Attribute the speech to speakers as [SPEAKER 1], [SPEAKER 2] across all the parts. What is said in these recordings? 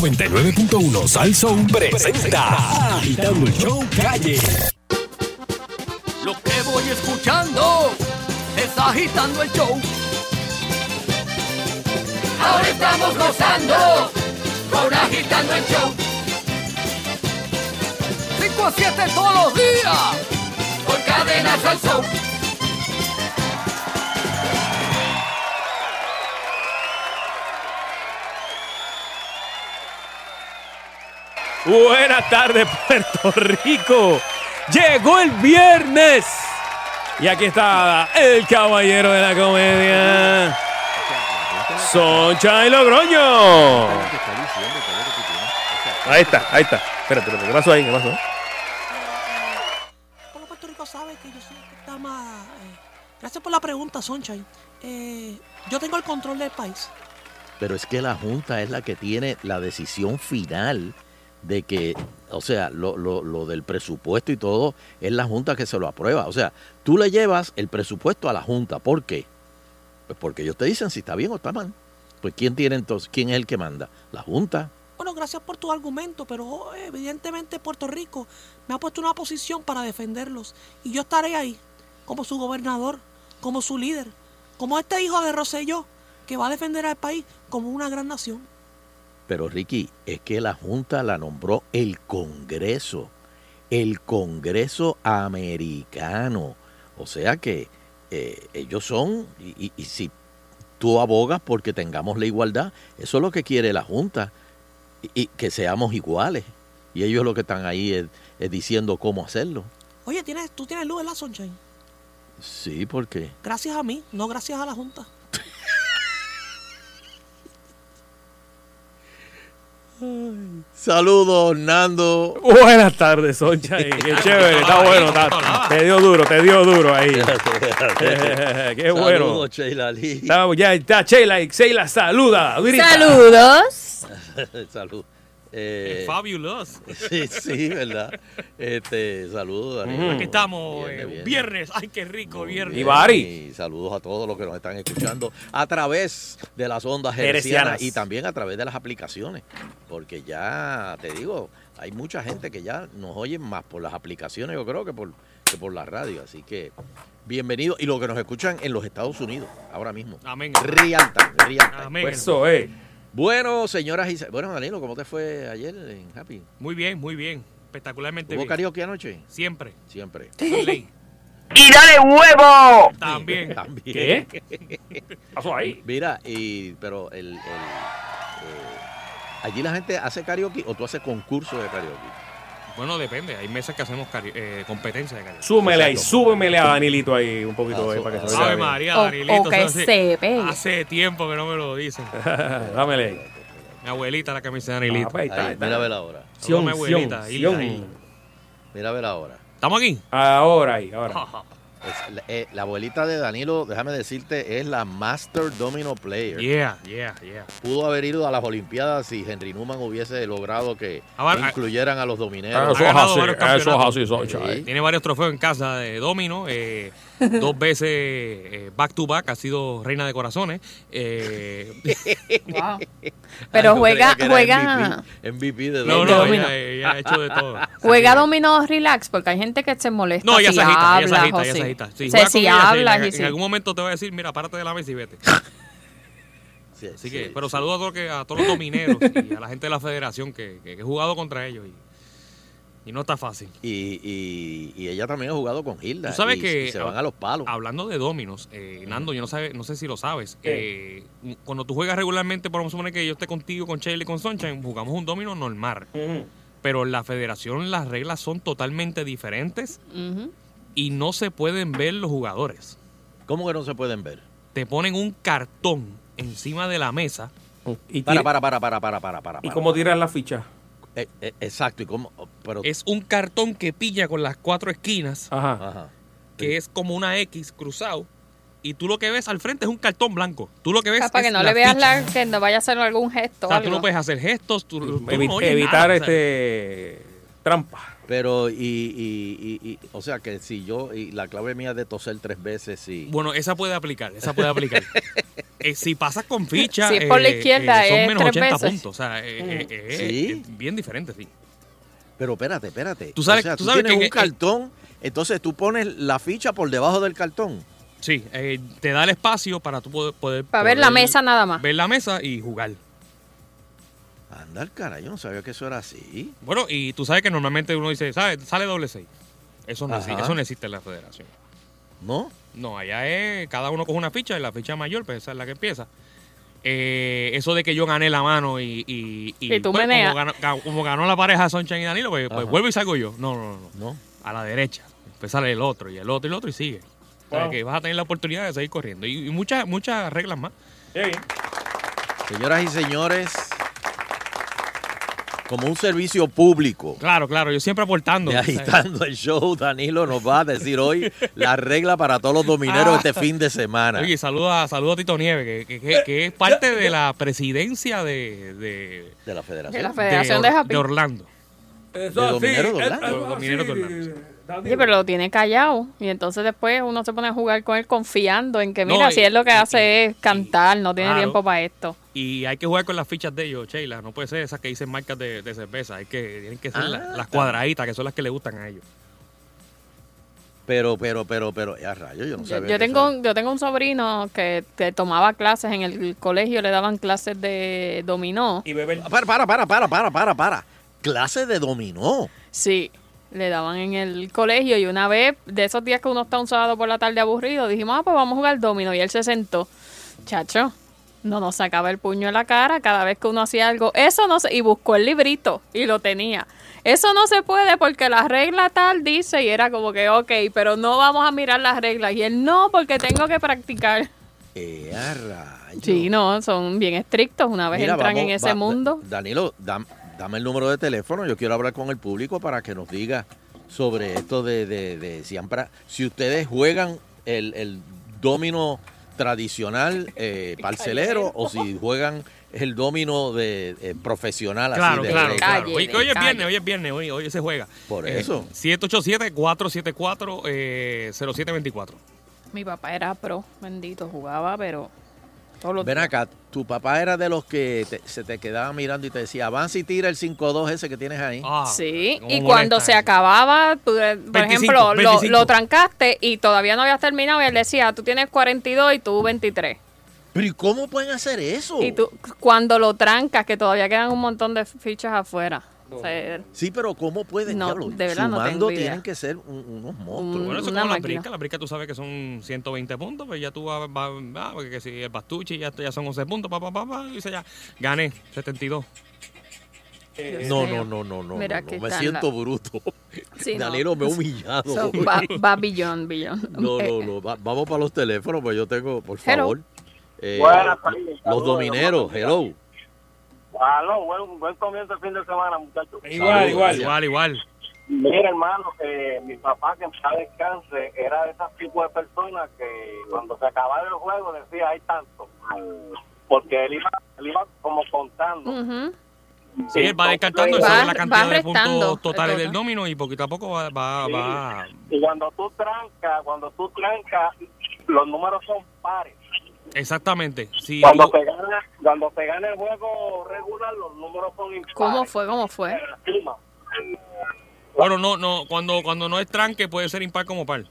[SPEAKER 1] 99.1 Salson presenta Agitando el Show Calle.
[SPEAKER 2] Lo que voy escuchando es agitando el show. Ahora estamos gozando con agitando el show. 5 a 7 todos los días por cadenas al show.
[SPEAKER 3] Buenas tardes, Puerto Rico. Llegó el viernes. Y aquí está el caballero de la comedia. Soncha y Logroño. Ahí está, ahí está. Espérate, espérate, ¿qué pasó ahí? ¿Qué pasó?
[SPEAKER 4] Todo Puerto Rico sabe que yo soy el más... eh, gracias por la pregunta, Sunshine. Eh, yo tengo el control del país.
[SPEAKER 5] Pero es que la Junta es la que tiene la decisión final de que, o sea, lo, lo- lo del presupuesto y todo, es la Junta que se lo aprueba. O sea, tú le llevas el presupuesto a la Junta. ¿Por qué? Pues porque ellos te dicen si está bien o está mal. Pues ¿quién tiene entonces? ¿Quién es el que manda? La Junta.
[SPEAKER 4] Bueno, gracias por tu argumento, pero oh, evidentemente Puerto Rico me ha puesto en una posición para defenderlos. Y yo estaré ahí, como su gobernador, como su líder, como este hijo de Rosselló, que va a defender al país como una gran nación.
[SPEAKER 5] Pero Ricky, es que la Junta la nombró el Congreso, el Congreso americano. O sea que eh, ellos son, y, y- y si tú abogas porque tengamos la igualdad, eso es lo que quiere la Junta, y, y que seamos iguales. Y ellos lo que están ahí es, es diciendo cómo hacerlo.
[SPEAKER 4] Oye, tienes, tú tienes luz en la Sunshine.
[SPEAKER 5] Sí, porque...
[SPEAKER 4] Gracias a mí, no gracias a la Junta.
[SPEAKER 5] Saludos, Nando.
[SPEAKER 3] Buenas tardes, Soncha. Qué chévere, está bueno. está- te dio duro, te dio duro ahí. Eh, Qué bueno.
[SPEAKER 5] Saludos, Sheila Lee.
[SPEAKER 3] Estamos, ya está Sheila y Sheila saluda. grita.
[SPEAKER 6] Saludos.
[SPEAKER 5] Salud. Eh,
[SPEAKER 7] Fabulous.
[SPEAKER 5] Sí, sí, ¿verdad? Este, saludos.
[SPEAKER 3] Mm.
[SPEAKER 5] Danilo.
[SPEAKER 7] Aquí estamos, eh,
[SPEAKER 5] Viernes,
[SPEAKER 7] un
[SPEAKER 5] viernes.
[SPEAKER 7] viernes. Ay, qué rico, viernes.
[SPEAKER 3] bien. Ibarri.
[SPEAKER 5] Y saludos a todos los que nos están escuchando a través de las ondas
[SPEAKER 3] Heresianas.
[SPEAKER 5] heresianas y también a través de las aplicaciones. Porque ya, te digo, hay mucha gente que ya nos oyen más por las aplicaciones, yo creo, que por, que por la radio. Así que, bienvenidos. Y los que nos escuchan en los Estados Unidos, ahora mismo.
[SPEAKER 7] Amén.
[SPEAKER 5] Real time, real time.
[SPEAKER 7] Amén.
[SPEAKER 3] Eso, eh.
[SPEAKER 5] Bueno, señoras y... se- Bueno, Danilo, ¿cómo te fue ayer en Happy?
[SPEAKER 7] Muy bien, muy bien. Espectacularmente
[SPEAKER 5] ¿Hubo
[SPEAKER 7] bien.
[SPEAKER 5] karaoke anoche?
[SPEAKER 7] Siempre.
[SPEAKER 5] Siempre.
[SPEAKER 7] Por ley.
[SPEAKER 6] ¡Y dale huevo!
[SPEAKER 7] También.
[SPEAKER 5] También.
[SPEAKER 3] ¿Qué? ¿Pasó ahí?
[SPEAKER 5] Mira, y, pero el, el, eh, allí la gente hace karaoke o tú haces concurso de karaoke.
[SPEAKER 7] Bueno, depende. Hay meses que hacemos cari- eh, competencia de karaoke.
[SPEAKER 3] Súmele ahí,
[SPEAKER 5] Exacto.
[SPEAKER 3] súbemele a Danilito ahí un poquito
[SPEAKER 5] Ah,
[SPEAKER 3] ahí
[SPEAKER 5] su-
[SPEAKER 3] para que
[SPEAKER 5] Ave
[SPEAKER 3] se vea
[SPEAKER 7] Ave
[SPEAKER 3] bien.
[SPEAKER 7] María,
[SPEAKER 6] O-
[SPEAKER 7] Danilito.
[SPEAKER 6] o que
[SPEAKER 7] eso hace-
[SPEAKER 6] se pegue.
[SPEAKER 7] Hace tiempo que no me lo dicen.
[SPEAKER 3] Ah, Dámele ahí.
[SPEAKER 7] Mi abuelita la que me dice Danilito.
[SPEAKER 3] Ah, pues, ahí está, ahí
[SPEAKER 5] Ahí,
[SPEAKER 3] está.
[SPEAKER 5] mira a ver ahora.
[SPEAKER 3] Sion,
[SPEAKER 7] mi abuelita,
[SPEAKER 3] Sion,
[SPEAKER 7] Hilda,
[SPEAKER 3] Sion.
[SPEAKER 7] Hilda.
[SPEAKER 5] Mira a ver ahora.
[SPEAKER 7] ¿Estamos aquí?
[SPEAKER 3] Ahora ahí, ahora.
[SPEAKER 5] Es la- eh, la abuelita de Danilo, déjame decirte, es la Master Domino Player.
[SPEAKER 7] Yeah, yeah, yeah.
[SPEAKER 5] Pudo haber ido a las Olimpiadas si Henry Newman hubiese logrado que
[SPEAKER 7] Ahora,
[SPEAKER 5] incluyeran a los
[SPEAKER 3] Ah,
[SPEAKER 5] domineros.
[SPEAKER 3] Eso es
[SPEAKER 7] ganado
[SPEAKER 3] así,
[SPEAKER 7] varios
[SPEAKER 3] eso es
[SPEAKER 7] campeonatos.
[SPEAKER 3] así, Soncha.
[SPEAKER 5] Sí.
[SPEAKER 3] ahí.
[SPEAKER 7] Eh, Tiene varios trofeos en casa de domino, eh, dos veces eh, back to back, ha sido reina de corazones. eh,
[SPEAKER 6] Wow. Pero
[SPEAKER 5] Ay, yo creía
[SPEAKER 6] juega,
[SPEAKER 5] que era
[SPEAKER 6] juega,
[SPEAKER 5] MVP, MVP de
[SPEAKER 7] no,
[SPEAKER 5] Domino.
[SPEAKER 7] no,
[SPEAKER 6] domino.
[SPEAKER 7] ella, ella ha hecho de todo.
[SPEAKER 6] juega dominó relax, porque hay gente que se molesta.
[SPEAKER 7] No, ella
[SPEAKER 6] si
[SPEAKER 7] se agita, ella se
[SPEAKER 6] hablas
[SPEAKER 7] agita,
[SPEAKER 6] o
[SPEAKER 7] ella
[SPEAKER 6] si-
[SPEAKER 7] se agita.
[SPEAKER 6] o sea,
[SPEAKER 7] Sí, juega
[SPEAKER 6] si
[SPEAKER 7] con ella, sí,
[SPEAKER 6] hablas
[SPEAKER 7] en,
[SPEAKER 6] y si-
[SPEAKER 7] en algún momento te va a decir, mira, párate de la mesa y vete.
[SPEAKER 5] Sí, sí,
[SPEAKER 7] Así que, pero
[SPEAKER 5] sí.
[SPEAKER 7] saludo a todos, que- a todos los domineros y a la gente de la federación que, que- que he jugado contra ellos y, y no está fácil.
[SPEAKER 5] Y, y- y ella también ha jugado con Hilda.
[SPEAKER 7] Tú sabes
[SPEAKER 5] y-
[SPEAKER 7] que-
[SPEAKER 5] y se van a los palos.
[SPEAKER 7] Hablando de dominos, eh, Nando, yo no, sabe, no sé si lo sabes. eh, cuando tú juegas regularmente, por vamos a suponer que yo esté contigo, con Shelley, con Sunshine, jugamos un domino normal.
[SPEAKER 3] Mm,
[SPEAKER 7] Pero en la federación las reglas son totalmente diferentes
[SPEAKER 6] Ujú.
[SPEAKER 7] y no se pueden ver los jugadores.
[SPEAKER 5] ¿Cómo que no se pueden ver?
[SPEAKER 7] Te ponen un cartón encima de la mesa.
[SPEAKER 3] Y,
[SPEAKER 5] Para,
[SPEAKER 3] tira-
[SPEAKER 5] para, para, para, para, para, para.
[SPEAKER 3] ¿Y
[SPEAKER 5] para.
[SPEAKER 3] cómo tiras la ficha?
[SPEAKER 5] Eh, eh, exacto, y cómo. Pero,
[SPEAKER 7] Es un cartón que pilla con las cuatro esquinas,
[SPEAKER 3] Ajá.
[SPEAKER 5] ajá.
[SPEAKER 7] que es como una X cruzado. Y tú lo que ves al frente es un cartón blanco. Tú lo que ves
[SPEAKER 6] Ah, Para que
[SPEAKER 7] es
[SPEAKER 6] no le veas
[SPEAKER 7] ficha.
[SPEAKER 6] la, que no vaya a hacer algún gesto.
[SPEAKER 7] O sea,
[SPEAKER 6] algo.
[SPEAKER 7] tú no puedes hacer gestos, tú, tú
[SPEAKER 3] Evi-
[SPEAKER 7] no oyes
[SPEAKER 3] evitar
[SPEAKER 7] nada, o sea,
[SPEAKER 3] este trampa.
[SPEAKER 5] Pero, y, y- y- y- o sea, que si yo, y la clave mía de toser tres veces, sí.
[SPEAKER 7] Bueno, esa puede aplicar, esa puede aplicar. Eh, si pasas con ficha,
[SPEAKER 6] Si es por la
[SPEAKER 7] eh,
[SPEAKER 6] izquierda,
[SPEAKER 7] eh, son
[SPEAKER 6] es
[SPEAKER 7] menos
[SPEAKER 6] tres
[SPEAKER 7] 80
[SPEAKER 6] veces. Mm.
[SPEAKER 7] puntos. O sea, eh, eh, eh,
[SPEAKER 5] ¿Sí?
[SPEAKER 7] es bien diferente, sí.
[SPEAKER 5] Pero espérate, espérate.
[SPEAKER 7] Tú sabes-
[SPEAKER 5] o sea,
[SPEAKER 7] tú
[SPEAKER 5] tú,
[SPEAKER 7] sabes
[SPEAKER 5] tienes
[SPEAKER 7] que-
[SPEAKER 5] un cartón, entonces tú pones la ficha por debajo del cartón.
[SPEAKER 7] Sí, eh, te da el espacio para tú poder, poder-
[SPEAKER 6] Para ver la
[SPEAKER 7] poder
[SPEAKER 6] mesa nada más.
[SPEAKER 7] Ver la mesa y jugar.
[SPEAKER 5] Anda, al cara, yo no sabía que eso era así.
[SPEAKER 7] Bueno, y tú sabes que normalmente uno dice, ¿sabes? Sale doble seis. Eso no,
[SPEAKER 5] Ajá.
[SPEAKER 7] exi- eso no existe en la federación.
[SPEAKER 5] ¿No?
[SPEAKER 7] No, allá es, cada uno coge una ficha y la ficha mayor, pues esa es la que empieza. Eh, eso de que yo gané la mano y, y,
[SPEAKER 6] Y tú
[SPEAKER 7] pues,
[SPEAKER 6] meneas.
[SPEAKER 7] como, ganó, ga- como ganó la pareja Sonchan y Danilo, pues, pues
[SPEAKER 5] Ajá.
[SPEAKER 7] vuelvo y salgo yo. No, no, no, no.
[SPEAKER 5] No.
[SPEAKER 7] A la derecha. Pues sale el otro y el otro y el otro y sigue. O sea, que vas a tener la oportunidad de seguir corriendo. Y, y muchas, muchas reglas más.
[SPEAKER 5] Señoras y señores, como un servicio público,
[SPEAKER 7] Claro, claro, yo siempre aportando.
[SPEAKER 5] de
[SPEAKER 7] o sea,
[SPEAKER 5] agitando el show, Danilo nos va a decir hoy la regla para todos los domineros este fin de semana.
[SPEAKER 7] Oye, saluda, saluda a Tito Nieves, que, que- que- que es parte de la presidencia de, de,
[SPEAKER 5] De la
[SPEAKER 6] De
[SPEAKER 5] federación.
[SPEAKER 6] la Federación de,
[SPEAKER 7] Or-
[SPEAKER 6] Happy.
[SPEAKER 7] de Orlando.
[SPEAKER 5] De
[SPEAKER 2] Eso sí,
[SPEAKER 5] dominero,
[SPEAKER 2] es
[SPEAKER 5] ¿verdad?
[SPEAKER 2] algo
[SPEAKER 7] De dominero, Orlando,
[SPEAKER 2] Danilo.
[SPEAKER 6] Oye, pero lo tiene callado. Y entonces después uno se pone a jugar con él confiando en que,
[SPEAKER 7] No,
[SPEAKER 6] mira,
[SPEAKER 7] y-
[SPEAKER 6] si él lo que
[SPEAKER 7] y-
[SPEAKER 6] hace es
[SPEAKER 7] y-
[SPEAKER 6] cantar, no tiene
[SPEAKER 7] claro.
[SPEAKER 6] tiempo para esto.
[SPEAKER 7] Y hay que jugar con las fichas de ellos, Sheila. No puede ser esas que dicen marcas de, de cerveza. Hay que, tienen que ser
[SPEAKER 5] Ah,
[SPEAKER 7] la- las
[SPEAKER 5] está.
[SPEAKER 7] cuadraditas, que son las que le gustan a ellos. pero
[SPEAKER 5] Pero, pero, pero, pero, eh, a rayo, yo no
[SPEAKER 6] Yo,
[SPEAKER 5] sabía.
[SPEAKER 6] yo
[SPEAKER 5] que
[SPEAKER 6] tengo,
[SPEAKER 5] eso-
[SPEAKER 6] un- yo tengo un sobrino que, que tomaba clases en el colegio, le daban clases de dominó.
[SPEAKER 2] Y beber.
[SPEAKER 5] Para, para, para, para, para, para, para. Clase de dominó.
[SPEAKER 6] Sí, le daban en el colegio y una vez, de esos días que uno está un sábado por la tarde aburrido, dijimos, ah, pues vamos a jugar domino. Y él se sentó. Chacho, no nos sacaba el puño en la cara cada vez que uno hacía algo. Eso no se... Y buscó el librito y lo tenía. Eso no se puede porque la regla tal dice y era como que, ok, pero no vamos a mirar las reglas. Y él, no, porque tengo que practicar.
[SPEAKER 5] Eh, a rayo.
[SPEAKER 6] Sí, no, son bien estrictos una vez
[SPEAKER 5] Mira,
[SPEAKER 6] entran
[SPEAKER 5] vamos,
[SPEAKER 6] en ese
[SPEAKER 5] va-
[SPEAKER 6] mundo.
[SPEAKER 5] Da- Danilo, dam- dame el número de teléfono. Yo quiero hablar con el público para que nos diga sobre esto de, de, de si, han pra- si ustedes juegan el, el domino tradicional eh, parcelero o si juegan el domino de eh, profesional así
[SPEAKER 7] Claro,
[SPEAKER 5] de
[SPEAKER 7] claro,
[SPEAKER 5] de-
[SPEAKER 7] claro.
[SPEAKER 6] calle,
[SPEAKER 7] Oye, que
[SPEAKER 6] de
[SPEAKER 7] hoy es
[SPEAKER 6] calle.
[SPEAKER 7] viernes, hoy es viernes, hoy, hoy se juega.
[SPEAKER 5] Por
[SPEAKER 7] Eh,
[SPEAKER 5] eso.
[SPEAKER 7] 787-474-0724. eh,
[SPEAKER 6] Mi papá era pro, bendito, jugaba, pero todos los
[SPEAKER 5] Ven
[SPEAKER 6] días.
[SPEAKER 5] acá, tu papá era de los que te- se te quedaba mirando y te decía, avanza y tira el 5-2 ese que tienes ahí.
[SPEAKER 7] Ah,
[SPEAKER 6] Sí,
[SPEAKER 7] cómo
[SPEAKER 6] y cuando
[SPEAKER 7] molesta
[SPEAKER 6] se
[SPEAKER 7] eso.
[SPEAKER 6] acababa, tú, eh, por
[SPEAKER 7] 25,
[SPEAKER 6] ejemplo, lo- Lo,
[SPEAKER 7] 25.
[SPEAKER 6] trancaste y todavía no habías terminado y él decía, tú tienes 42 y tú 23.
[SPEAKER 5] Pero ¿y cómo pueden hacer eso?
[SPEAKER 6] Y tú, cuando lo trancas, que todavía quedan un montón de fichas afuera. O sea,
[SPEAKER 5] Sí, pero ¿cómo pueden?
[SPEAKER 6] No,
[SPEAKER 5] Diablo,
[SPEAKER 6] de verdad no
[SPEAKER 5] sumando
[SPEAKER 6] tengo idea.
[SPEAKER 5] tienen que ser un- unos monstruos.
[SPEAKER 7] Bueno, eso es
[SPEAKER 6] Una
[SPEAKER 7] como la
[SPEAKER 6] máquina.
[SPEAKER 7] brisca. La brisca tú sabes que son 120 puntos, pues ya tú vas, vas- vas, porque que si el pastuche ya, ya son 11 puntos, pa, pa, pa, pa, y dice ya, gané 72.
[SPEAKER 6] Dios
[SPEAKER 5] eh, No,
[SPEAKER 6] mío.
[SPEAKER 5] no, no, no, no.
[SPEAKER 6] Mira
[SPEAKER 5] no,
[SPEAKER 6] que
[SPEAKER 5] no, me
[SPEAKER 6] están
[SPEAKER 5] siento
[SPEAKER 6] la-
[SPEAKER 5] bruto.
[SPEAKER 6] Sí, no.
[SPEAKER 5] Danilo me ha humillado.
[SPEAKER 6] Eso va, va billón, billón.
[SPEAKER 5] No,
[SPEAKER 6] Eh,
[SPEAKER 5] no, no. va- vamos para los teléfonos, pues yo tengo, por
[SPEAKER 6] Hello.
[SPEAKER 5] favor. Eh,
[SPEAKER 8] Buenas tardes,
[SPEAKER 5] los
[SPEAKER 8] saludos,
[SPEAKER 5] domineros, hello.
[SPEAKER 8] Aló, Ah, buen, buen comienzo el fin de semana, muchachos.
[SPEAKER 2] Igual,
[SPEAKER 5] Saludos,
[SPEAKER 2] igual.
[SPEAKER 7] Igual, igual.
[SPEAKER 8] Mira, hermano, que mi papá, que en paz descanse, era de esos tipos de personas que cuando se acababa el juego decía, hay tanto. Porque él iba, él iba como contando.
[SPEAKER 6] ujú.
[SPEAKER 7] Sí, él va descartando
[SPEAKER 6] Va-
[SPEAKER 7] esa es la cantidad
[SPEAKER 6] va
[SPEAKER 7] de
[SPEAKER 6] restando
[SPEAKER 7] puntos totales
[SPEAKER 6] el
[SPEAKER 7] del
[SPEAKER 6] total.
[SPEAKER 7] domino y poquito a poco va, va,
[SPEAKER 8] Sí.
[SPEAKER 7] va.
[SPEAKER 8] Y cuando tú trancas, cuando tú trancas, los números son pares.
[SPEAKER 7] Exactamente. Si
[SPEAKER 8] Cuando
[SPEAKER 7] tú-
[SPEAKER 8] se gana, cuando se gana el juego regular, los números son impares.
[SPEAKER 6] ¿Cómo fue? ¿Cómo fue?
[SPEAKER 8] Encima.
[SPEAKER 7] bueno, no, no, cuando, cuando no es tranque puede ser impar como par.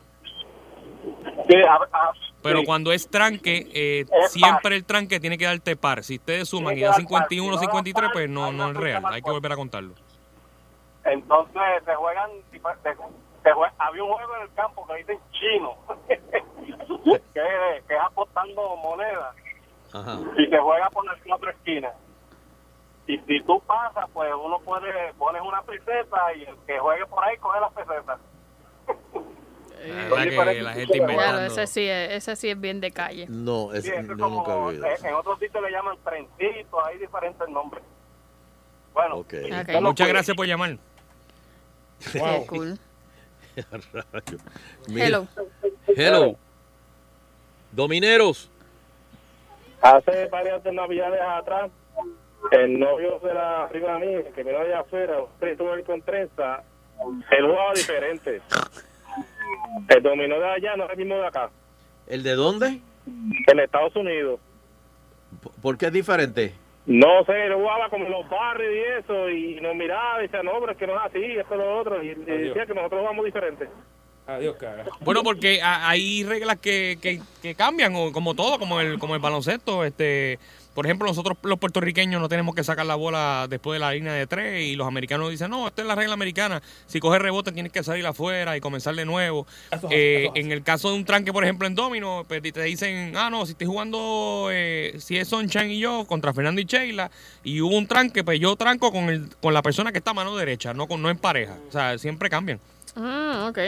[SPEAKER 8] Sí, a- a-
[SPEAKER 7] Pero
[SPEAKER 8] sí.
[SPEAKER 7] cuando es tranque, eh,
[SPEAKER 8] par.
[SPEAKER 7] siempre el tranque tiene que darte par. Si ustedes
[SPEAKER 8] Tiene
[SPEAKER 7] suman y
[SPEAKER 8] que
[SPEAKER 7] da
[SPEAKER 8] dar par.
[SPEAKER 7] 51
[SPEAKER 8] Si no da
[SPEAKER 7] 53,
[SPEAKER 8] par,
[SPEAKER 7] pues no,
[SPEAKER 8] hay
[SPEAKER 7] no
[SPEAKER 8] una
[SPEAKER 7] es real.
[SPEAKER 8] ficha más
[SPEAKER 7] Hay que
[SPEAKER 8] corta.
[SPEAKER 7] volver a contarlo.
[SPEAKER 8] Entonces se juegan, se- se jue- había un juego en el campo que dicen chino, que, que es apostando monedas
[SPEAKER 5] Ajá.
[SPEAKER 8] y se juega por las cuatro esquinas. Y si tú pasas, pues uno puede, pones una peseta y el que juegue por ahí coge la peseta.
[SPEAKER 7] La verdad
[SPEAKER 8] Oye,
[SPEAKER 7] que
[SPEAKER 8] parece
[SPEAKER 7] la
[SPEAKER 8] que
[SPEAKER 7] gente
[SPEAKER 8] sí, pero-
[SPEAKER 7] inventando.
[SPEAKER 6] Claro, ese sí, es- ese sí es bien de calle.
[SPEAKER 5] No, es,
[SPEAKER 8] Sí, eso
[SPEAKER 5] yo
[SPEAKER 8] es
[SPEAKER 5] nunca
[SPEAKER 8] como- eh,
[SPEAKER 5] he oído eso.
[SPEAKER 8] en otros sitios le llaman trencito, hay diferentes nombres. Bueno,
[SPEAKER 5] Ok.
[SPEAKER 6] Ok,
[SPEAKER 8] yo lo
[SPEAKER 7] Muchas
[SPEAKER 8] fui.
[SPEAKER 7] gracias por llamar.
[SPEAKER 6] qué cool.
[SPEAKER 8] eh,
[SPEAKER 5] Mira,
[SPEAKER 6] Hello.
[SPEAKER 5] hello. Domineros.
[SPEAKER 8] Hace varias navidades atrás, el novio de la prima mía, que me lo allá afuera, usted estuvo ahí con trenza,
[SPEAKER 9] Él jugaba diferente. El dominó de allá no es el mismo de acá.
[SPEAKER 10] ¿El de dónde?
[SPEAKER 9] En Estados Unidos.
[SPEAKER 10] P- ¿Por qué es diferente?
[SPEAKER 9] No sé, él jugaba como en los barrios y eso, y nos miraba y decía, no, pero es que no es así, esto es lo otro, y, y decía que nosotros jugamos diferente.
[SPEAKER 3] Adiós, cara.
[SPEAKER 7] Bueno, porque a- hay reglas que, que- que cambian, o como todo, como el, como el baloncesto. Este, por ejemplo, nosotros los puertorriqueños no tenemos que sacar la bola después de la línea de tres y los americanos dicen, no, esta es la regla americana. Si coges rebote tienes que salir afuera y comenzar de nuevo. Eh, en el caso de un tranque, por ejemplo, en domino, pues, te dicen, ah, no, si estoy jugando, eh, si es Sonchan y yo contra Fernando y Sheila y hubo un tranque, pues yo tranco con, el, con la persona que está a mano derecha, no, con, no en pareja. O sea, siempre cambian.
[SPEAKER 6] Mm, ok.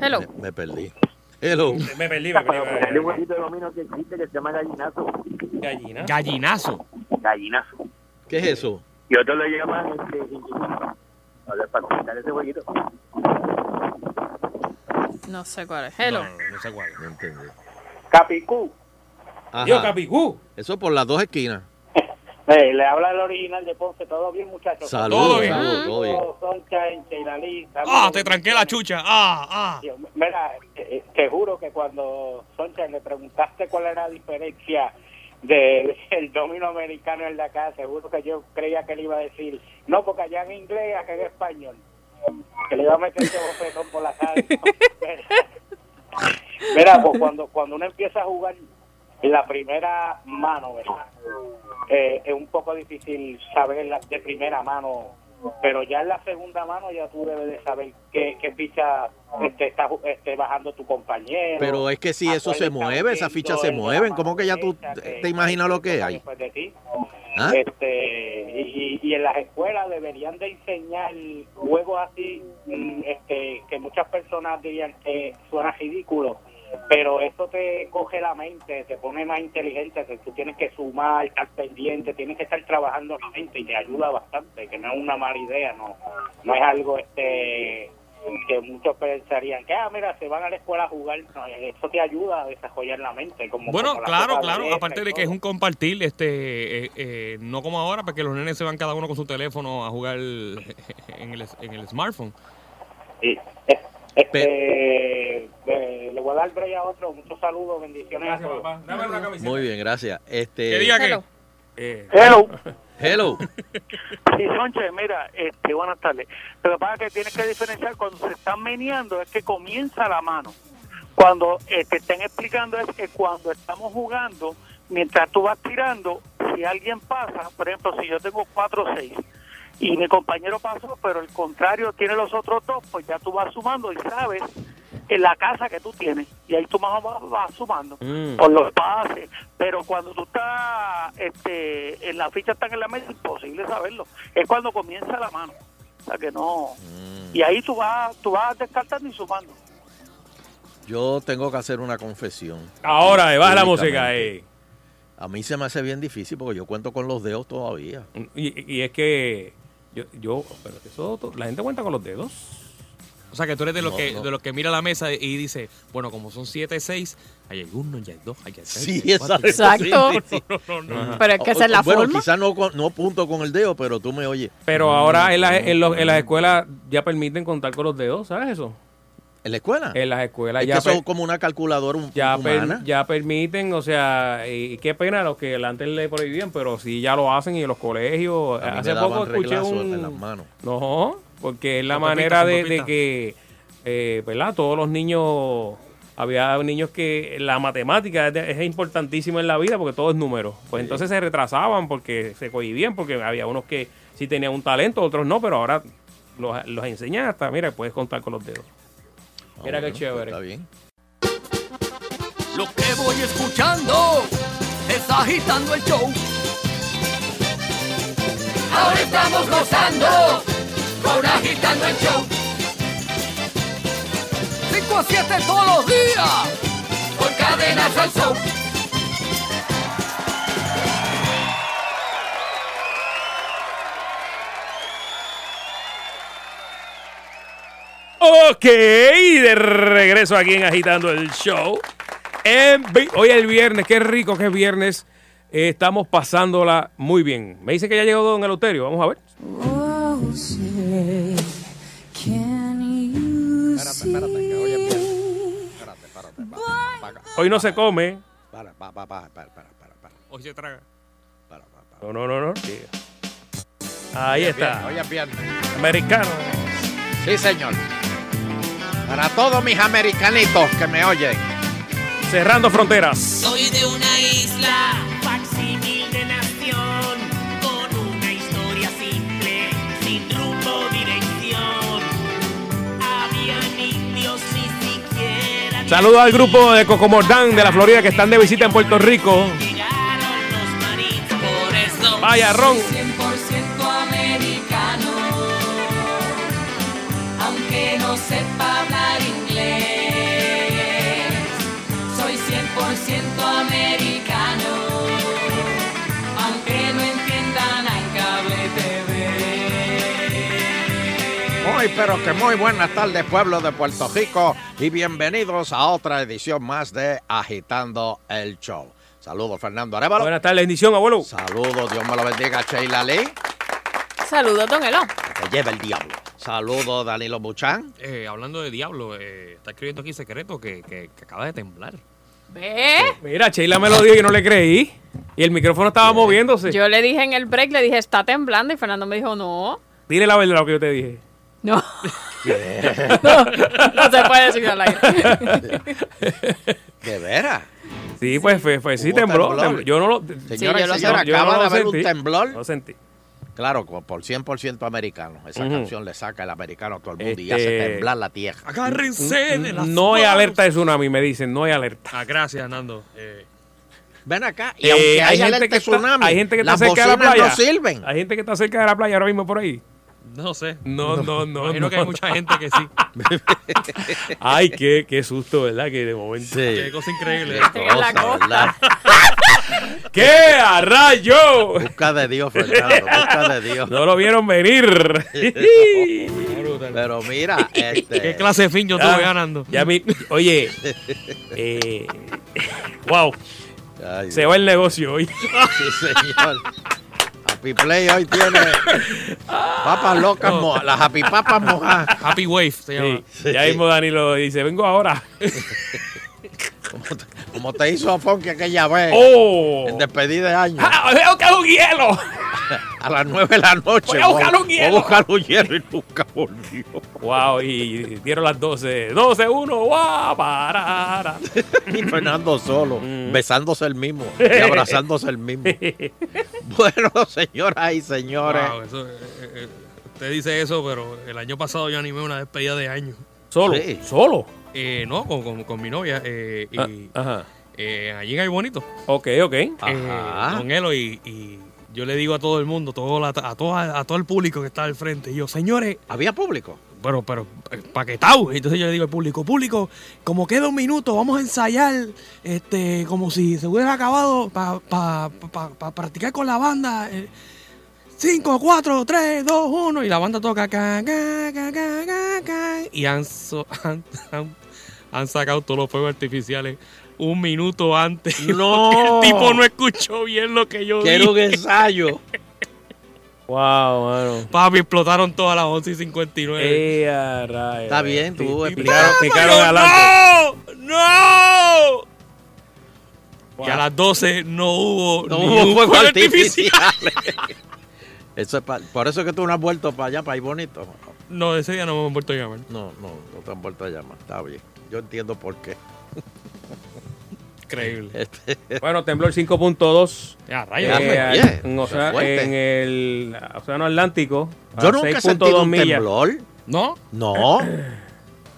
[SPEAKER 6] Hello.
[SPEAKER 10] Me, me perdí. Hello.
[SPEAKER 3] Me perdí,
[SPEAKER 8] Ah,
[SPEAKER 3] me perdí. me perdí.
[SPEAKER 8] de dominio que existe que se llama gallinazo.
[SPEAKER 3] Gallina.
[SPEAKER 7] Gallinazo.
[SPEAKER 8] Gallinazo.
[SPEAKER 10] ¿Qué es eso?
[SPEAKER 8] Y otros lo llaman este, jinguito. O sea, para comentar ese jueguito.
[SPEAKER 6] No sé cuál es. Hello.
[SPEAKER 7] No, no sé cuál.
[SPEAKER 10] No entendí.
[SPEAKER 9] Capicú,
[SPEAKER 10] Ajá.
[SPEAKER 3] Yo, Capicú.
[SPEAKER 10] Eso por las dos esquinas.
[SPEAKER 9] Eh, le habla el original de Ponce, todo bien muchachos.
[SPEAKER 10] Saludos,
[SPEAKER 7] bien.
[SPEAKER 10] saludos, todo bien.
[SPEAKER 7] Ah, te tranqué la chucha. Ah, ah.
[SPEAKER 9] Dios, Mira, eh, eh, te juro que cuando Soncha le preguntaste cuál era la diferencia del el domino americano en la casa, seguro que yo creía que le iba a decir, no, porque allá en inglés, acá en español, que le iba a meter ese bofetón por la cara. Mira, pues cuando, cuando uno empieza a jugar en la primera mano, ¿verdad? Eh, es un poco difícil saber la- de primera mano, pero ya en la segunda mano ya tú debes de saber qué, qué ficha este, está ju- este, bajando tu compañero.
[SPEAKER 10] Pero es que si
[SPEAKER 9] a
[SPEAKER 10] eso
[SPEAKER 9] cuál
[SPEAKER 10] se
[SPEAKER 9] está
[SPEAKER 10] mueve, esas
[SPEAKER 9] metiendo
[SPEAKER 10] fichas se
[SPEAKER 9] el de la
[SPEAKER 10] mueven,
[SPEAKER 9] mano
[SPEAKER 10] ¿cómo que ya tú
[SPEAKER 9] derecha,
[SPEAKER 10] te imaginas lo que hay?
[SPEAKER 9] después de ti.
[SPEAKER 10] ¿Ah?
[SPEAKER 11] Eh,
[SPEAKER 9] Este, y, y en las escuelas deberían de enseñar juegos así, mm, este, que muchas personas dirían que suena ridículo, pero eso te coge la mente, te pone más inteligente, que tú tienes que sumar, estar pendiente, tienes que estar trabajando la mente y te ayuda bastante, que no es una mala idea, no, no es algo este que muchos pensarían que, ah, mira, se van a la escuela a jugar, No, eso te ayuda a desarrollar la mente. Como,
[SPEAKER 7] Bueno,
[SPEAKER 9] como la
[SPEAKER 7] claro,
[SPEAKER 9] sopa
[SPEAKER 7] claro.
[SPEAKER 9] griega
[SPEAKER 7] Aparte
[SPEAKER 9] y
[SPEAKER 7] de que
[SPEAKER 9] todo.
[SPEAKER 7] es un compartir, este, eh, eh, no como ahora, porque los nenes se van cada uno con su teléfono a jugar en el, en el smartphone.
[SPEAKER 8] Eh,
[SPEAKER 9] Sí. Este, eh, le voy a dar break a otro. Muchos saludos, bendiciones a todos.
[SPEAKER 3] Dame una camiseta.
[SPEAKER 10] Muy bien, gracias.
[SPEAKER 7] ¿Qué
[SPEAKER 10] Este,
[SPEAKER 7] diga que?
[SPEAKER 6] Hello.
[SPEAKER 3] Eh,
[SPEAKER 9] Hello.
[SPEAKER 10] hello.
[SPEAKER 8] Sí, Sonche, mira, este, buenas tardes. Lo que pasa es que tienes que diferenciar cuando se están meneando es que comienza la mano. Cuando eh, te están explicando es que cuando estamos jugando, mientras tú vas tirando, si alguien pasa, por ejemplo, si yo tengo 4 o 6 y mi compañero pasó, pero el contrario tiene los otros dos, pues ya tú vas sumando y sabes en la casa que tú tienes y ahí tú más o menos vas sumando por los pases, pero cuando tú estás, este, en la ficha están en la mesa, es imposible saberlo. Es cuando comienza la mano, o sea que no. Y ahí tú vas, tú vas descartando y sumando.
[SPEAKER 10] Yo tengo que hacer una confesión.
[SPEAKER 3] ahora, eh, baja la
[SPEAKER 10] Públicamente.
[SPEAKER 3] música. eh.
[SPEAKER 10] A mí se me hace bien difícil porque yo cuento con los dedos todavía.
[SPEAKER 3] Y, y es que yo, yo pero eso, to- la gente cuenta con los dedos.
[SPEAKER 7] O sea, que tú eres de los,
[SPEAKER 10] No,
[SPEAKER 7] que,
[SPEAKER 10] no.
[SPEAKER 7] de los que mira la mesa y dice, bueno, como son 7, 6, ahí hay uno, ya hay dos, ahí hay tres.
[SPEAKER 10] Sí,
[SPEAKER 7] ahí hay cuatro,
[SPEAKER 10] exacto.
[SPEAKER 7] ahí hay cinco.
[SPEAKER 6] Exacto.
[SPEAKER 10] Sí, sí, sí.
[SPEAKER 6] Pero es que esa es la
[SPEAKER 10] bueno,
[SPEAKER 6] forma.
[SPEAKER 10] quizás no, con- no punto con el dedo, pero tú me oyes.
[SPEAKER 3] Pero ahora en, las- e, en los- en las escuelas ya permiten contar con los dedos, ¿sabes eso?
[SPEAKER 10] ¿En la escuela?
[SPEAKER 5] Ah.
[SPEAKER 3] En las escuelas
[SPEAKER 10] es
[SPEAKER 3] ya
[SPEAKER 10] que son
[SPEAKER 3] per-
[SPEAKER 10] como una calculadora un-
[SPEAKER 3] ya, per-
[SPEAKER 10] humana.
[SPEAKER 3] ya permiten, o sea, y, y qué pena los que antes le prohibían, pero sí ya lo hacen y en los colegios.
[SPEAKER 10] A mí me
[SPEAKER 3] Hace
[SPEAKER 10] daban
[SPEAKER 3] poco escuché
[SPEAKER 10] reglazos
[SPEAKER 3] un...
[SPEAKER 10] en las manos.
[SPEAKER 3] No, porque es la
[SPEAKER 7] Con
[SPEAKER 3] manera
[SPEAKER 7] papitas, con
[SPEAKER 3] de, de
[SPEAKER 7] papitas.
[SPEAKER 3] que, eh, ¿verdad? Todos los niños, había niños que la matemática es, de- es importantísima en la vida porque todo es número. Pues entonces se retrasaban porque se cohibían, porque había unos que sí tenían un talento, otros no, pero ahora los, los enseñan hasta, mira, puedes contar con los dedos.
[SPEAKER 10] Ah,
[SPEAKER 3] Mira qué
[SPEAKER 10] bueno,
[SPEAKER 3] chévere.
[SPEAKER 10] Está bien.
[SPEAKER 2] Lo que voy escuchando es agitando el show. Ahora estamos gozando con agitando el show. 5 a 7 todos los días por cadenas al show.
[SPEAKER 3] Ok, de regreso aquí en Agitando el Show. En vi- Hoy es el viernes, qué rico que es viernes. Eh, estamos pasándola muy bien. Me dice que ya llegó Don Eleuterio, vamos a ver.
[SPEAKER 5] Oh, say, Espérate, espérate, que hoy es viernes. Espérate, espérate, espérate. Paga.
[SPEAKER 3] Hoy no se come.
[SPEAKER 5] Para, para, para, para, para, para, para, para,
[SPEAKER 7] Hoy se traga.
[SPEAKER 5] para, para, para.
[SPEAKER 3] No, no, no, no. Sí. Ahí
[SPEAKER 5] Viernes,
[SPEAKER 3] está.
[SPEAKER 5] Hoy es viernes.
[SPEAKER 3] Americano.
[SPEAKER 5] Sí, señor. Para todos mis americanitos que me oyen.
[SPEAKER 3] Cerrando fronteras.
[SPEAKER 12] Soy de una isla, facsímil de nación, con una historia simple, sin rumbo, dirección. Habían indios ni siquiera
[SPEAKER 3] Saludos al grupo de Cocomordán de la Florida que están de visita en Puerto Rico.
[SPEAKER 12] llegaron los marinos. Por eso
[SPEAKER 3] Vaya, Ron.
[SPEAKER 2] 100% americano, aunque no sepa hablar inglés. Soy 100% americano, aunque no entiendan al cable TV.
[SPEAKER 5] Muy, pero que muy buenas tardes, pueblo de Puerto Rico, y bienvenidos a otra edición más de Agitando el Show. Saludos, Fernando Arevalo.
[SPEAKER 3] Buenas tardes, bendición, abuelo.
[SPEAKER 5] Saludos, Dios me lo bendiga, Sheila Lee, que
[SPEAKER 6] Saludos, Don Elo.
[SPEAKER 5] te lleve el diablo. Saludos, Danilo Buchan.
[SPEAKER 7] Eh, hablando de diablo, eh, está escribiendo aquí secreto que, que- que acaba de temblar.
[SPEAKER 6] Ve.
[SPEAKER 3] Mira, Sheila me lo dijo y yo no le creí. Y el micrófono estaba moviéndose.
[SPEAKER 6] Yo le dije en el break, le dije, está temblando. Y Fernando me dijo, no.
[SPEAKER 3] Dile la verdad lo que yo te dije.
[SPEAKER 6] No. no, no se puede decir al aire.
[SPEAKER 5] De veras.
[SPEAKER 3] Sí, pues, fue, fue- sí
[SPEAKER 5] Hubo
[SPEAKER 3] tembló,
[SPEAKER 5] temblor.
[SPEAKER 3] tembló. Yo no lo.
[SPEAKER 5] Señora,
[SPEAKER 6] yo lo
[SPEAKER 5] y señora,
[SPEAKER 3] yo
[SPEAKER 5] acaba
[SPEAKER 3] no
[SPEAKER 5] de
[SPEAKER 3] lo
[SPEAKER 5] haber un
[SPEAKER 3] sentí.
[SPEAKER 5] temblor.
[SPEAKER 3] No lo sentí.
[SPEAKER 5] Claro, co- por 100% americano. Esa
[SPEAKER 3] Ujú.
[SPEAKER 5] canción le saca el americano a todo el mundo y
[SPEAKER 3] Este-
[SPEAKER 5] hace temblar la tierra.
[SPEAKER 7] Agárrense de las
[SPEAKER 3] No hay
[SPEAKER 7] manos.
[SPEAKER 3] alerta de tsunami, me dicen, no hay alerta.
[SPEAKER 7] Ah, gracias, Nando. Eh,
[SPEAKER 5] Ven acá, y
[SPEAKER 3] Eh,
[SPEAKER 5] aunque hay alerta
[SPEAKER 3] que
[SPEAKER 5] de
[SPEAKER 3] está-
[SPEAKER 5] tsunami,
[SPEAKER 3] hay gente que está
[SPEAKER 5] las
[SPEAKER 3] cerca de la
[SPEAKER 5] bocinas
[SPEAKER 3] playa.
[SPEAKER 5] no sirven.
[SPEAKER 3] Hay gente que está cerca de la playa ahora mismo por ahí.
[SPEAKER 7] no sé.
[SPEAKER 3] No, no, no.
[SPEAKER 7] Imagino
[SPEAKER 3] no.
[SPEAKER 7] que hay mucha gente que sí.
[SPEAKER 3] Ay, qué, qué susto, ¿verdad? Que de momento.
[SPEAKER 7] Qué cosa increíble.
[SPEAKER 6] Llega la
[SPEAKER 5] Cosa, ¿verdad?
[SPEAKER 3] ¡Qué a rayo!
[SPEAKER 5] Busca de Dios, Fernando, busca de Dios.
[SPEAKER 3] No lo vieron venir.
[SPEAKER 5] Pero mira, este,
[SPEAKER 7] ¿Qué clase de fin yo
[SPEAKER 3] Ya-
[SPEAKER 7] estuve ganando?
[SPEAKER 3] Ya mi, oye, eh, wow,
[SPEAKER 5] ay,
[SPEAKER 3] se va el negocio hoy.
[SPEAKER 5] sí, señor. Happy Play hoy tiene papas locas, mo- las happy papas mojadas.
[SPEAKER 7] Happy Wave se llama.
[SPEAKER 3] Sí, Ya mismo Danilo dice, vengo ahora.
[SPEAKER 5] Como te, como te hizo Fonky aquella vez,
[SPEAKER 3] ¡Oh!
[SPEAKER 5] en despedida de año,
[SPEAKER 3] ¡Ah, voy a buscar un hielo!
[SPEAKER 5] a las 9 de la noche.
[SPEAKER 3] Voy a buscar un
[SPEAKER 5] voy a
[SPEAKER 3] hielo.
[SPEAKER 5] buscar un hielo y nunca volvió.
[SPEAKER 3] Wow, y dieron las 12. 12, 1, wow, parara.
[SPEAKER 5] Y Fernando solo, besándose el mismo y abrazándose el mismo. Bueno, señoras y señores.
[SPEAKER 7] Wow, eso, eh, eh, usted dice eso, pero el año pasado yo animé una despedida de año.
[SPEAKER 3] Solo,
[SPEAKER 5] Sí.
[SPEAKER 3] solo.
[SPEAKER 7] Eh, no, con, con- con mi novia. eh, y
[SPEAKER 3] Ah, Ajá.
[SPEAKER 7] eh, allí en Ay Bonito.
[SPEAKER 3] Ok, ok.
[SPEAKER 5] Ajá.
[SPEAKER 7] eh, con Elo y, y yo le digo a todo el mundo, todo la- a, todo, a todo el público que está al frente, y yo, señores,
[SPEAKER 5] Había público.
[SPEAKER 7] pero, pero, eh, paquetao. Entonces yo le digo al público, público, como queda un minuto, vamos a ensayar, este, como si se hubiera acabado para practicar con la banda. eh, 5, 4, 3, 2, 1, y la banda toca. can, can, can, can, can, can, y han, so- han, han- han sacado todos los fuegos artificiales un minuto antes.
[SPEAKER 5] No.
[SPEAKER 7] porque El tipo no escuchó bien lo que yo
[SPEAKER 5] Quiero
[SPEAKER 7] dije.
[SPEAKER 5] un ensayo.
[SPEAKER 3] Wow, mano.
[SPEAKER 7] Papi, explotaron todas las 11 y 59.
[SPEAKER 3] Eh, a rayos.
[SPEAKER 5] Está bien, tú
[SPEAKER 3] Pi- pi-
[SPEAKER 5] explicaron-
[SPEAKER 3] picaron- picaron adelante.
[SPEAKER 7] ¡No! ¡No!
[SPEAKER 3] Wow.
[SPEAKER 7] Y a las 12 no hubo,
[SPEAKER 5] No
[SPEAKER 7] ni
[SPEAKER 5] hubo
[SPEAKER 7] un
[SPEAKER 5] fuegos artificiales. Eso es pa- por eso es que tú no has vuelto para allá, para ahí bonito.
[SPEAKER 7] No, ese día no me han vuelto a llamar.
[SPEAKER 5] No, no, no te han vuelto a llamar. Está bien. Yo entiendo por qué.
[SPEAKER 7] Increíble.
[SPEAKER 3] Ah,
[SPEAKER 5] Este,
[SPEAKER 3] Bueno, temblor 5.2.
[SPEAKER 7] Ya,
[SPEAKER 3] Eh,
[SPEAKER 7] rayos.
[SPEAKER 5] Ya, pues,
[SPEAKER 3] al-
[SPEAKER 5] bien,
[SPEAKER 3] en,
[SPEAKER 5] fue
[SPEAKER 3] ocea-
[SPEAKER 5] fuerte.
[SPEAKER 3] en el Océano Atlántico. a
[SPEAKER 5] yo nunca he
[SPEAKER 3] 6.2
[SPEAKER 5] sentido un
[SPEAKER 3] millas.
[SPEAKER 5] temblor.
[SPEAKER 7] ¿No?
[SPEAKER 5] No.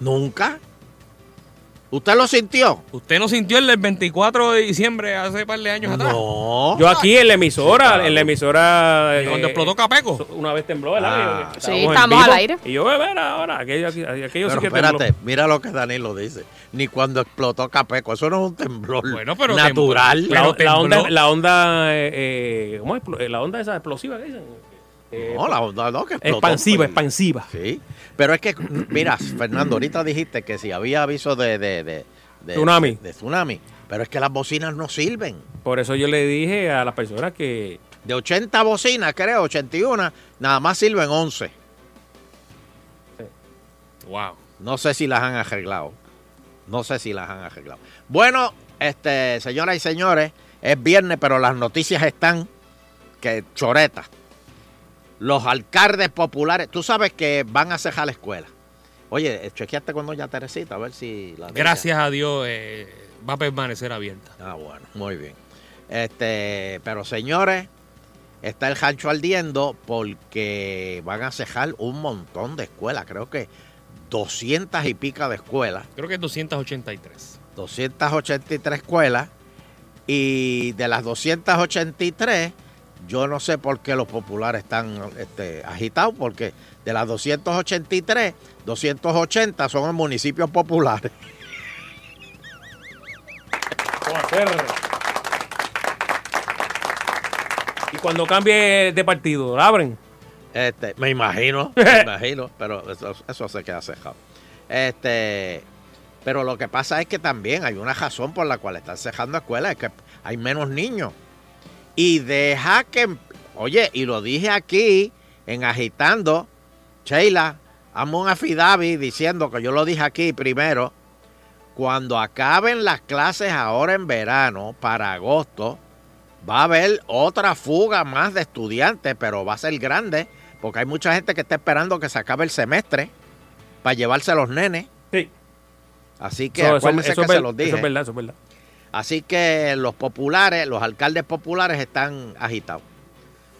[SPEAKER 5] Nunca. ¿Usted lo sintió?
[SPEAKER 7] ¿Usted no sintió el del 24 de diciembre hace par de años atrás?
[SPEAKER 5] No.
[SPEAKER 3] Yo aquí en la emisora,
[SPEAKER 5] Sí, claro.
[SPEAKER 3] en la emisora. eh,
[SPEAKER 7] Cuando explotó Capeco.
[SPEAKER 3] Una vez tembló, ¿verdad?
[SPEAKER 5] Oh. Ah.
[SPEAKER 3] Que
[SPEAKER 6] Sí,
[SPEAKER 3] en
[SPEAKER 6] estábamos
[SPEAKER 3] vivo.
[SPEAKER 6] al aire.
[SPEAKER 3] Y yo, ver, ahora, aquello, aquí- aquello sí
[SPEAKER 5] Pero
[SPEAKER 3] que
[SPEAKER 5] espérate,
[SPEAKER 3] tembló.
[SPEAKER 5] mira lo que Danilo dice. Ni cuando explotó Capeco, eso no es un temblor
[SPEAKER 7] Bueno, pero
[SPEAKER 5] natural.
[SPEAKER 7] tembló.
[SPEAKER 3] La,
[SPEAKER 7] Pero
[SPEAKER 3] la onda,
[SPEAKER 7] tembló.
[SPEAKER 3] la onda, eh, eh, ¿cómo es? Explo- eh, La onda esa explosiva que dicen. Eh,
[SPEAKER 5] No, la onda no, que explotó.
[SPEAKER 3] expansiva,
[SPEAKER 5] fue-
[SPEAKER 3] expansiva.
[SPEAKER 5] Sí, pero es que, mira, Fernando, ahorita dijiste que si había aviso de, de, de- de-
[SPEAKER 3] Tsunami.
[SPEAKER 5] de tsunami, pero es que las bocinas no sirven.
[SPEAKER 3] Por eso yo le dije a las personas que
[SPEAKER 5] De 80 bocinas, creo, 81, nada más sirven 11.
[SPEAKER 7] Wow.
[SPEAKER 5] No sé si las han arreglado. No sé si las han arreglado. Bueno, este, señoras y señores, es viernes, pero las noticias están que choretas. Los alcaldes populares, tú sabes que van a cejar la escuela. Oye, eh, chequeaste cuando ya Teresita, a ver si la deja.
[SPEAKER 7] Gracias a Dios eh, va a permanecer abierta.
[SPEAKER 5] Ah, bueno, muy bien. Este, pero señores, está el rancho ardiendo porque van a cejar un montón de escuelas. Creo que 200 y pica de escuelas.
[SPEAKER 7] Creo que es 283.
[SPEAKER 5] 283 escuelas. Y de las 283, yo no sé por qué los populares están este, agitados, porque de las 283, 280 son en municipios populares.
[SPEAKER 3] Con hacer. Y cuando cambie de partido, ¿la abren?
[SPEAKER 5] Este, me imagino, me imagino, pero eso, eso se queda cejado. Este, pero lo que pasa es que también hay una razón por la cual están cejando escuelas, es que hay menos niños. Y deja que, oye, y lo dije aquí en agitando, Sheila, hazme un affidavit diciendo que yo lo dije aquí primero, cuando acaben las clases ahora en verano, para agosto, va a haber otra fuga más de estudiantes, pero va a ser grande, porque hay mucha gente que está esperando que se acabe el semestre para llevarse a los nenes.
[SPEAKER 3] Sí.
[SPEAKER 5] Así que
[SPEAKER 3] Eso- eso-
[SPEAKER 5] acuérdense
[SPEAKER 3] eso
[SPEAKER 5] que
[SPEAKER 3] es ver-
[SPEAKER 5] se los dije.
[SPEAKER 3] Eso es verdad, eso es verdad.
[SPEAKER 5] Así que los populares, los alcaldes populares están agitados.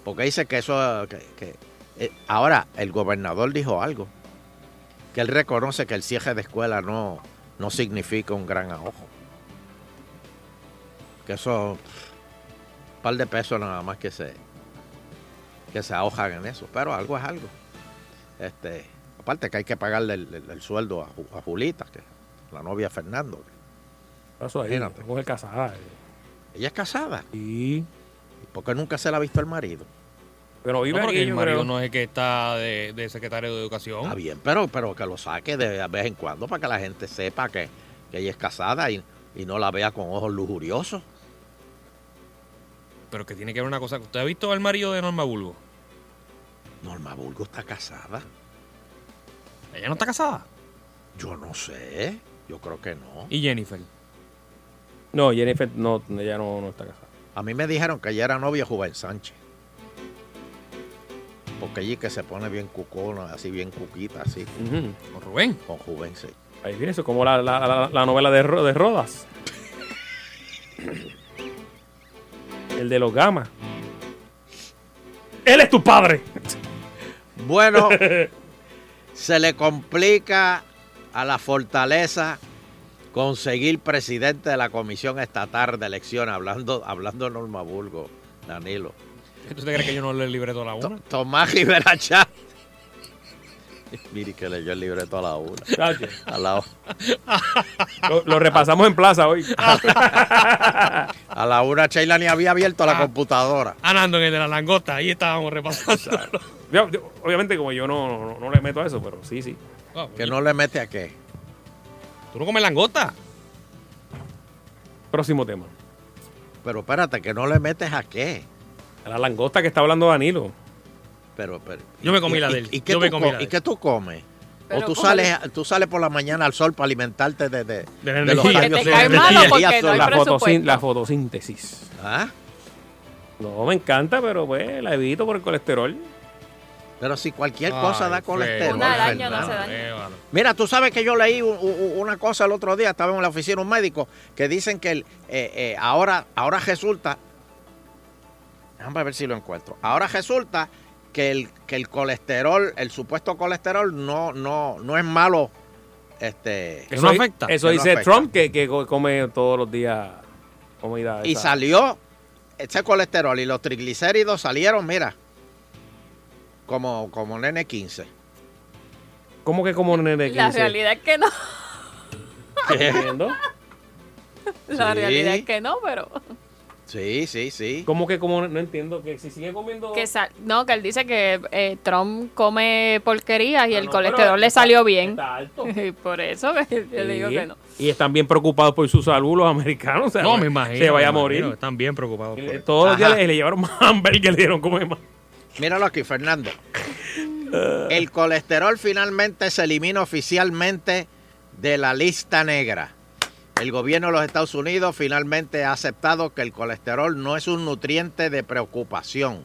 [SPEAKER 5] Porque dice que eso... que- que- eh, ahora, el gobernador dijo algo. Que él reconoce que el cierre de escuela no, no significa un gran ahojo. Que eso... Un par de pesos nada más que se... Que se ahojan en eso. Pero algo es algo. Este, aparte que hay que pagarle el, el- el sueldo a, Ju- a Julita, que la novia de Fernando.
[SPEAKER 3] Eso ahí,
[SPEAKER 5] Imagínate.
[SPEAKER 3] con el casada.
[SPEAKER 5] Ella es casada.
[SPEAKER 3] Y
[SPEAKER 5] porque nunca se la ha visto el marido.
[SPEAKER 3] Pero
[SPEAKER 7] No, porque el
[SPEAKER 5] yo
[SPEAKER 7] marido
[SPEAKER 5] creo.
[SPEAKER 7] no es el que está de, de secretario de educación.
[SPEAKER 5] Está bien, pero, pero que lo saque de vez en cuando para que la gente sepa que, que ella es casada y, y no la vea con ojos lujuriosos.
[SPEAKER 7] Pero que tiene que ver una cosa. ¿Usted ha visto al marido de Norma Bulgo?
[SPEAKER 5] Norma Bulgo está casada.
[SPEAKER 7] ¿Ella no está casada?
[SPEAKER 5] Yo no sé, yo creo que no.
[SPEAKER 7] ¿Y Jennifer?
[SPEAKER 3] No, Jennifer, no, ella no, no está casada.
[SPEAKER 5] A mí me dijeron que ella era novia de Juven Sánchez. Porque allí que se pone bien cucona, así bien cuquita, así.
[SPEAKER 7] ¿Con Rubén?
[SPEAKER 5] Con Rubén, sí.
[SPEAKER 3] Ahí viene eso, como la, la, la- la novela de, Ro- de Rodas. el de los gamas. Él es tu padre.
[SPEAKER 5] Bueno, se le complica a la fortaleza conseguir presidente de la Comisión Estatal de Elecciones, hablando, hablando Norma Burgo, Danilo.
[SPEAKER 7] ¿Tú te crees que yo no le libré toda la una?
[SPEAKER 5] Tomás Rivera Chá. Mire que leyó el libreto a la una. A la,
[SPEAKER 3] Lo, lo repasamos en plaza hoy.
[SPEAKER 5] a la una Sheila ni había abierto la computadora.
[SPEAKER 7] Anando en el Ah, de la langosta, ahí estábamos repasando.
[SPEAKER 3] Yo- yo- obviamente, como yo no, no, no le meto a eso, pero sí, sí.
[SPEAKER 5] ¿Que no le mete a qué?
[SPEAKER 7] ¿Tú no comes langosta?
[SPEAKER 3] Próximo tema.
[SPEAKER 5] Pero espérate, ¿que no le metes a qué?
[SPEAKER 3] A la langosta que está hablando Danilo.
[SPEAKER 5] Pero, pero.
[SPEAKER 7] Yo me comí
[SPEAKER 5] ¿Y-
[SPEAKER 7] la
[SPEAKER 5] y-
[SPEAKER 7] de él.
[SPEAKER 5] ¿Y qué,
[SPEAKER 7] Yo me
[SPEAKER 5] tú,
[SPEAKER 7] comí
[SPEAKER 5] co-
[SPEAKER 7] la
[SPEAKER 5] y
[SPEAKER 7] de él.
[SPEAKER 5] qué tú comes?
[SPEAKER 6] Pero
[SPEAKER 5] o tú
[SPEAKER 6] cómale.
[SPEAKER 5] sales, tú sales por la mañana al sol para alimentarte de, de,
[SPEAKER 7] De
[SPEAKER 3] la
[SPEAKER 5] de los
[SPEAKER 3] energía.
[SPEAKER 5] rayos
[SPEAKER 3] Porque te
[SPEAKER 7] "Este
[SPEAKER 3] cae
[SPEAKER 5] solares.
[SPEAKER 3] malo, porque
[SPEAKER 5] Energía
[SPEAKER 3] no hay
[SPEAKER 5] solar.
[SPEAKER 3] La fotosin- presupuesto. la fotosíntesis.
[SPEAKER 5] ¿Ah?
[SPEAKER 3] No, me encanta, pero pues la evito por el colesterol.
[SPEAKER 5] Pero si cualquier cosa da colesterol. Fernando. Mira, tú sabes que yo leí u- u- una cosa el otro día, estaba en la oficina de un médico, que dicen que el, eh, eh, ahora, ahora resulta, déjame ver si lo encuentro, ahora resulta que el, que el colesterol, el supuesto colesterol no, no, no es malo. Este,
[SPEAKER 3] Eso di- Eso
[SPEAKER 5] Que no
[SPEAKER 3] dice
[SPEAKER 5] afecta.
[SPEAKER 3] Trump, que, que go- come todos los días comida.
[SPEAKER 5] Y
[SPEAKER 3] esa.
[SPEAKER 5] salió ese colesterol y los triglicéridos salieron, mira, como, como nene 15.
[SPEAKER 3] ¿Cómo que como nene
[SPEAKER 6] La
[SPEAKER 3] 15?
[SPEAKER 6] realidad es que no.
[SPEAKER 3] ¿Entiendo?
[SPEAKER 6] La
[SPEAKER 5] Sí.
[SPEAKER 6] realidad es que no, pero.
[SPEAKER 5] Sí, sí, sí.
[SPEAKER 3] ¿Cómo que como no entiendo? Que si sigue comiendo.
[SPEAKER 6] Que sal- no, que él dice que eh, Trump come porquerías y
[SPEAKER 3] Ah,
[SPEAKER 6] el
[SPEAKER 3] no, pero
[SPEAKER 6] colesterol le
[SPEAKER 3] está-
[SPEAKER 6] salió bien.
[SPEAKER 3] está alto.
[SPEAKER 6] Y por eso que yo le digo
[SPEAKER 3] Sí.
[SPEAKER 6] que no.
[SPEAKER 3] Y están bien preocupados por su salud los americanos. o sea,
[SPEAKER 7] No, me imagino.
[SPEAKER 3] Se vaya a
[SPEAKER 7] me
[SPEAKER 3] morir.
[SPEAKER 7] imagino, Están bien preocupados.
[SPEAKER 3] Todos los días le, le llevaron más hamburguesas, le dieron comer más.
[SPEAKER 5] Míralo aquí, Fernando. El colesterol finalmente se elimina oficialmente de la lista negra. El gobierno de los Estados Unidos finalmente ha aceptado que el colesterol no es un nutriente de preocupación,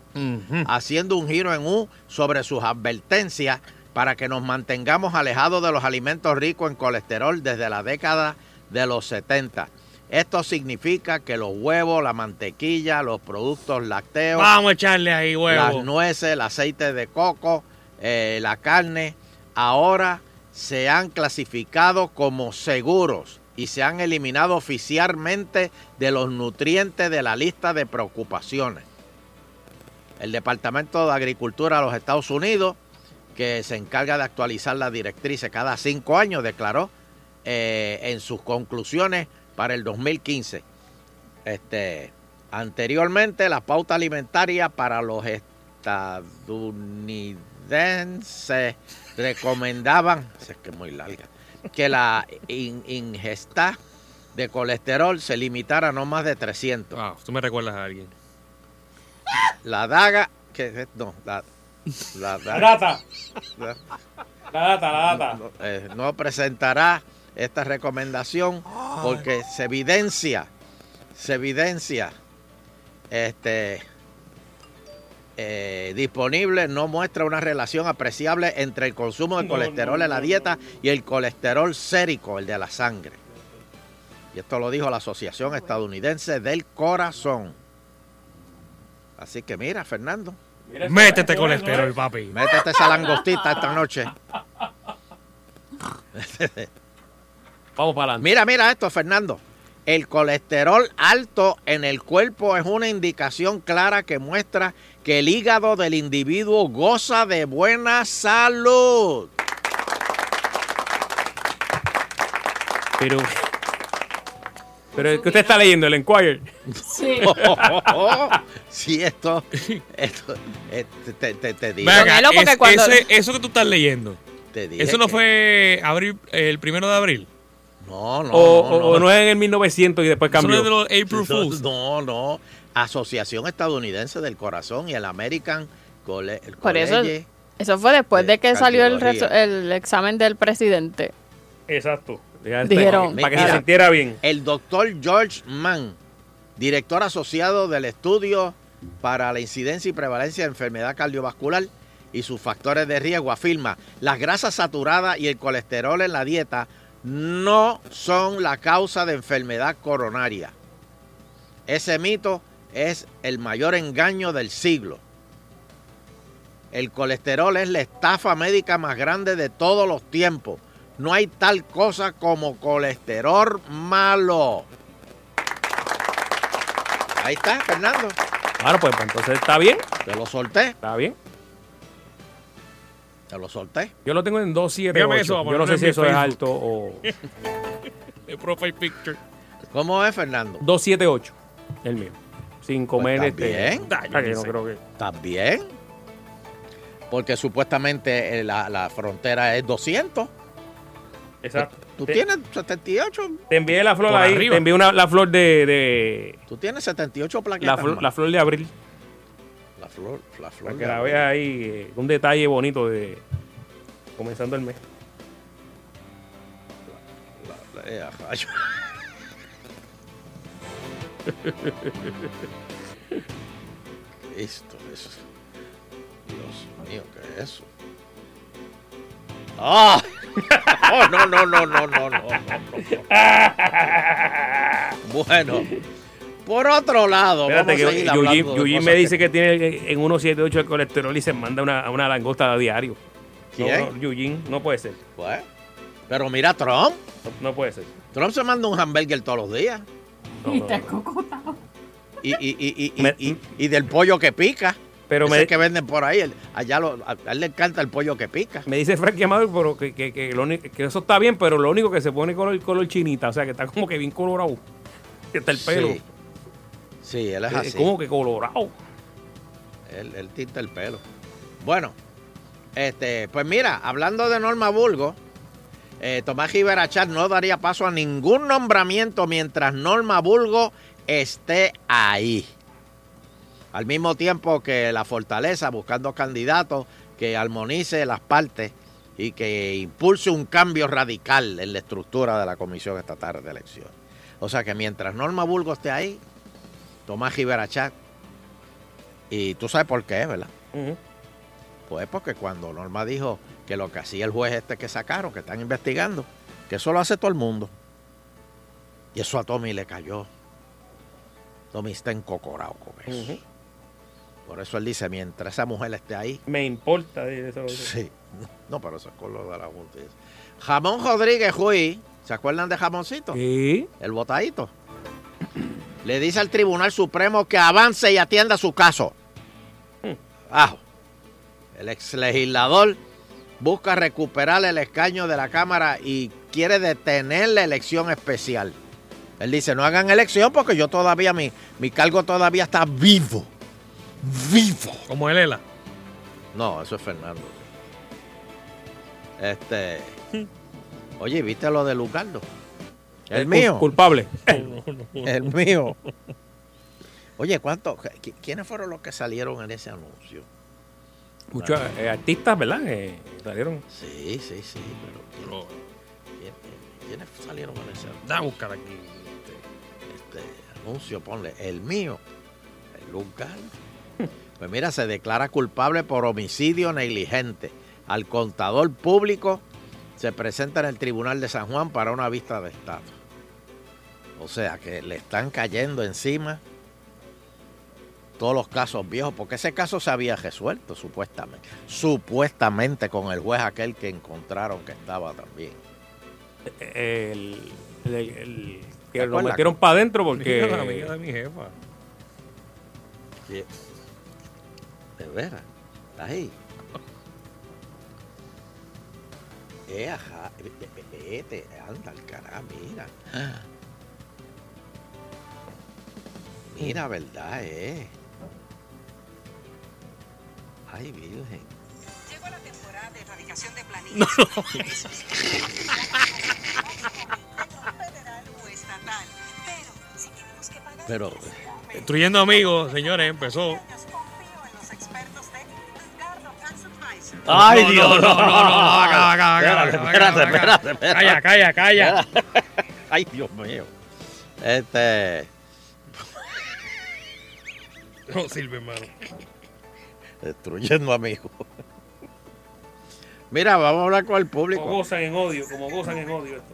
[SPEAKER 5] haciendo un giro en U sobre sus advertencias para que nos mantengamos alejados de los alimentos ricos en colesterol desde la década de los 70. Esto significa que los huevos, la mantequilla, los productos lácteos,
[SPEAKER 7] Vamos a echarle ahí
[SPEAKER 5] las
[SPEAKER 7] huevo.
[SPEAKER 5] nueces, el aceite de coco, eh, la carne, ahora se han clasificado como seguros y se han eliminado oficialmente de los nutrientes de la lista de preocupaciones. El Departamento de Agricultura de los Estados Unidos, que se encarga de actualizar las directrices cada cinco años, declaró eh, en sus conclusiones para el 2015. Este, anteriormente, la pauta alimentaria para los estadounidenses recomendaban, es que es muy larga, que la in- ingesta de colesterol se limitara a no más de 300.
[SPEAKER 7] Wow, Ah, tú me recuerdas a alguien.
[SPEAKER 5] La daga, que no, la, la daga.
[SPEAKER 3] Rata.
[SPEAKER 5] la-
[SPEAKER 3] La data, la data.
[SPEAKER 5] no, eh, no presentará esta recomendación porque se evidencia, se evidencia, este, eh, disponible no muestra una relación apreciable entre el consumo de
[SPEAKER 3] No,
[SPEAKER 5] colesterol
[SPEAKER 3] no,
[SPEAKER 5] en la
[SPEAKER 3] no,
[SPEAKER 5] dieta y el colesterol sérico, el de la sangre. Y esto lo dijo la Asociación Estadounidense del Corazón. Así que mira, Fernando,
[SPEAKER 3] Mira, eso
[SPEAKER 7] Métete
[SPEAKER 3] es, eso
[SPEAKER 7] colesterol,
[SPEAKER 3] es.
[SPEAKER 7] papi.
[SPEAKER 5] métete esa langostita esta noche.
[SPEAKER 3] Vamos para adelante.
[SPEAKER 5] Mira, mira esto, Fernando. El colesterol alto en el cuerpo es una indicación clara que muestra que el hígado del individuo goza de buena salud.
[SPEAKER 3] Pero, pero es que usted está leyendo el Enquirer.
[SPEAKER 6] Sí.
[SPEAKER 5] Sí, esto, esto, eh, te, te- te digo,
[SPEAKER 7] Ven acá,
[SPEAKER 6] Ponelo, porque
[SPEAKER 7] es-
[SPEAKER 6] cuando-
[SPEAKER 7] ese- eso que tú estás leyendo,
[SPEAKER 5] te dije
[SPEAKER 7] eso no
[SPEAKER 5] que-
[SPEAKER 7] fue abril, el primero de abril.
[SPEAKER 5] No, no,
[SPEAKER 3] O, o-
[SPEAKER 5] no,
[SPEAKER 3] o no es en el 1900 y después
[SPEAKER 7] Eso
[SPEAKER 3] cambió.
[SPEAKER 7] no es de los April Fools.
[SPEAKER 5] No, no. Asociación Estadounidense del Corazón y el American Cole- College.
[SPEAKER 6] Por eso, eso fue después de que
[SPEAKER 5] de
[SPEAKER 6] salió el,
[SPEAKER 5] cardiología.
[SPEAKER 6] resu- el examen del presidente.
[SPEAKER 3] Exacto. Ya está.
[SPEAKER 6] Dijeron,
[SPEAKER 3] Para que se
[SPEAKER 5] mira.
[SPEAKER 3] sintiera bien.
[SPEAKER 5] El doctor George Mann, director asociado del estudio para la incidencia y prevalencia de enfermedad cardiovascular y sus factores de riesgo, afirma, las grasas saturadas y el colesterol en la dieta no son la causa de enfermedad coronaria. Ese mito es el mayor engaño del siglo. El colesterol es la estafa médica más grande de todos los tiempos. No hay tal cosa como colesterol malo. Ahí está, Fernando.
[SPEAKER 3] Claro, pues, pues, entonces está bien.
[SPEAKER 5] Te lo solté,
[SPEAKER 3] Está bien.
[SPEAKER 5] te lo solté.
[SPEAKER 3] Yo lo tengo en
[SPEAKER 7] Dígame
[SPEAKER 3] 278.
[SPEAKER 7] eso, para
[SPEAKER 3] Yo no
[SPEAKER 7] ponerlo
[SPEAKER 3] sé
[SPEAKER 7] en
[SPEAKER 3] si
[SPEAKER 7] mi
[SPEAKER 3] eso es
[SPEAKER 7] Facebook.
[SPEAKER 3] alto o
[SPEAKER 7] El profile picture.
[SPEAKER 5] ¿Cómo es, Fernando?
[SPEAKER 3] 278. El mío. Sin comer
[SPEAKER 5] Pues,
[SPEAKER 3] este.
[SPEAKER 5] está bien.
[SPEAKER 3] Ah, que no creo que.
[SPEAKER 5] ¿Estás bien? Porque supuestamente eh, la, la frontera es 200.
[SPEAKER 3] Exacto.
[SPEAKER 5] Tú
[SPEAKER 3] Te-
[SPEAKER 5] tienes 78,
[SPEAKER 3] Te envié la flor
[SPEAKER 7] Por
[SPEAKER 3] ahí.
[SPEAKER 7] arriba.
[SPEAKER 3] Te envié una, la flor de. de-
[SPEAKER 5] tú tienes 78
[SPEAKER 3] la,
[SPEAKER 5] plaquetas.
[SPEAKER 3] flor,
[SPEAKER 5] más.
[SPEAKER 3] la flor de abril.
[SPEAKER 5] La flor, la flor.
[SPEAKER 3] Para
[SPEAKER 5] de
[SPEAKER 3] que la
[SPEAKER 5] abril.
[SPEAKER 3] veas ahí. eh, Un detalle bonito de. Comenzando el mes.
[SPEAKER 5] La- eh, ajá. Esto es. Dios mío, ¿qué es eso? ¡Ah! Oh, no, no, no, no, no, no, no, no. Bueno, por otro lado,
[SPEAKER 3] Espérate,
[SPEAKER 5] vamos a seguir
[SPEAKER 3] que Yuji
[SPEAKER 5] hablando de
[SPEAKER 3] Yuji
[SPEAKER 5] cosas
[SPEAKER 3] me dice que, tiene en 178 el colesterol y se manda una, una langosta a diario.
[SPEAKER 5] ¿Quién?
[SPEAKER 3] No, no, Eugene, no puede ser.
[SPEAKER 5] Pues, pero mira, Trump.
[SPEAKER 3] No puede ser.
[SPEAKER 5] Trump se manda un hamburger todos los días.
[SPEAKER 3] No, no, no.
[SPEAKER 5] Y, y, y, y,
[SPEAKER 3] Me-
[SPEAKER 5] y, y del pollo que pica.
[SPEAKER 3] Pero
[SPEAKER 5] Ese
[SPEAKER 3] me,
[SPEAKER 5] que venden por ahí, el- allá lo- a, a él le encanta el pollo que pica.
[SPEAKER 3] me dice Frankie Amado pero que, que, que lo uni- que eso está bien, pero lo único que se pone color, color chinita, o sea, que está como que bien colorado. Que está el pelo.
[SPEAKER 5] Sí, Sí, él es
[SPEAKER 3] Eh,
[SPEAKER 5] así.
[SPEAKER 3] como que colorado.
[SPEAKER 5] Él, él tinta el pelo. Bueno, este, pues mira, hablando de Norma Bulgo, eh, Tomás Giberachat no daría paso a ningún nombramiento mientras Norma Bulgo esté ahí. Al mismo tiempo que la Fortaleza buscando candidatos que armonice las partes y que impulse un cambio radical en la estructura de la Comisión Estatal de Elecciones. O sea que mientras Norma Burgos esté ahí, Tomás Giberachat, y tú sabes por qué, ¿verdad? Pues porque cuando Norma dijo que lo que hacía el juez este que sacaron, que están investigando, que eso lo hace todo el mundo. Y eso a Tommy le cayó. Tommy está encocorado con eso. Por eso él dice, mientras esa mujer esté ahí,
[SPEAKER 3] Me importa. eh, eso-
[SPEAKER 5] Sí. No, pero eso es con lo de la justicia. Jamón Rodríguez Juy, ¿se acuerdan de Jamoncito?
[SPEAKER 3] Sí.
[SPEAKER 5] El botadito. Le dice al Tribunal Supremo que avance y atienda su caso. Ajo. El ex legislador busca recuperar el escaño de la Cámara y quiere detener la elección especial. Él dice, no hagan elección porque yo todavía, mi, mi cargo todavía está vivo. Vivo.
[SPEAKER 7] Como el ELA.
[SPEAKER 5] No, eso es Fernando. Este. Oye, ¿viste lo de Lucardo? El,
[SPEAKER 3] Eh, cul-
[SPEAKER 5] mío.
[SPEAKER 3] Culpable.
[SPEAKER 5] El mío. Oye, ¿cuánto? qui- ¿Quiénes fueron los que salieron en ese anuncio?
[SPEAKER 3] Muchos
[SPEAKER 5] Ah.
[SPEAKER 3] eh, artistas, ¿verdad? Eh, salieron.
[SPEAKER 5] Sí, sí, sí, pero ¿quién- quién- ¿quiénes salieron en ese anuncio?
[SPEAKER 7] Oh. Da a buscar aquí.
[SPEAKER 5] Este anuncio, ponle, el mío, el Lucardo. Pues mira, se declara culpable por homicidio negligente al contador público. Se presenta en el Tribunal de San Juan para una vista de Estado. O sea que le están cayendo encima todos los casos viejos, porque ese caso se había resuelto supuestamente. Supuestamente con el juez aquel que encontraron que estaba también.
[SPEAKER 3] eh, El, el- el- que lo
[SPEAKER 5] acuerdas?
[SPEAKER 3] metieron para adentro porque.
[SPEAKER 7] Mira la amiga de mi jefa.
[SPEAKER 5] Sí. De veras. ¿Estás ahí? Eh, ajá. eh, eh, Vete, anda al carajo, mira. Mira, verdad, eh. Ay, virgen.
[SPEAKER 12] No.
[SPEAKER 5] Pero,
[SPEAKER 7] Destruyendo amigos, señores, empezó.
[SPEAKER 5] Ay,
[SPEAKER 7] No, no,
[SPEAKER 5] Dios,
[SPEAKER 7] no, no, no, no,
[SPEAKER 5] no.
[SPEAKER 7] acá, acá, acá,
[SPEAKER 5] Espérate,
[SPEAKER 7] acá,
[SPEAKER 5] espérate,
[SPEAKER 7] acá.
[SPEAKER 5] espérate, espérate.
[SPEAKER 7] Calla, calla, calla.
[SPEAKER 5] Ay, Dios mío. Este,
[SPEAKER 7] No sirve, hermano.
[SPEAKER 5] destruyendo amigos. Mira, vamos a hablar con el
[SPEAKER 3] Como
[SPEAKER 5] público.
[SPEAKER 3] gozan en odio, como gozan en odio esto.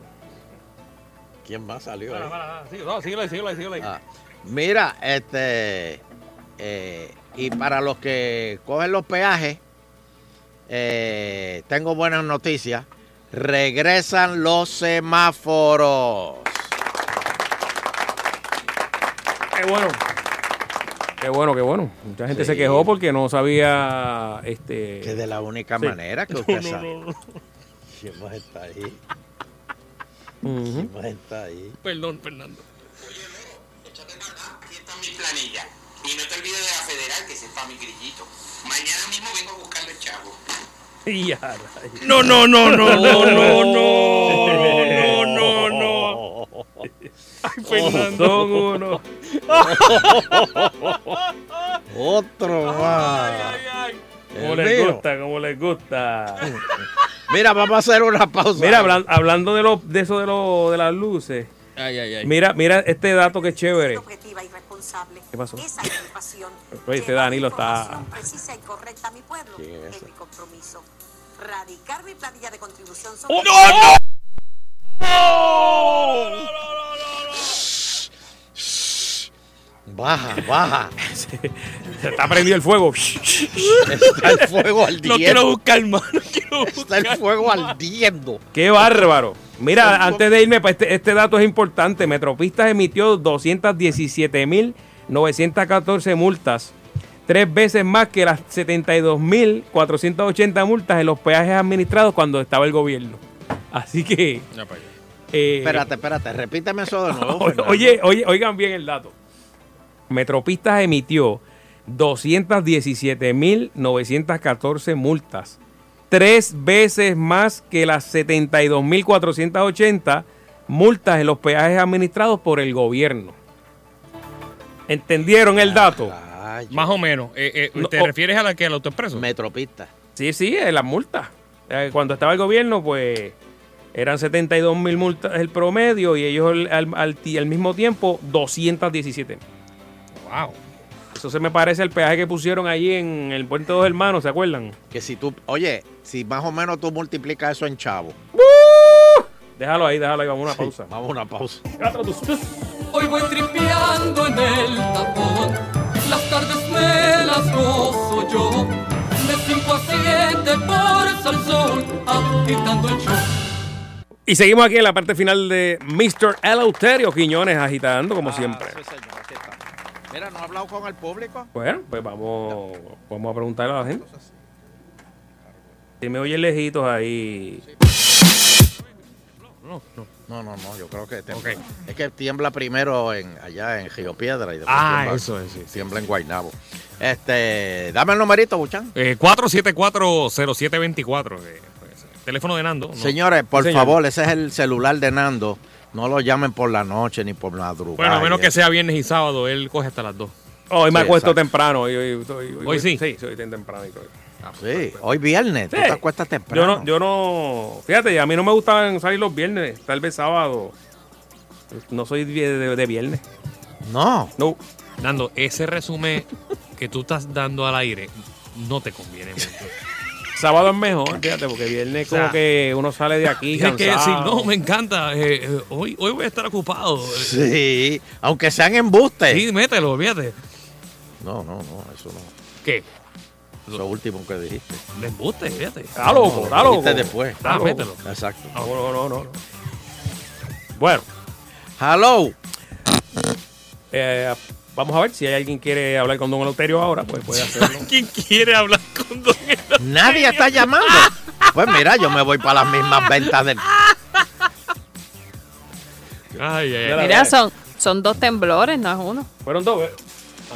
[SPEAKER 5] ¿Quién más salió?
[SPEAKER 7] Para,
[SPEAKER 5] eh?
[SPEAKER 7] para, para. Síguelo, no, síguelo ahí, síguelo ahí, síguelo ahí.
[SPEAKER 5] Ah, mira, este. eh, y para los que cogen los peajes, eh, tengo buenas noticias. Regresan los semáforos.
[SPEAKER 3] Qué bueno. Qué bueno, qué bueno. Mucha gente
[SPEAKER 5] Sí.
[SPEAKER 3] se quejó porque no sabía. este
[SPEAKER 5] Que de la única
[SPEAKER 3] Sí.
[SPEAKER 5] manera que usted sabe. ¿Quién más está ahí?
[SPEAKER 3] Ujú.
[SPEAKER 5] ¿Quién más está ahí?
[SPEAKER 7] Perdón, Fernando.
[SPEAKER 12] mi planilla. Y no te olvides de la federal, que sepa mi grillito. Mañana mismo vengo a buscar los chavos.
[SPEAKER 3] Y a rayos.
[SPEAKER 7] No, no, no, no, no, no, no, no, no, no. Oh. Ay, Fernando.
[SPEAKER 3] Son uno.
[SPEAKER 5] Otro más.
[SPEAKER 7] Ay, ay.
[SPEAKER 3] Como
[SPEAKER 5] El
[SPEAKER 3] les
[SPEAKER 5] mío.
[SPEAKER 3] gusta, como les gusta.
[SPEAKER 5] Mira, vamos a hacer una pausa.
[SPEAKER 3] Mira, hablan- hablando de, los de eso de, lo, de las luces.
[SPEAKER 7] Ay, ay, ay.
[SPEAKER 3] Mira, mira este dato que es chévere.
[SPEAKER 13] objetiva y responsable.
[SPEAKER 3] ¿Qué pasó?
[SPEAKER 13] Esa es mi pasión.
[SPEAKER 3] Oye, este
[SPEAKER 13] Llevar
[SPEAKER 3] Danilo está-
[SPEAKER 13] información Precisa y correcta a mi pueblo.
[SPEAKER 5] ¿Quién es
[SPEAKER 13] Es
[SPEAKER 5] ese?
[SPEAKER 13] mi compromiso. Radicar mi planilla de contribución sobre
[SPEAKER 3] ¡Oh,
[SPEAKER 7] ¡No, no!
[SPEAKER 5] Baja, baja.
[SPEAKER 3] Se está prendido el fuego.
[SPEAKER 5] Está el fuego
[SPEAKER 7] No quiero
[SPEAKER 5] ardiendo.
[SPEAKER 7] buscar, hermano. No quiero
[SPEAKER 5] Está el
[SPEAKER 7] buscar.
[SPEAKER 5] fuego ardiendo.
[SPEAKER 3] ¡Qué bárbaro! Mira, antes de irme, pa, este, este dato es importante. Metropistas emitió 217.914 multas, tres veces más que las 72.480 multas en los peajes administrados cuando estaba el gobierno. Así que...
[SPEAKER 7] Ya para allá.
[SPEAKER 3] eh,
[SPEAKER 5] Espérate, espérate, repítame eso de nuevo.
[SPEAKER 3] O-
[SPEAKER 5] Fernando.
[SPEAKER 3] Oye, oye, oigan bien el dato. Metropistas emitió 217.914 multas, tres veces más que las 72.480 multas en los peajes administrados por el gobierno. ¿Entendieron el dato?
[SPEAKER 5] Rayo.
[SPEAKER 7] Más o menos. Eh, eh,
[SPEAKER 3] No,
[SPEAKER 7] ¿Te
[SPEAKER 3] oh.
[SPEAKER 7] refieres a la que al autoexpreso?
[SPEAKER 5] Metropista.
[SPEAKER 3] Sí, sí, eh, las multas. Eh, Cuando estaba el gobierno, pues eran 72 mil multas el promedio y ellos al, al- al ti- al mismo tiempo 217.
[SPEAKER 7] Wow.
[SPEAKER 3] Eso se me parece el peaje que pusieron allí en el puente de dos hermanos, ¿se acuerdan?
[SPEAKER 5] Que si tú, oye, si más o menos tú multiplicas eso en chavo.
[SPEAKER 3] Déjalo ahí, déjalo ahí, vamos a una
[SPEAKER 5] pausa. Vamos a una pausa.
[SPEAKER 2] Hoy voy tripeando en el tapón, las tardes me las gozo yo. De 5 a 7 por Salsón, agitando el show.
[SPEAKER 3] Y seguimos aquí en la parte final de Mr. Eleuterio Quiñones agitando,
[SPEAKER 5] Ah,
[SPEAKER 3] como siempre.
[SPEAKER 5] Mira, no ha hablado con el público.
[SPEAKER 3] Bueno, pues vamos, vamos a preguntarle a la gente. Si me oye lejitos ahí.
[SPEAKER 7] No, no.
[SPEAKER 5] No, no, no, yo creo que tiembla. Es que tiembla primero en, allá en Río Piedra y después
[SPEAKER 7] Ah,
[SPEAKER 5] tiembla,
[SPEAKER 7] eso es, sí,
[SPEAKER 5] tiembla en Guaynabo. Este, dame el numerito, Buchan.
[SPEAKER 7] Eh, 474-0724. eh, pues, eh, teléfono de Nando. ¿no?
[SPEAKER 5] Señores, por
[SPEAKER 7] Sí, señor.
[SPEAKER 5] favor, ese es el celular de Nando. No lo llamen por la noche ni por madrugada.
[SPEAKER 7] Bueno, a menos
[SPEAKER 5] Y
[SPEAKER 7] que sea viernes y sábado, él coge hasta las 2.
[SPEAKER 3] Oh, Hoy me
[SPEAKER 5] Sí,
[SPEAKER 3] acuesto
[SPEAKER 5] exacto.
[SPEAKER 3] temprano. Hoy, hoy, hoy- hoy-
[SPEAKER 7] Hoy sí.
[SPEAKER 3] Sí, hoy estoy temprano. y todo.
[SPEAKER 5] Sí, hoy viernes, tú
[SPEAKER 3] Sí.
[SPEAKER 5] te acuestas temprano.
[SPEAKER 3] Yo no, yo no. Fíjate, a mí no me gustaban salir los viernes, tal vez sábado. No soy de, de- de viernes.
[SPEAKER 5] No.
[SPEAKER 3] No.
[SPEAKER 7] Nando, ese resumen que tú estás dando al aire no te conviene mucho.
[SPEAKER 3] Sábado es mejor, fíjate, porque viernes
[SPEAKER 7] O sea,
[SPEAKER 3] como que uno sale de aquí.
[SPEAKER 7] Tienes que decir,
[SPEAKER 3] cansado.
[SPEAKER 7] no, me encanta. eh, eh, hoy, hoy voy a estar ocupado. eh,
[SPEAKER 5] Sí, aunque sean embustes.
[SPEAKER 7] Sí, mételo, olvídate.
[SPEAKER 5] No, no, no, eso no.
[SPEAKER 7] ¿Qué?
[SPEAKER 5] Lo último que dijiste.
[SPEAKER 7] De embuste, fíjate.
[SPEAKER 3] Está loco, está
[SPEAKER 5] lo
[SPEAKER 3] loco.
[SPEAKER 5] dijiste después.
[SPEAKER 3] Está loco.
[SPEAKER 7] mételo.
[SPEAKER 5] Exacto.
[SPEAKER 3] No, no, no, no. no. Bueno.
[SPEAKER 5] Hello.
[SPEAKER 3] Eh, vamos a ver si hay alguien quiere hablar con Don Eleuterio ahora, pues puede hacerlo.
[SPEAKER 7] ¿Quién quiere hablar con Don
[SPEAKER 5] Nadie está llamando. Pues mira, yo me voy para las mismas ventas del.
[SPEAKER 3] Ah,
[SPEAKER 7] Ay,
[SPEAKER 3] Eh.
[SPEAKER 7] ay, ay.
[SPEAKER 6] Mira, son, son dos temblores, no es uno.
[SPEAKER 3] Fueron dos. eh.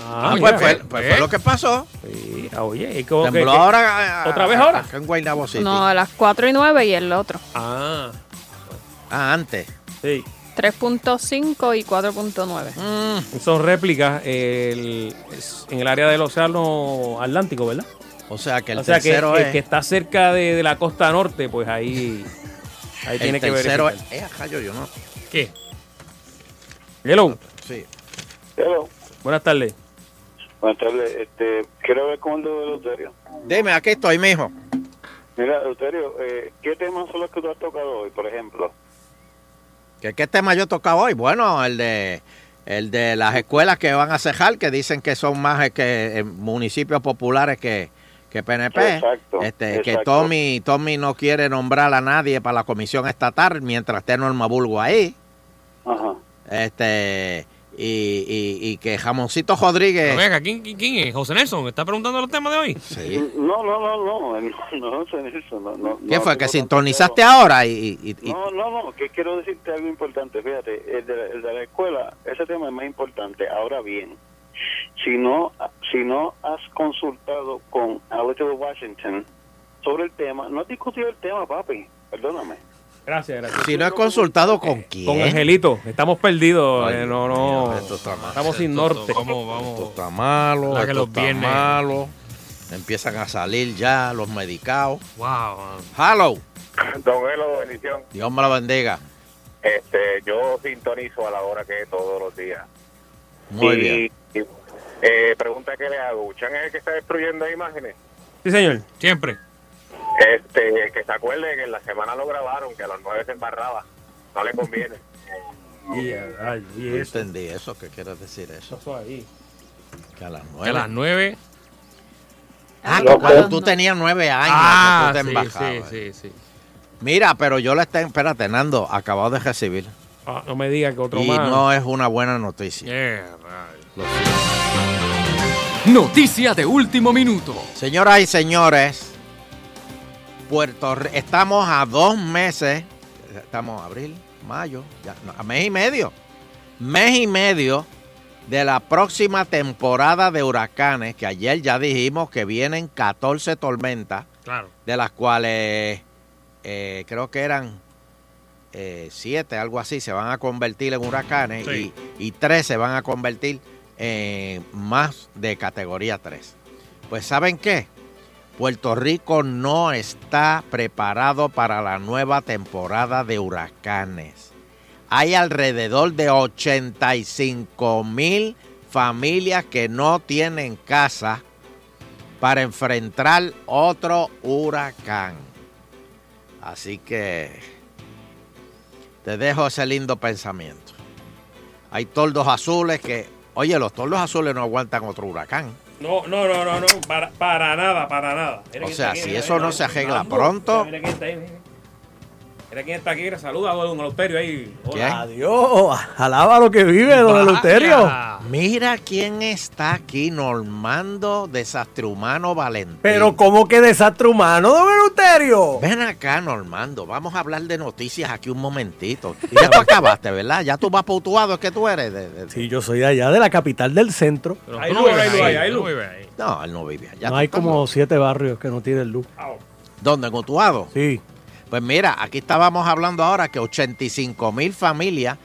[SPEAKER 5] Ah, pues fue, pues fue lo que pasó.
[SPEAKER 3] Sí, ah, oye, ¿y cómo que-
[SPEAKER 5] Tembló
[SPEAKER 3] que-
[SPEAKER 5] ahora.
[SPEAKER 3] ¿Otra vez ahora?
[SPEAKER 5] Acá en Guaynabo City.
[SPEAKER 6] No, a las 4 y 9 y el otro.
[SPEAKER 3] Ah,
[SPEAKER 5] Ah, antes.
[SPEAKER 3] sí.
[SPEAKER 6] 3.5 y 4.9.
[SPEAKER 5] Mm.
[SPEAKER 3] Son réplicas el- es en el área del océano Atlántico, ¿verdad?
[SPEAKER 5] O sea que el
[SPEAKER 3] o sea que
[SPEAKER 5] tercero
[SPEAKER 3] el
[SPEAKER 5] es.
[SPEAKER 3] que está cerca de, de la costa norte, pues ahí, ahí
[SPEAKER 5] el
[SPEAKER 3] tiene que ver.
[SPEAKER 5] tercero es. Eh, ajá, yo, yo no.
[SPEAKER 7] ¿Qué?
[SPEAKER 3] Hello,
[SPEAKER 5] Sí.
[SPEAKER 14] Hello.
[SPEAKER 3] buenas tardes.
[SPEAKER 14] Buenas tardes. Este, quiero ver con el de Euterio.
[SPEAKER 5] Dime, aquí estoy, mijo.
[SPEAKER 14] Mira, Euterio, eh, ¿qué temas son los que tú has tocado hoy, por ejemplo?
[SPEAKER 5] ¿Qué, qué tema yo he tocado hoy? Bueno, el de el de las escuelas que van a cejar, que dicen que son más eh, que eh, municipios populares que, que PNP.
[SPEAKER 14] Exacto,
[SPEAKER 5] este, Que
[SPEAKER 14] exacto.
[SPEAKER 5] Tommy, Tommy no quiere nombrar a nadie para la comisión estatal mientras esté Norma Bulgo ahí.
[SPEAKER 14] Ajá.
[SPEAKER 5] Este, y, y- y que Jamoncito Rodríguez.
[SPEAKER 7] Pero venga, ¿quién, quién, quién es? ¿José Nelson? ¿Está preguntando los temas de hoy?
[SPEAKER 5] Sí.
[SPEAKER 14] Eh, No, no, no, no, no, no, no, eso, no, no.
[SPEAKER 5] ¿Qué
[SPEAKER 14] no
[SPEAKER 5] fue? ¿Que
[SPEAKER 14] tengo
[SPEAKER 5] sintonizaste
[SPEAKER 14] tanto
[SPEAKER 5] ahora? Y, y-
[SPEAKER 14] tiempo.
[SPEAKER 5] y-
[SPEAKER 14] No, no, no, que quiero decirte algo importante, fíjate, el de, la- el de la escuela, ese tema es más importante. Ahora bien, si no, si no has consultado con Alex Washington sobre el tema, no has discutido el tema, papi, perdóname.
[SPEAKER 3] Gracias, gracias.
[SPEAKER 5] si no he consultado con quién.
[SPEAKER 3] Con Angelito, estamos perdidos.
[SPEAKER 5] Ay,
[SPEAKER 3] eh, no, no.
[SPEAKER 5] Dios, esto está mal.
[SPEAKER 3] estamos sin norte.
[SPEAKER 7] Vamos,
[SPEAKER 5] Esto
[SPEAKER 7] vamos.
[SPEAKER 5] está malo,
[SPEAKER 7] La que
[SPEAKER 5] esto
[SPEAKER 7] los
[SPEAKER 5] está
[SPEAKER 7] viernes.
[SPEAKER 5] malo. Empiezan a salir ya los medicados.
[SPEAKER 7] Wow.
[SPEAKER 5] Hello,
[SPEAKER 15] Don Elo, bendición.
[SPEAKER 5] Dios me la bendiga.
[SPEAKER 15] Este, yo sintonizo a la hora que es todos los días.
[SPEAKER 5] Muy
[SPEAKER 15] Y-
[SPEAKER 5] bien.
[SPEAKER 15] y, eh, pregunta que le hago. ¿Chan es el que está destruyendo imágenes?
[SPEAKER 3] Sí, señor.
[SPEAKER 7] Siempre.
[SPEAKER 15] Este, que se acuerde que en la semana lo grabaron, que a los nueve se embarraba. No le conviene.
[SPEAKER 5] No entendí eso, ¿qué quieres decir eso? Que a las
[SPEAKER 7] Que a
[SPEAKER 5] nueve.
[SPEAKER 7] las 9.
[SPEAKER 5] Ah, que
[SPEAKER 6] No,
[SPEAKER 5] cuando
[SPEAKER 6] pues.
[SPEAKER 5] tú tenías nueve años,
[SPEAKER 7] Ah,
[SPEAKER 5] que tú te
[SPEAKER 7] sí,
[SPEAKER 5] embajabas.
[SPEAKER 7] sí, sí, sí.
[SPEAKER 5] Mira, pero yo la estoy, espérate, Nando, acabado de recibir.
[SPEAKER 3] Ah, no me diga que otro
[SPEAKER 5] y
[SPEAKER 3] más.
[SPEAKER 5] no es una buena noticia.
[SPEAKER 7] Yeah, right.
[SPEAKER 5] Noticia de último minuto. Señoras y señores, Puerto R- estamos a dos meses, estamos abril, mayo, ya, no, a mes y medio, mes y medio de la próxima temporada de huracanes, que ayer ya dijimos que vienen 14 tormentas,
[SPEAKER 7] Claro.
[SPEAKER 5] de las cuales eh, creo que eran eh, siete, algo así, se van a convertir en huracanes
[SPEAKER 7] Sí.
[SPEAKER 5] y, y tres se van a convertir en más de categoría 3. Pues ¿saben qué? Puerto Rico no está preparado para la nueva temporada de huracanes. Hay alrededor de 85 mil familias que no tienen casa para enfrentar otro huracán. Así que te dejo ese lindo pensamiento. Hay tordos azules que, oye, los tordos azules no aguantan otro huracán.
[SPEAKER 3] No, no, no, no, no, para, para nada, para nada.
[SPEAKER 5] O
[SPEAKER 3] Mira quién
[SPEAKER 5] sea,
[SPEAKER 3] está aquí,
[SPEAKER 5] si
[SPEAKER 3] mira,
[SPEAKER 5] eso
[SPEAKER 3] mira,
[SPEAKER 5] no
[SPEAKER 3] mira,
[SPEAKER 5] se arregla
[SPEAKER 3] Nando.
[SPEAKER 5] pronto-
[SPEAKER 3] Mira quién está ahí, mira. Mira quién está aquí, mira, saluda a don Eleuterio ahí. Hola.
[SPEAKER 16] Adiós. Oh, Alaba lo que vive, don Eleuterio.
[SPEAKER 5] Mira quién está aquí, Normando Desastre Humano Valentín.
[SPEAKER 16] Pero ¿cómo que desastre humano, don Eleuterio?
[SPEAKER 5] Ven acá, Normando, vamos a hablar de noticias aquí un momentito. Ya tú acabaste, ¿verdad? Ya tú vas para Utuado, es que tú eres. de- de-
[SPEAKER 16] Sí, yo soy de allá, de la capital del centro.
[SPEAKER 5] Ahí no vive ahí, ahí no vive ahí. No, él no vive allá.
[SPEAKER 16] no hay como siete barrios que no tienen luz.
[SPEAKER 5] ¿Dónde? ¿En Utuado?
[SPEAKER 16] Sí.
[SPEAKER 5] Pues mira, aquí estábamos hablando ahora que 85 mil familias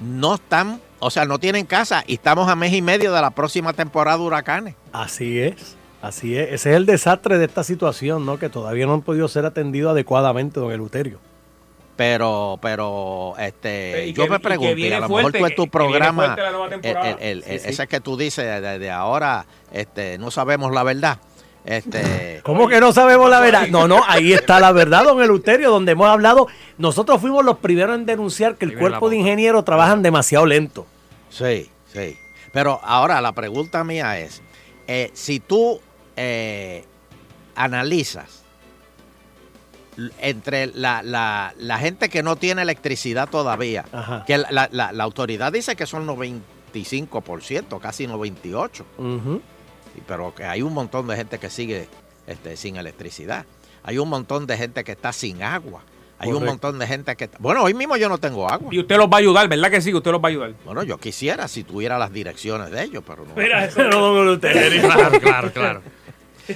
[SPEAKER 5] no están, o sea, no tienen casa y estamos a mes y medio de la próxima temporada de huracanes.
[SPEAKER 16] Así es, así es. Ese es el desastre de esta situación, ¿no? Que todavía no han podido ser atendidos adecuadamente, don Eleuterio.
[SPEAKER 5] Pero, pero, este,
[SPEAKER 16] Eh, Y
[SPEAKER 5] yo
[SPEAKER 16] que- y
[SPEAKER 5] me
[SPEAKER 16] que
[SPEAKER 5] pregunto, y
[SPEAKER 16] viene
[SPEAKER 5] a lo
[SPEAKER 16] fuerte, eh,
[SPEAKER 5] mejor tú en
[SPEAKER 16] que-
[SPEAKER 5] tu
[SPEAKER 16] que viene
[SPEAKER 5] programa,
[SPEAKER 16] fuerte la nueva
[SPEAKER 5] el- el-
[SPEAKER 16] temporada.
[SPEAKER 5] el- el-
[SPEAKER 16] Sí, sí.
[SPEAKER 5] ese que tú dices desde ahora, este, no sabemos la verdad. Este,
[SPEAKER 16] ¿Cómo que no sabemos la verdad? No, no, ahí está la verdad, don Eleuterio, donde hemos hablado. Nosotros fuimos los primeros en denunciar que el
[SPEAKER 5] viene la
[SPEAKER 16] cuerpo de ingenieros trabajan demasiado lento.
[SPEAKER 5] Sí, sí. Pero ahora la pregunta mía es, eh, si tú eh, analizas l- entre la, la- la gente que no tiene electricidad todavía,
[SPEAKER 16] Ah.
[SPEAKER 5] que la, la- la- la autoridad dice que son 95%, casi 98%, y- pero que hay un montón de gente que sigue este, sin electricidad, hay un montón de gente que está sin agua, hay un
[SPEAKER 3] Correcto.
[SPEAKER 5] montón de gente que... está- Bueno, hoy mismo yo no tengo agua.
[SPEAKER 3] Y usted los va a ayudar, ¿verdad que sí? Usted los va a ayudar.
[SPEAKER 5] Bueno, yo quisiera si tuviera las direcciones de ellos, pero no.
[SPEAKER 3] Mira, eso no lo veo usted.
[SPEAKER 5] Claro, claro, claro.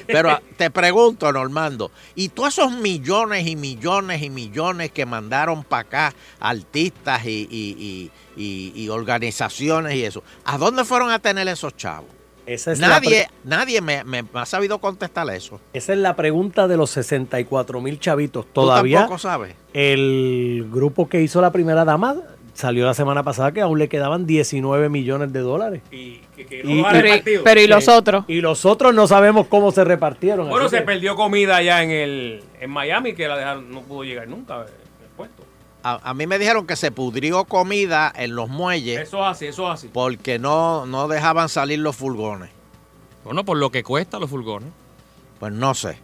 [SPEAKER 5] Pero ah, te pregunto, Normando, ¿y todos esos millones y millones y millones que mandaron para acá artistas y, y- y- y- y organizaciones y eso? ¿A dónde fueron a tener esos chavos?
[SPEAKER 16] Esa es la
[SPEAKER 5] nadie nadie me, me- me ha sabido contestar eso.
[SPEAKER 16] Esa es la pregunta de los 64 mil chavitos. Todavía
[SPEAKER 5] ¿Tú tampoco sabes?
[SPEAKER 16] el grupo que hizo la primera dama salió la semana pasada que aún le quedaban 19 millones de dólares.
[SPEAKER 3] Y, que- que no
[SPEAKER 16] Y-
[SPEAKER 3] va a
[SPEAKER 16] pero-
[SPEAKER 3] repartido.
[SPEAKER 16] pero ¿y los
[SPEAKER 3] Sí.
[SPEAKER 16] otros? Y los otros no sabemos cómo se repartieron.
[SPEAKER 3] Bueno,
[SPEAKER 16] así
[SPEAKER 3] se
[SPEAKER 16] que-
[SPEAKER 3] perdió comida allá en el en Miami que la dejaron, no pudo llegar nunca. eh, el puesto.
[SPEAKER 5] A, a mí me dijeron que se pudrió comida en los muelles
[SPEAKER 3] Eso es así, eso es así.
[SPEAKER 5] porque no, no dejaban salir los furgones.
[SPEAKER 7] Bueno, por lo que cuesta los furgones.
[SPEAKER 5] Pues no sé.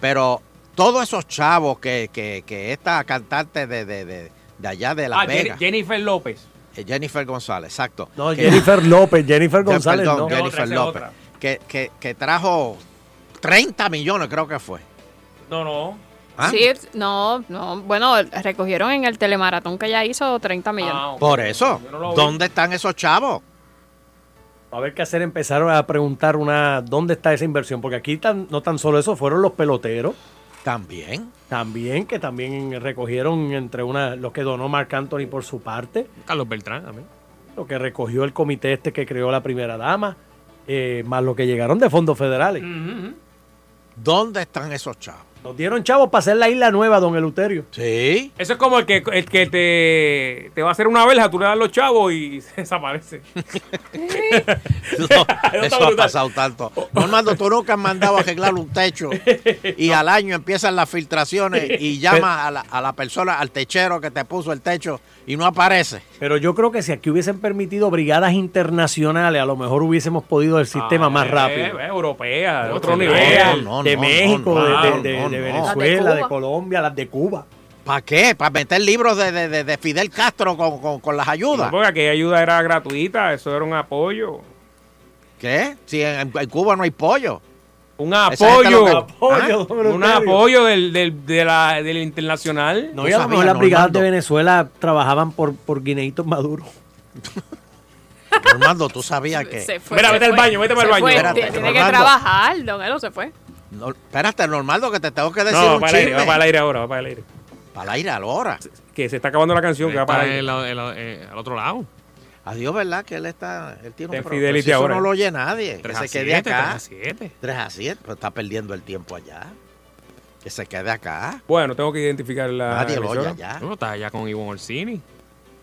[SPEAKER 5] Pero todos esos chavos que, que, que esta cantante de, de, de, de allá de Las
[SPEAKER 3] Ah, Jenny-
[SPEAKER 5] Vegas,
[SPEAKER 3] Jennifer López.
[SPEAKER 5] eh, Jennifer González, exacto.
[SPEAKER 16] No,
[SPEAKER 5] que-
[SPEAKER 16] Jennifer López, Jennifer
[SPEAKER 5] Jen-
[SPEAKER 16] González.
[SPEAKER 5] perdón,
[SPEAKER 16] no.
[SPEAKER 5] Jennifer
[SPEAKER 3] esa es
[SPEAKER 5] López.
[SPEAKER 3] otra.
[SPEAKER 5] Que, que, que trajo 30 millones, creo que fue.
[SPEAKER 3] No, no.
[SPEAKER 5] ¿Ah?
[SPEAKER 6] Sí, es- no, no. Bueno, recogieron en el telemaratón que ya hizo 30 millones.
[SPEAKER 3] Ah,
[SPEAKER 5] Por eso, ¿dónde están esos chavos?
[SPEAKER 16] A ver qué hacer, empezaron a preguntar una dónde está esa inversión, porque aquí tan- no tan solo eso, fueron los peloteros.
[SPEAKER 5] También.
[SPEAKER 16] También, que también recogieron entre una, los que donó Marc Anthony por su parte,
[SPEAKER 7] Carlos Beltrán también.
[SPEAKER 16] lo que recogió el comité este que creó la primera dama, eh, más lo que llegaron de fondos federales.
[SPEAKER 3] Mm.
[SPEAKER 5] ¿Dónde están esos chavos?
[SPEAKER 16] Nos dieron chavos para hacer la isla nueva, don Eleuterio.
[SPEAKER 5] Sí.
[SPEAKER 3] Eso es como el que, el que te, te va a hacer una verja, tú le das los chavos y se desaparece.
[SPEAKER 5] Eso ha pasado tanto.
[SPEAKER 3] Oh.
[SPEAKER 5] Normando, tú nunca has mandado a arreglar un techo y al año empiezan las filtraciones y llamas a la, a la persona, al techero que te puso el techo y no aparece.
[SPEAKER 16] Pero yo creo que si aquí hubiesen permitido brigadas internacionales, a lo mejor hubiésemos podido el sistema más
[SPEAKER 3] Eh,
[SPEAKER 16] rápido.
[SPEAKER 3] eh, europea, de
[SPEAKER 16] No,
[SPEAKER 3] otro
[SPEAKER 16] no,
[SPEAKER 3] nivel.
[SPEAKER 16] no, de México, de- de, de- de Venezuela, de Colombia, las de Cuba.
[SPEAKER 5] ¿Para qué? ¿Para meter libros de, de- de- de Fidel Castro con, con- con las ayudas?
[SPEAKER 3] No, porque aquella ayuda era gratuita, eso era un apoyo. pues.
[SPEAKER 5] ¿Qué? Si en, en Cuba no hay pollo.
[SPEAKER 3] Un
[SPEAKER 5] Esa gente lo
[SPEAKER 3] apoyo.
[SPEAKER 5] que-
[SPEAKER 3] ¿Ah?
[SPEAKER 5] ¿Ah?
[SPEAKER 3] Un apoyo del, del, de la, del internacional.
[SPEAKER 16] No, y a lo mejor las brigadas de Venezuela trabajaban por, por guineitos maduros.
[SPEAKER 5] Normando, tú
[SPEAKER 7] Ah,
[SPEAKER 5] sabías que.
[SPEAKER 6] Se fue, se fue. Se fue,
[SPEAKER 5] Espérate,
[SPEAKER 6] Tiene tiene que
[SPEAKER 5] Normando,
[SPEAKER 6] trabajar, don Elo se fue.
[SPEAKER 5] no, espérate, Normando, que te tengo que decir.
[SPEAKER 3] No, va
[SPEAKER 5] un
[SPEAKER 3] para el aire, va
[SPEAKER 5] chisme.
[SPEAKER 3] para el aire ahora, va para el aire.
[SPEAKER 5] Para el aire ahora.
[SPEAKER 3] Que se está acabando la canción, que va para el
[SPEAKER 7] Está
[SPEAKER 3] aire.
[SPEAKER 7] el- el- el- eh, al otro lado.
[SPEAKER 5] Adiós, ¿verdad? Que él está. Él tiene
[SPEAKER 3] Ten
[SPEAKER 5] un pro-
[SPEAKER 3] fidelity
[SPEAKER 5] si eso
[SPEAKER 3] ahora.
[SPEAKER 5] no lo oye nadie. Que
[SPEAKER 3] 3
[SPEAKER 5] se
[SPEAKER 3] a
[SPEAKER 5] quede
[SPEAKER 3] 7,
[SPEAKER 5] acá.
[SPEAKER 3] 3 a 7.
[SPEAKER 5] 3 a 7. Pues está perdiendo el tiempo allá. Que se quede acá.
[SPEAKER 3] Bueno, tengo que identificar la.
[SPEAKER 5] Nadie lo oye
[SPEAKER 3] emisora.
[SPEAKER 5] allá.
[SPEAKER 7] Tú Ah, no estás allá con Ivonne Orsini.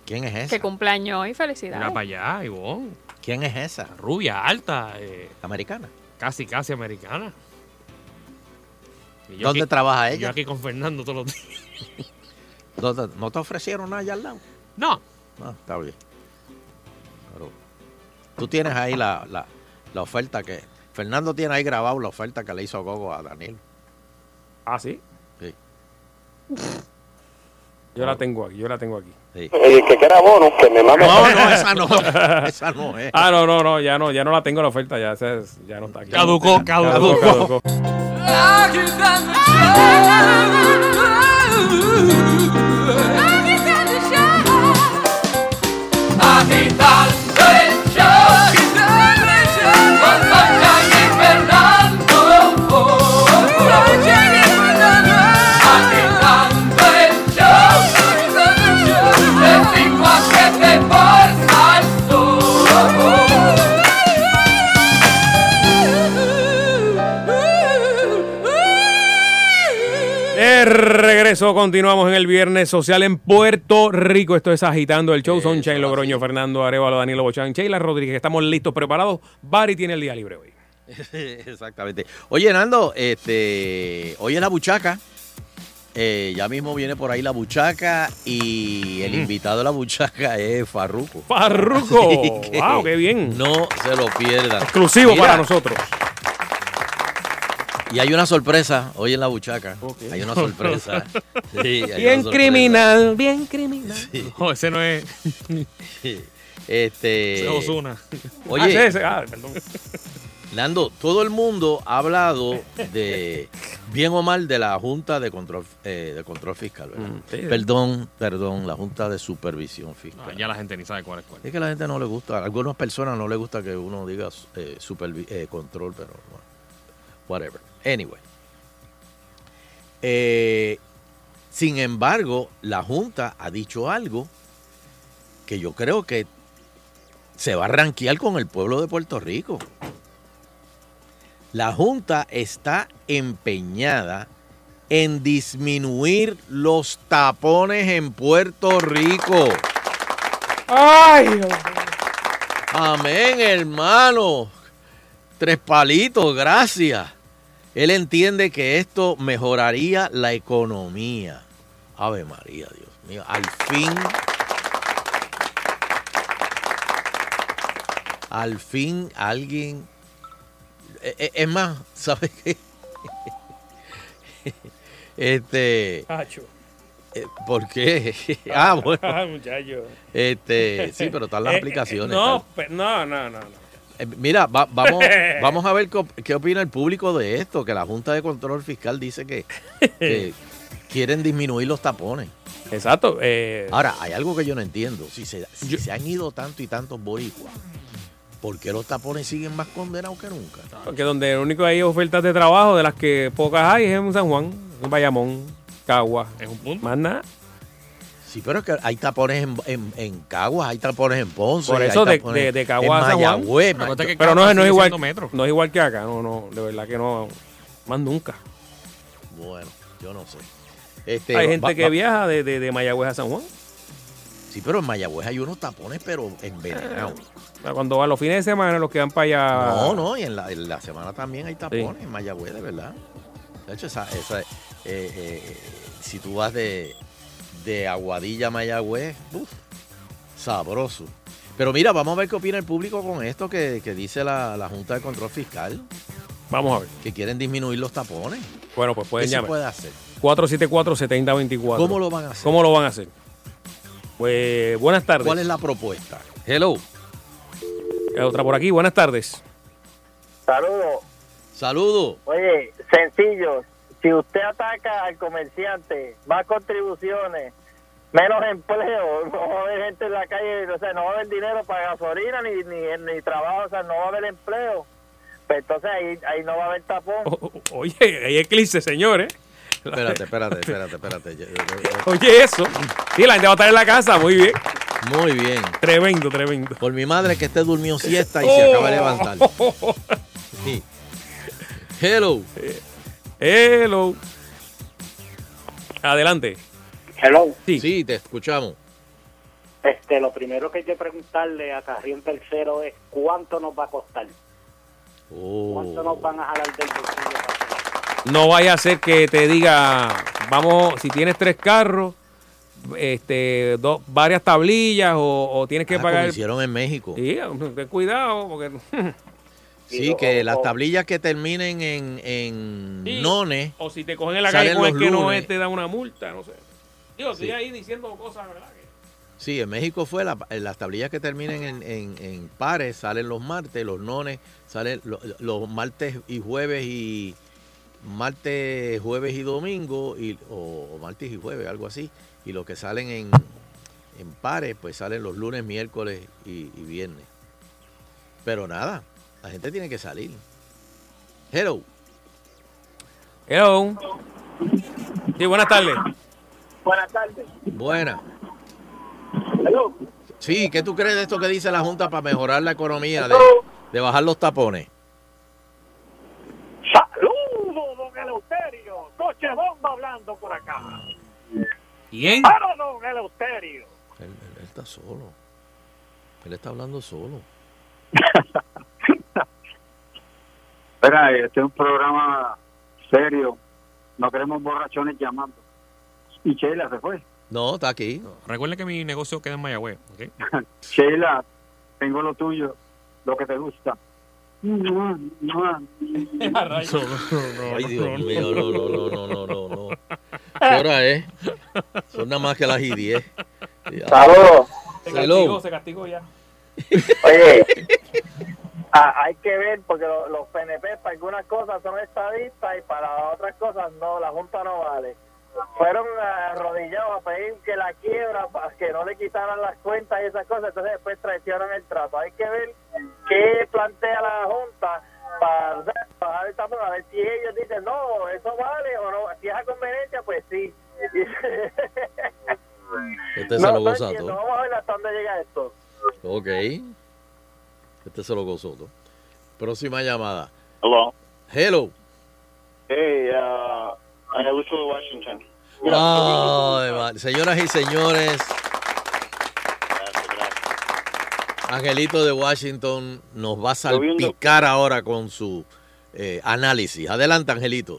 [SPEAKER 5] ¿Quién es
[SPEAKER 6] Que cumpleaños hoy,
[SPEAKER 7] Mira
[SPEAKER 6] felicidades.
[SPEAKER 7] para allá, Ivonne.
[SPEAKER 5] ¿Quién es esa?
[SPEAKER 7] Rubia, alta. eh,
[SPEAKER 5] americana.
[SPEAKER 7] Casi, casi americana. Y yo
[SPEAKER 5] ¿Dónde
[SPEAKER 7] aquí-
[SPEAKER 5] trabaja
[SPEAKER 7] y Yo
[SPEAKER 5] ella?
[SPEAKER 7] aquí con Fernando todos los días.
[SPEAKER 5] ¿No te- ¿No te ofrecieron nada allá al lado?
[SPEAKER 7] No.
[SPEAKER 5] No, está bien. Pero tú tienes ahí la, la, la oferta que. Fernando tiene ahí grabado la oferta que le hizo Gogo a Daniel.
[SPEAKER 3] Ah, sí.
[SPEAKER 5] Sí.
[SPEAKER 3] Yo la tengo aquí, yo la tengo aquí.
[SPEAKER 9] El que quiera bono, que me mame.
[SPEAKER 5] No, no, esa no. Esa no es.
[SPEAKER 3] Ah, no, no, no, ya no, ya no la tengo la oferta, ya, esa es- ya no está aquí.
[SPEAKER 7] Caducó, caducó.
[SPEAKER 2] Agitando el show, con Soncha y Fernando. Agitando el show, de 5 a 7 por Salsón.
[SPEAKER 3] De regreso, continuamos en el Viernes Social en Puerto Rico. Esto es Agitando el Show. Sunshine Logroño, Fernando Arevalo, Danilo Bochán, Sheila Rodríguez. Estamos listos, preparados. Bari tiene el día libre hoy.
[SPEAKER 5] Exactamente. Oye, Nando, este, hoy es la buchaca. Eh, ya mismo viene por ahí la buchaca y el invitado de la buchaca es Farruco.
[SPEAKER 3] ¡Farruco! ¡Wow, qué bien!
[SPEAKER 5] No se lo pierdan.
[SPEAKER 3] Exclusivo
[SPEAKER 5] Mira,
[SPEAKER 3] para nosotros.
[SPEAKER 5] Y hay una sorpresa hoy en la buchaca. Hay una sorpresa. Sí, hay una
[SPEAKER 3] Bien
[SPEAKER 5] sorpresa.
[SPEAKER 3] criminal, bien criminal.
[SPEAKER 7] No, ese no es.
[SPEAKER 5] Este.
[SPEAKER 7] Ese es Ozuna.
[SPEAKER 5] Oye.
[SPEAKER 7] Ah, ese, ese, ah, perdón.
[SPEAKER 5] Nando, todo el mundo ha hablado de bien o mal de la Junta de Control, eh, de control Fiscal, ¿verdad?
[SPEAKER 7] Mm, sí.
[SPEAKER 5] Perdón, perdón, la Junta de Supervisión Fiscal.
[SPEAKER 7] No, ya la gente ni sabe cuál es cuál.
[SPEAKER 5] Es que a la gente no le gusta, a algunas personas no le gusta que uno diga eh, supervi- eh, control, pero bueno, whatever. Anyway. Eh, sin embargo, la Junta ha dicho algo que yo creo que se va a ranquear con el pueblo de Puerto Rico. La Junta está empeñada en disminuir los tapones en Puerto Rico.
[SPEAKER 3] ¡Ay!
[SPEAKER 5] Amén, hermano. Tres palitos, gracias. Él entiende que esto mejoraría la economía. Ave María, Dios mío. Al fin. Al fin alguien. e- e- Es más, ¿sabes qué? Este. eh, ¿Por qué? Ah, bueno.
[SPEAKER 3] muchacho.
[SPEAKER 5] Este, sí, pero están las
[SPEAKER 3] Eh, eh,
[SPEAKER 5] aplicaciones.
[SPEAKER 3] No, pe- no, no, no. no.
[SPEAKER 5] Eh, Mira, va- vamos, vamos a ver co- qué opina el público de esto, que la Junta de Control Fiscal dice que, que quieren disminuir los tapones.
[SPEAKER 3] Exacto. eh,
[SPEAKER 5] Ahora, hay algo que yo no entiendo. Si se, si se han ido tanto y tantos boricuas, ¿por qué los tapones siguen más condenados que nunca?
[SPEAKER 3] Porque donde lo único hay ofertas de trabajo, de las que pocas hay, es en San Juan, en Bayamón, Cagua.
[SPEAKER 7] Es un punto.
[SPEAKER 3] Más nada.
[SPEAKER 5] Sí, pero es que hay tapones en, en, en Caguas, hay tapones en Ponce.
[SPEAKER 3] Por
[SPEAKER 5] hay
[SPEAKER 3] eso de,
[SPEAKER 5] tapones
[SPEAKER 3] de, de Caguas a
[SPEAKER 5] en
[SPEAKER 3] San Juan.
[SPEAKER 5] Mayagüez, Mayo-
[SPEAKER 3] Pero, no, es- no es igual, no es igual que acá, no, no, de verdad que no, más nunca.
[SPEAKER 5] Bueno, yo no sé. Este,
[SPEAKER 3] hay
[SPEAKER 5] va-
[SPEAKER 3] gente
[SPEAKER 5] va-
[SPEAKER 3] que
[SPEAKER 5] va-
[SPEAKER 3] viaja de, de, de Mayagüez a San Juan.
[SPEAKER 5] Sí, pero en Mayagüez hay unos tapones, pero envenenados.
[SPEAKER 3] Cuando van los fines de semana, los que van para allá.
[SPEAKER 5] No, no, y en la, en la semana también hay tapones en Mayagüez, de verdad. De hecho, esa, esa, eh, eh, si tú vas de, de Aguadilla a Mayagüez, uf, sabroso. Pero mira, vamos a ver qué opina el público con esto que, que dice la, la Junta de Control Fiscal.
[SPEAKER 3] Vamos a ver.
[SPEAKER 5] Que quieren disminuir los tapones.
[SPEAKER 3] Bueno, pues pueden
[SPEAKER 5] ¿Qué
[SPEAKER 3] llamar.
[SPEAKER 5] se puede hacer?
[SPEAKER 3] 474-7024.
[SPEAKER 5] ¿Cómo lo van a hacer?
[SPEAKER 3] ¿Cómo lo van a hacer? Pues buenas tardes.
[SPEAKER 5] ¿Cuál es la propuesta? Hello.
[SPEAKER 3] Otra por aquí, buenas tardes.
[SPEAKER 9] Saludos.
[SPEAKER 5] Saludos.
[SPEAKER 9] Oye, sencillo. Si usted ataca al comerciante, más contribuciones, menos empleo, no va a haber gente en la calle, o sea, no va a haber dinero para gasolina ni, ni, ni trabajo, o sea, no va a haber empleo. Pues entonces ahí, ahí no va a haber tapón.
[SPEAKER 3] Oh. Oye, hay eclipse, señores.
[SPEAKER 5] Espérate, espérate, espérate, espérate. Yo- yo- yo-
[SPEAKER 3] Oye, eso. Sí, la gente va a estar en la casa, muy bien.
[SPEAKER 5] Muy bien.
[SPEAKER 3] Tremendo, tremendo.
[SPEAKER 5] Por mi madre que esté durmió siesta y
[SPEAKER 3] Oh.
[SPEAKER 5] se acaba de levantar. Sí. Hello.
[SPEAKER 3] Hello. Adelante.
[SPEAKER 9] Hello.
[SPEAKER 5] Sí. sí, te escuchamos.
[SPEAKER 9] Este, lo primero que hay que preguntarle a Carrión Tercero es cuánto nos va a costar.
[SPEAKER 5] Oh.
[SPEAKER 9] ¿Cuánto nos van a jalar del bolsillo?
[SPEAKER 3] No vaya a ser que te diga, vamos, si tienes tres carros, este, dos, varias tablillas o, o tienes que
[SPEAKER 5] Ah,
[SPEAKER 3] pagar.
[SPEAKER 5] como hicieron en México.
[SPEAKER 3] Sí, ten cuidado, porque.
[SPEAKER 5] Sí, que las tablillas que terminen en, en
[SPEAKER 3] Sí,
[SPEAKER 5] nones.
[SPEAKER 3] O si te cogen en la calle
[SPEAKER 5] salen
[SPEAKER 3] con el
[SPEAKER 5] los
[SPEAKER 3] que no
[SPEAKER 5] lunes.
[SPEAKER 3] es, te da una multa, no sé. Digo, estoy
[SPEAKER 5] Sí.
[SPEAKER 3] ahí diciendo cosas, ¿verdad?
[SPEAKER 5] Sí, en México fue la- eh, las tablillas que terminen en, en- en pares salen los martes, los nones salen lo- los, martes y jueves y martes, jueves y domingo y, o, o martes y jueves, algo así. Y los que salen en, en pares, pues salen los lunes, miércoles y, y viernes. Pero nada, la gente tiene que salir. Hello.
[SPEAKER 3] Hello. Sí, buenas tardes.
[SPEAKER 8] Buenas tardes.
[SPEAKER 5] Buena. Sí, ¿qué tú crees de esto que dice la Junta para mejorar la economía, de, de bajar los tapones?
[SPEAKER 8] Saludos, don Eleuterio. Noche bomba hablando por acá.
[SPEAKER 3] ¿Quién?
[SPEAKER 8] Para don Eleuterio.
[SPEAKER 5] Él, él- él está solo. Él está hablando solo.
[SPEAKER 8] Espera, este es un programa serio. No queremos borrachones llamando. Y Sheila se fue.
[SPEAKER 5] No, está aquí.
[SPEAKER 7] Recuerda que mi negocio queda en Mayagüez, ¿ok?
[SPEAKER 8] Sheila, tengo lo tuyo, lo que te gusta.
[SPEAKER 5] Ay, Dios mío, no, no, no, no, no, no, no. ¿Qué hora es? Son nada más que las y Este 10.
[SPEAKER 11] Ah,
[SPEAKER 8] Saludos.
[SPEAKER 3] Se castigó,
[SPEAKER 5] Hello.
[SPEAKER 3] se castigó ya.
[SPEAKER 8] Oye,
[SPEAKER 11] Ah, hay que ver, porque lo- los PNP para algunas cosas son estadistas y para otras cosas no, la Junta no vale. Fueron arrodillados a pedir que la quiebra, para que no le quitaran las cuentas y esas cosas, entonces después traicionan el trato. Hay que ver qué plantea la Junta para bajar el tapón, a ver si ellos dicen, no, eso vale o no, si es a conveniencia, pues sí.
[SPEAKER 5] Este
[SPEAKER 11] No,
[SPEAKER 5] se lo
[SPEAKER 11] no
[SPEAKER 5] goza
[SPEAKER 11] entiendo,
[SPEAKER 5] todo.
[SPEAKER 11] vamos a ver hasta dónde llega esto.
[SPEAKER 5] Ok. Este se lo gozó todo. Próxima llamada.
[SPEAKER 14] Hello.
[SPEAKER 5] Hello.
[SPEAKER 14] Hey, uh, I am Lucio Washington.
[SPEAKER 5] Ay, vale. Señoras y señores. Angelito de Washington nos va a
[SPEAKER 14] Yo vi un doc-
[SPEAKER 5] salpicar ahora con su eh, análisis. Adelante, Angelito.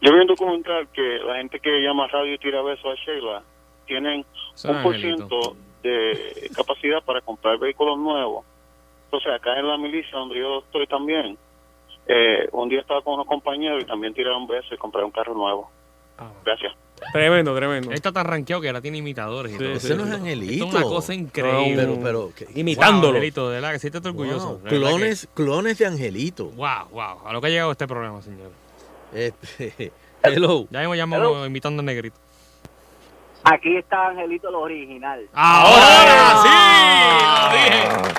[SPEAKER 14] Yo vi un documental que la gente que llama a radio y tira besos a Sheila tienen
[SPEAKER 5] San
[SPEAKER 14] un por ciento de capacidad para comprar vehículos nuevos. Entonces, acá en la milicia, donde yo estoy también, eh, un día estaba con unos compañeros y también tiraron besos y compraron un carro nuevo.
[SPEAKER 5] Ah,
[SPEAKER 14] Gracias.
[SPEAKER 3] Tremendo, tremendo.
[SPEAKER 7] Él está tan rankeado que ahora tiene imitadores. y todo.
[SPEAKER 5] Ese no es
[SPEAKER 7] Esto
[SPEAKER 5] Angelito.
[SPEAKER 7] es una cosa increíble.
[SPEAKER 5] Pero, pero, ¿qué-
[SPEAKER 7] Wow, Angelito, de verdad que sí te estoy orgulloso.
[SPEAKER 5] Wow,
[SPEAKER 7] De verdad
[SPEAKER 5] clones, clones de Angelito.
[SPEAKER 7] que- wow, wow. A lo que ha llegado este programa, señor.
[SPEAKER 5] Este, hello.
[SPEAKER 7] Ya hemos llamado imitando a Negrito.
[SPEAKER 11] Aquí está Angelito, lo original.
[SPEAKER 7] ¡Ahora sí! Lo dije.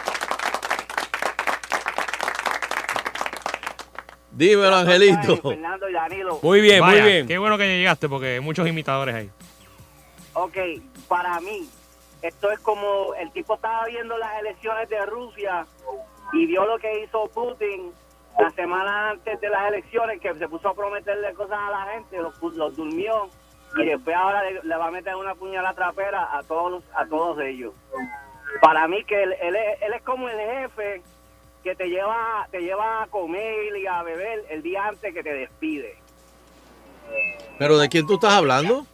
[SPEAKER 5] Dímelo, Angelito.
[SPEAKER 11] Fernando y Danilo.
[SPEAKER 5] Muy bien, muy
[SPEAKER 7] Vaya,
[SPEAKER 5] bien.
[SPEAKER 7] Qué bueno que llegaste porque hay muchos imitadores ahí.
[SPEAKER 11] Ok, para mí, esto es como el tipo estaba viendo las elecciones de Rusia y vio lo que hizo Putin la semana antes de las elecciones, que se puso a prometerle cosas a la gente, los, pu- los durmió y después ahora le, le va a meter una puñalada trapera a todos, los- a todos ellos. Para mí que él, él es, él es como el jefe que te lleva, te lleva a comer y a beber el día antes que te despide.
[SPEAKER 5] Pero ¿de quién tú estás hablando?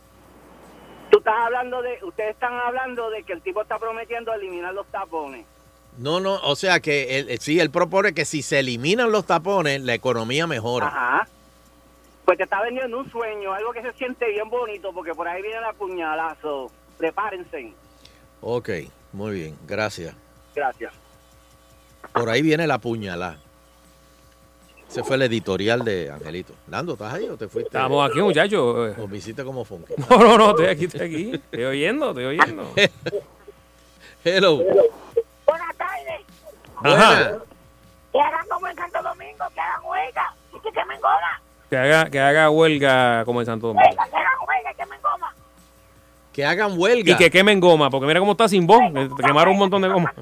[SPEAKER 11] Tú estás hablando de, ustedes están hablando de que el tipo está prometiendo eliminar los tapones.
[SPEAKER 5] No, no, o sea que él, sí, él propone que si se eliminan los tapones, la economía mejora.
[SPEAKER 11] Ajá. Pues te está vendiendo un sueño, algo que se siente bien bonito, porque por ahí viene la puñalazo. Prepárense.
[SPEAKER 5] Ok, muy bien, gracias.
[SPEAKER 11] Gracias.
[SPEAKER 5] Por ahí viene la puñalada. Ese fue el editorial de Angelito. Nando, ¿estás ahí o te fuiste?
[SPEAKER 3] Estamos aquí, muchachos.
[SPEAKER 5] O me hiciste como funky.
[SPEAKER 3] No, no, no, estoy aquí, estoy aquí. Estoy oyendo, estoy oyendo.
[SPEAKER 5] Hello.
[SPEAKER 2] Buenas tardes.
[SPEAKER 3] Ajá.
[SPEAKER 2] Que hagan como en Santo Domingo, que hagan huelga y que me engoma.
[SPEAKER 3] Que haga, que haga huelga como en Santo Domingo.
[SPEAKER 2] Huelga, que hagan huelga y que me engoma.
[SPEAKER 5] ¿Qué? Que hagan huelga.
[SPEAKER 3] Y que quemen goma, porque mira cómo está sin voz. Eh, Quemaron un montón de goma.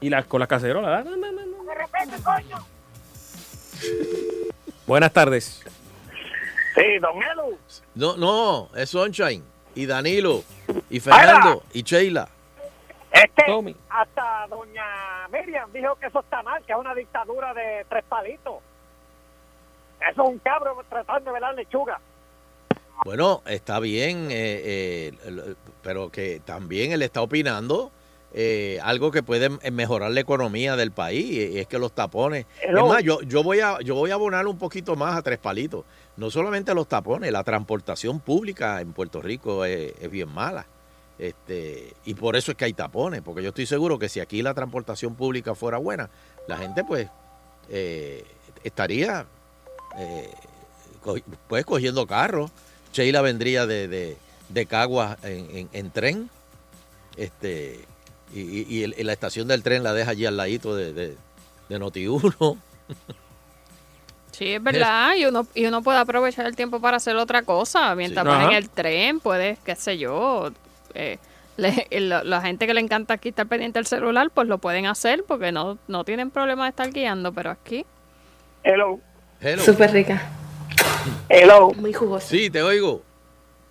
[SPEAKER 3] y las con las cacerolas. ¿verdad?
[SPEAKER 17] De repente, coño.
[SPEAKER 3] Buenas tardes.
[SPEAKER 5] Sí, don Elu. No, no, es Sunshine. Y Danilo. Y Fernando. Y Sheila.
[SPEAKER 11] Este,
[SPEAKER 3] Oh.
[SPEAKER 5] Tommy.
[SPEAKER 11] hasta doña Miriam dijo que eso está mal, que es una dictadura de tres palitos. Eso es un cabro tratando de velar lechuga.
[SPEAKER 5] Bueno, está bien, eh, eh, el- pero que también él está opinando eh, algo que puede eh, mejorar la economía del país, y es que los tapones.
[SPEAKER 11] Hello.
[SPEAKER 5] Es más, yo, yo, voy a, yo voy a abonar un poquito más a tres palitos. No solamente los tapones, la transportación pública en Puerto Rico es, es bien mala. Este, y por eso es que hay tapones, porque yo estoy seguro que si aquí la transportación pública fuera buena, la gente pues eh, estaría eh, co- pues cogiendo carro. Sheila vendría de, de, de Caguas en, en- en tren. Este, y, y- y el- y la estación del tren la deja allí al ladito de, de, de Noti1.
[SPEAKER 6] Sí, es verdad. Y uno, y uno puede aprovechar el tiempo para hacer otra cosa. Mientras
[SPEAKER 5] Sí.
[SPEAKER 6] van en
[SPEAKER 5] Ajá.
[SPEAKER 6] el tren, puedes, qué sé yo. eh, le- la, la gente que le encanta aquí estar pendiente del celular, pues lo pueden hacer porque no, no tienen problema de estar guiando. Pero aquí.
[SPEAKER 11] Hello.
[SPEAKER 6] Súper rica.
[SPEAKER 11] Hello.
[SPEAKER 6] Muy jugosa.
[SPEAKER 5] Sí, te oigo.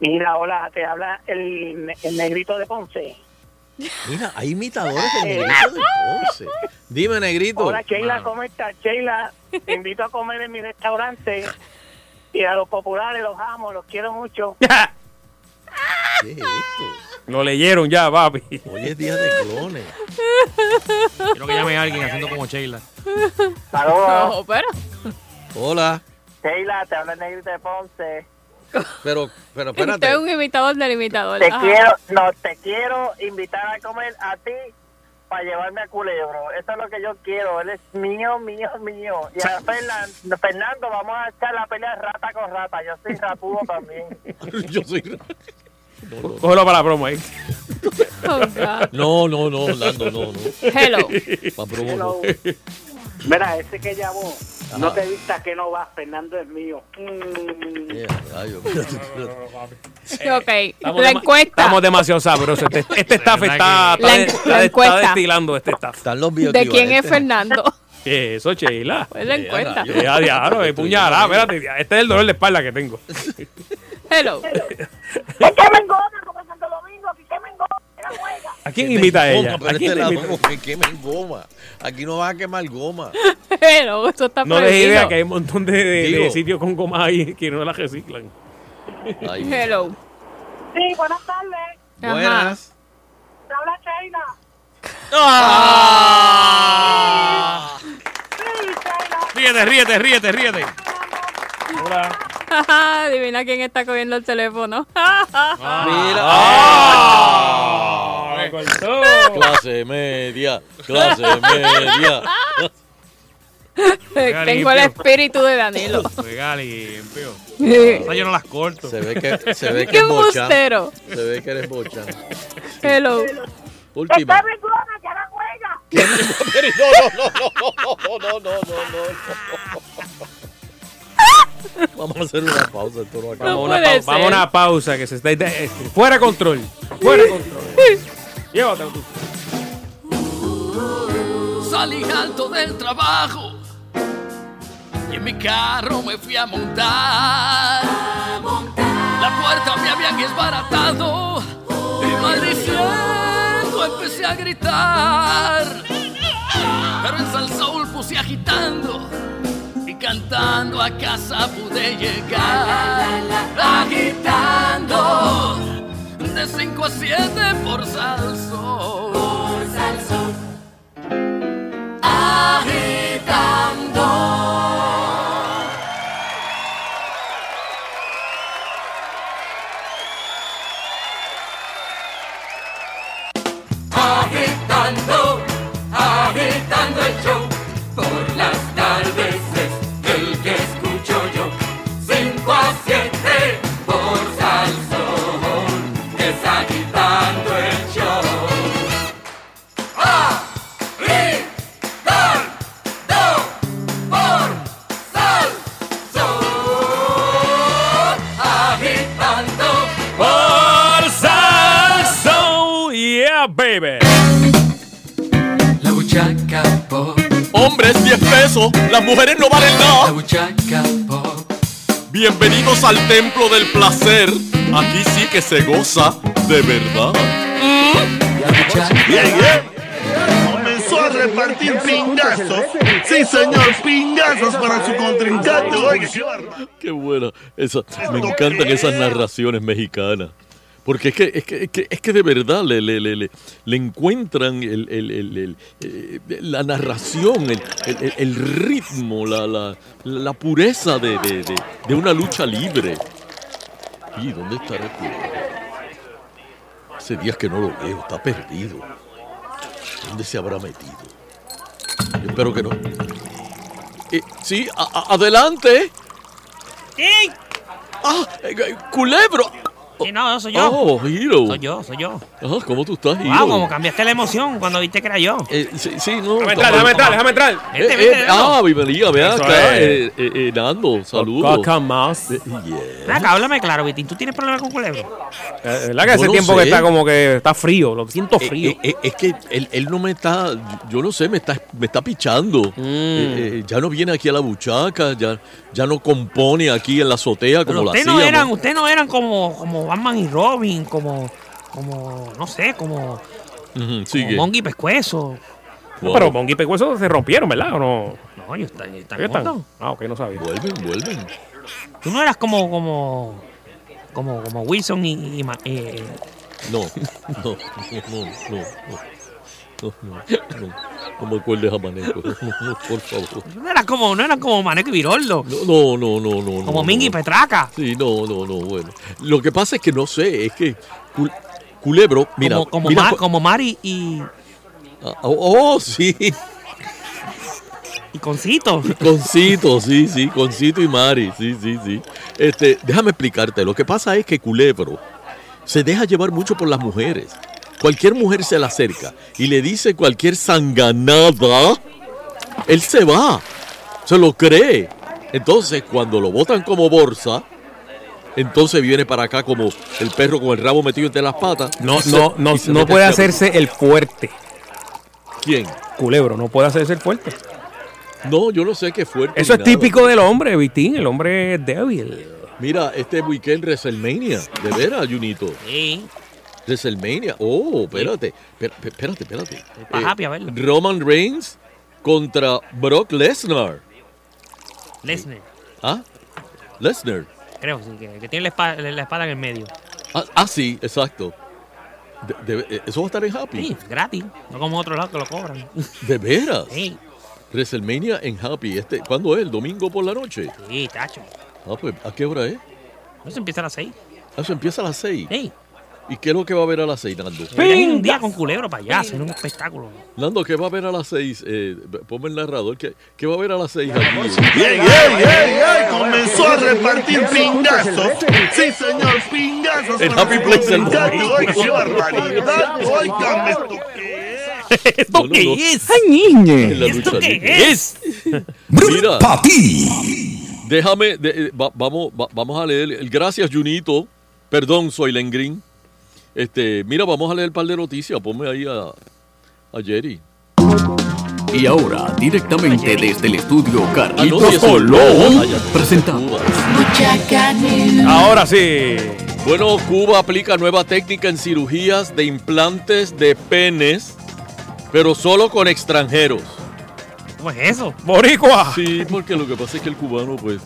[SPEAKER 11] Mira, hola, te habla el, el negrito de Ponce.
[SPEAKER 5] Mira, hay imitadores del negrito de Ponce. Dime, negrito.
[SPEAKER 11] Hola, Sheila,
[SPEAKER 5] Mano,
[SPEAKER 11] ¿cómo estás? Sheila, te invito a comer en mi restaurante. Y a los populares los amo, los quiero mucho.
[SPEAKER 5] ¿Qué es esto?
[SPEAKER 3] Lo leyeron ya, papi.
[SPEAKER 5] Hoy es día de clones.
[SPEAKER 7] Quiero que llame a alguien haciendo como Sheila.
[SPEAKER 6] No,
[SPEAKER 11] Saludos.
[SPEAKER 6] pero.
[SPEAKER 5] Hola.
[SPEAKER 11] Sheila, te habla el negrito de Ponce.
[SPEAKER 5] Pero, pero
[SPEAKER 6] Usted es
[SPEAKER 5] espérate.
[SPEAKER 6] un imitador del imitador. Ah,
[SPEAKER 11] Te
[SPEAKER 6] Ajá.
[SPEAKER 11] quiero, no, te quiero invitar a comer a ti para llevarme a Culebro. Eso es lo que yo quiero. Él es mío, mío, mío. Y a Fernan- Fernando, vamos a echar la pelea rata con rata. Yo soy rapudo también.
[SPEAKER 5] Yo soy No, no,
[SPEAKER 3] Cógelo para la promo ahí.
[SPEAKER 6] oh,
[SPEAKER 5] No, no, no, Orlando, no, no.
[SPEAKER 11] Hello.
[SPEAKER 5] Pa' promo,
[SPEAKER 11] Hello.
[SPEAKER 5] no.
[SPEAKER 11] Mira, ese que llamó,
[SPEAKER 5] Ajá. no te
[SPEAKER 11] vistas que no vas, Fernando es mío. Mm.
[SPEAKER 5] Eh, rayos, espérate, espérate.
[SPEAKER 6] ok,
[SPEAKER 3] Estamos
[SPEAKER 6] la
[SPEAKER 3] dema-
[SPEAKER 6] encuesta.
[SPEAKER 3] Estamos demasiado sabrosos. Este, este staff
[SPEAKER 6] La
[SPEAKER 3] está, está,
[SPEAKER 6] en-
[SPEAKER 3] está-
[SPEAKER 6] la
[SPEAKER 3] está
[SPEAKER 6] encuesta.
[SPEAKER 3] destilando este staff.
[SPEAKER 5] Están los
[SPEAKER 6] ¿De quién
[SPEAKER 3] este.
[SPEAKER 6] es Fernando?
[SPEAKER 3] Eso, Sheila.
[SPEAKER 6] Pues la encuesta.
[SPEAKER 3] Ya, diablo, eh, puñalada. Espérate, este es el dolor de espalda que tengo.
[SPEAKER 6] Hello.
[SPEAKER 3] ¿A
[SPEAKER 1] Este
[SPEAKER 3] quién
[SPEAKER 5] Quemen
[SPEAKER 3] imita
[SPEAKER 5] goma,
[SPEAKER 3] ella?
[SPEAKER 5] pero
[SPEAKER 3] ¿A quién
[SPEAKER 5] este lado,
[SPEAKER 3] imita?
[SPEAKER 5] porque quemen goma. Aquí no vas a quemar goma.
[SPEAKER 6] Hello, esto está
[SPEAKER 3] No les
[SPEAKER 6] prohibido.
[SPEAKER 3] idea que hay un montón de, de- de
[SPEAKER 5] Digo.
[SPEAKER 3] sitios con gomas ahí que no las reciclan.
[SPEAKER 6] Hello.
[SPEAKER 17] Sí, buenas tardes.
[SPEAKER 5] Buenas.
[SPEAKER 17] Te habla Sheila.
[SPEAKER 7] Ríete, ríete, ríete, ríete.
[SPEAKER 3] Hola.
[SPEAKER 6] Adivina quién está cogiendo el teléfono.
[SPEAKER 5] Clase media, clase media.
[SPEAKER 6] Tengo el espíritu de Danilo.
[SPEAKER 7] Juega limpio.
[SPEAKER 6] Sí.
[SPEAKER 7] Esas yo no las corto.
[SPEAKER 5] Se ve que, se ve que
[SPEAKER 6] ¡Qué
[SPEAKER 5] es bocha.
[SPEAKER 6] embustero!
[SPEAKER 5] Se ve que eres bocha.
[SPEAKER 6] Hello.
[SPEAKER 5] Última.
[SPEAKER 17] Está rengona, que la juega.
[SPEAKER 5] No, no, no, no, no, no, no, no. Vamos a hacer una pausa. Esto no acaba.
[SPEAKER 3] Vamos, a una pau- vamos a una pausa que se está. eh, Fuera de control. Fuera de control. Llévatelo tú.
[SPEAKER 2] Salí alto del trabajo y en mi carro me fui a montar. La puerta me habían esbaratado y maldiciendo empecé a gritar. Pero en Salsoul puse agitando y cantando a casa pude llegar. Agitando de 5 a 7 por Salsoul. Por Salsoul agitando. Agitando, agitando el show. Por las tardes es el que escucho yo. 5 a 7 por Salsón. Es agitando el show.
[SPEAKER 3] buchaca, Oh, baby.
[SPEAKER 2] La buchaca pop.
[SPEAKER 1] Hombres 10 pesos, las mujeres no valen nada. Bienvenidos al templo del placer. Aquí sí que se goza de verdad. Bien, bien.
[SPEAKER 18] Comenzó a repartir pingazos. Sí, señor, pingazos para su contrincante. Oiga, qué barbaridad.
[SPEAKER 1] Qué buena. Esa, me encantan esas narraciones mexicanas. Porque es que, es que, es que, es que de verdad le, le, le, le, le encuentran el, el- el- el, eh, la narración, el, el- el- el ritmo, la, la, la pureza de, de- de- de una lucha libre. ¿Y dónde estará el cubano? Hace días que no lo veo, está perdido. ¿Dónde se habrá metido? Yo espero que no. Eh, sí, a- a- adelante.
[SPEAKER 19] ¡Sí!
[SPEAKER 1] ¡Ah! ¡Culebro!
[SPEAKER 19] Sí, no, soy yo.
[SPEAKER 1] Oh, Hiro.
[SPEAKER 19] Soy yo, soy yo.
[SPEAKER 1] Ah, ¿Cómo tú estás, Hiro?
[SPEAKER 19] Wow, como cambiaste la emoción cuando viste que era yo.
[SPEAKER 1] Eh, sí, sí, no.
[SPEAKER 19] Déjame entrar, déjame entrar, déjame entrar. Vente,
[SPEAKER 1] Eh,
[SPEAKER 19] vente,
[SPEAKER 1] eh,
[SPEAKER 19] Nando.
[SPEAKER 1] ah, bienvenida, vea
[SPEAKER 19] Eso
[SPEAKER 1] acá,
[SPEAKER 19] es.
[SPEAKER 1] eh, eh, eh, Nando, saludos. Eh,
[SPEAKER 3] Coca más.
[SPEAKER 19] Ven acá, háblame claro, Vitín. ¿Tú tienes problemas con culebro?
[SPEAKER 3] Eh, ¿Verdad que hace
[SPEAKER 1] Yo no
[SPEAKER 3] tiempo
[SPEAKER 1] sé.
[SPEAKER 3] que está como que está frío? Lo siento frío.
[SPEAKER 1] Eh, eh, eh, es que él, él no me está, yo- yo no sé, me está, me está pichando.
[SPEAKER 3] Mm.
[SPEAKER 1] Eh, eh, ya no viene aquí a la buchaca, ya, ya no compone aquí en la azotea como la
[SPEAKER 19] Ustedes
[SPEAKER 1] hacía.
[SPEAKER 19] no eran, ustedes no eran como, como Batman y Robin, como, como, no sé, como, como
[SPEAKER 3] sigue.
[SPEAKER 19] Mongi Pescuezo.
[SPEAKER 3] No, pero Bongi y Pecueso se rompieron, ¿verdad? ¿O no?
[SPEAKER 19] No, ellos están, están
[SPEAKER 3] ¿Qué están?
[SPEAKER 19] juntos.
[SPEAKER 3] Ah, ok, no sabía.
[SPEAKER 1] Vuelven, vuelven.
[SPEAKER 19] Tú no eras como, como, como, como Wilson y, y Ma- eh,
[SPEAKER 1] No, no, no, no, no, no, no, no, no, no me acuerdes a Maneco, no, no, no, por favor.
[SPEAKER 19] tú no eras como, no eran como Maneco y Viroldo.
[SPEAKER 1] No, no, no, no. no,
[SPEAKER 19] Como Mingy
[SPEAKER 1] no.
[SPEAKER 19] Petraca.
[SPEAKER 1] Sí, no, no, no, bueno. Lo que pasa es que no sé, es que Cul- Culebro, mira.
[SPEAKER 19] como, como,
[SPEAKER 1] mira
[SPEAKER 19] Ma-
[SPEAKER 1] cu-
[SPEAKER 19] como Mari y,
[SPEAKER 1] Ah, Oh, oh, sí.
[SPEAKER 19] y Concito.
[SPEAKER 1] Concito, sí, sí, Concito y Mari, sí, sí, sí. Este, déjame explicarte, lo que pasa es que Culebro se deja llevar mucho por las mujeres. Cualquier mujer se le acerca y le dice cualquier sanganada, él se va, se lo cree. Entonces, cuando lo botan como bolsa, entonces viene para acá como el perro con el rabo metido entre las patas.
[SPEAKER 3] No,
[SPEAKER 1] y se-
[SPEAKER 3] no, no,
[SPEAKER 1] y se
[SPEAKER 3] no
[SPEAKER 1] mete
[SPEAKER 3] puede
[SPEAKER 1] el perro.
[SPEAKER 3] hacerse el fuerte.
[SPEAKER 1] ¿Quién?
[SPEAKER 3] Culebro, no puede hacerse el fuerte.
[SPEAKER 1] No, yo no sé qué fuerte.
[SPEAKER 3] Eso
[SPEAKER 1] ni
[SPEAKER 3] es
[SPEAKER 1] nada.
[SPEAKER 3] típico del hombre, Vitín. El hombre es débil.
[SPEAKER 1] Mira, este weekend WrestleMania, de veras, Junito.
[SPEAKER 19] Sí.
[SPEAKER 1] WrestleMania. Oh, espérate. Espera- Espérate, espérate.
[SPEAKER 19] pa'
[SPEAKER 1] Eh,
[SPEAKER 19] happy a verlo.
[SPEAKER 1] Roman Reigns contra Brock Lesnar.
[SPEAKER 19] Lesnar,
[SPEAKER 1] ¿Ah? Lesnar.
[SPEAKER 19] creo, sí, que, que tiene la espa- la- la espada, en el medio.
[SPEAKER 1] Ah, ah, sí, exacto. De- de- eh, eso va a estar en Happy.
[SPEAKER 19] Sí, gratis. No como en otro lado que lo cobran.
[SPEAKER 1] ¿De veras?
[SPEAKER 19] Sí,
[SPEAKER 1] WrestleMania en Happy. Este, ¿Cuándo es? ¿El domingo por la noche?
[SPEAKER 19] sí, tacho.
[SPEAKER 1] Ah, pues, ¿a qué hora es?
[SPEAKER 19] Eso empieza a las 6.
[SPEAKER 1] Ah, Eso empieza a las 6.
[SPEAKER 19] Sí.
[SPEAKER 1] ¿Y qué es lo que va a haber a las 6, Nando?
[SPEAKER 19] Un día con culebro para allá, hacer un espectáculo.
[SPEAKER 1] Nando, ¿qué va a haber a las 6? Eh, ponme el narrador. ¿Qué, qué va a haber a las 6 aquí?
[SPEAKER 18] Bien, bien, bien, bien. Comenzó a repartir pingazos. Sí, señor, pingazos
[SPEAKER 1] El
[SPEAKER 18] para
[SPEAKER 1] Happy
[SPEAKER 18] su
[SPEAKER 1] Place del
[SPEAKER 18] contrincante.
[SPEAKER 1] mundo.
[SPEAKER 18] Oiga, qué barbaridad. Oigan, esto
[SPEAKER 1] ¿Esto
[SPEAKER 18] qué
[SPEAKER 1] es? ¡Ay, niña!
[SPEAKER 18] ¿Esto qué
[SPEAKER 1] es? Mira. ¡Para ti! Déjame, de- eh, va- vamos, va- vamos a leer. el- Gracias, Junito. Perdón, soy Len Green. Este, mira, vamos a leer un par de noticias. Ponme ahí a, a Jerry.
[SPEAKER 20] Y ahora, directamente desde el estudio
[SPEAKER 1] Ah, no, sí,
[SPEAKER 20] Carlitos
[SPEAKER 1] eso-
[SPEAKER 20] Colón,
[SPEAKER 1] Ah, ya.
[SPEAKER 20] presentamos.
[SPEAKER 3] Ahora sí.
[SPEAKER 1] Bueno, Cuba aplica nueva técnica en cirugías de implantes de penes, pero solo con extranjeros.
[SPEAKER 19] ¿Cómo es eso?
[SPEAKER 3] ¡Boricua!
[SPEAKER 1] Sí, porque lo que pasa es que el cubano, pues,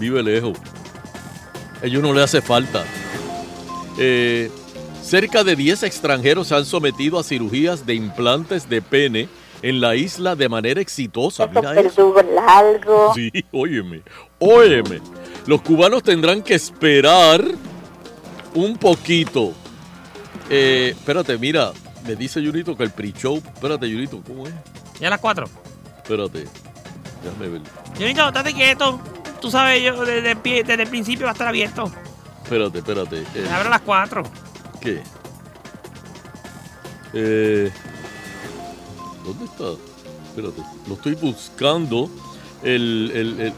[SPEAKER 1] vive lejos. A ellos no le hace falta. Eh, cerca de 10 extranjeros se han sometido a cirugías de implantes de pene en la isla de manera exitosa. Mira eso.
[SPEAKER 17] largo.
[SPEAKER 1] Sí, óyeme, óyeme. Los cubanos tendrán que esperar un poquito. Eh, espérate, mira, me dice Junito que el pre-show. Espérate, Junito, ¿cómo es?
[SPEAKER 19] Ya a las 4.
[SPEAKER 1] Espérate, déjame ver.
[SPEAKER 19] Junito, estate quieto. Tú sabes, yo desde, el pie- desde el principio va a estar abierto.
[SPEAKER 1] Espérate, espérate. eh,
[SPEAKER 19] Se abre a las 4.
[SPEAKER 1] ¿Qué? Eh, ¿Dónde está? Espérate, lo estoy buscando. El, el, el,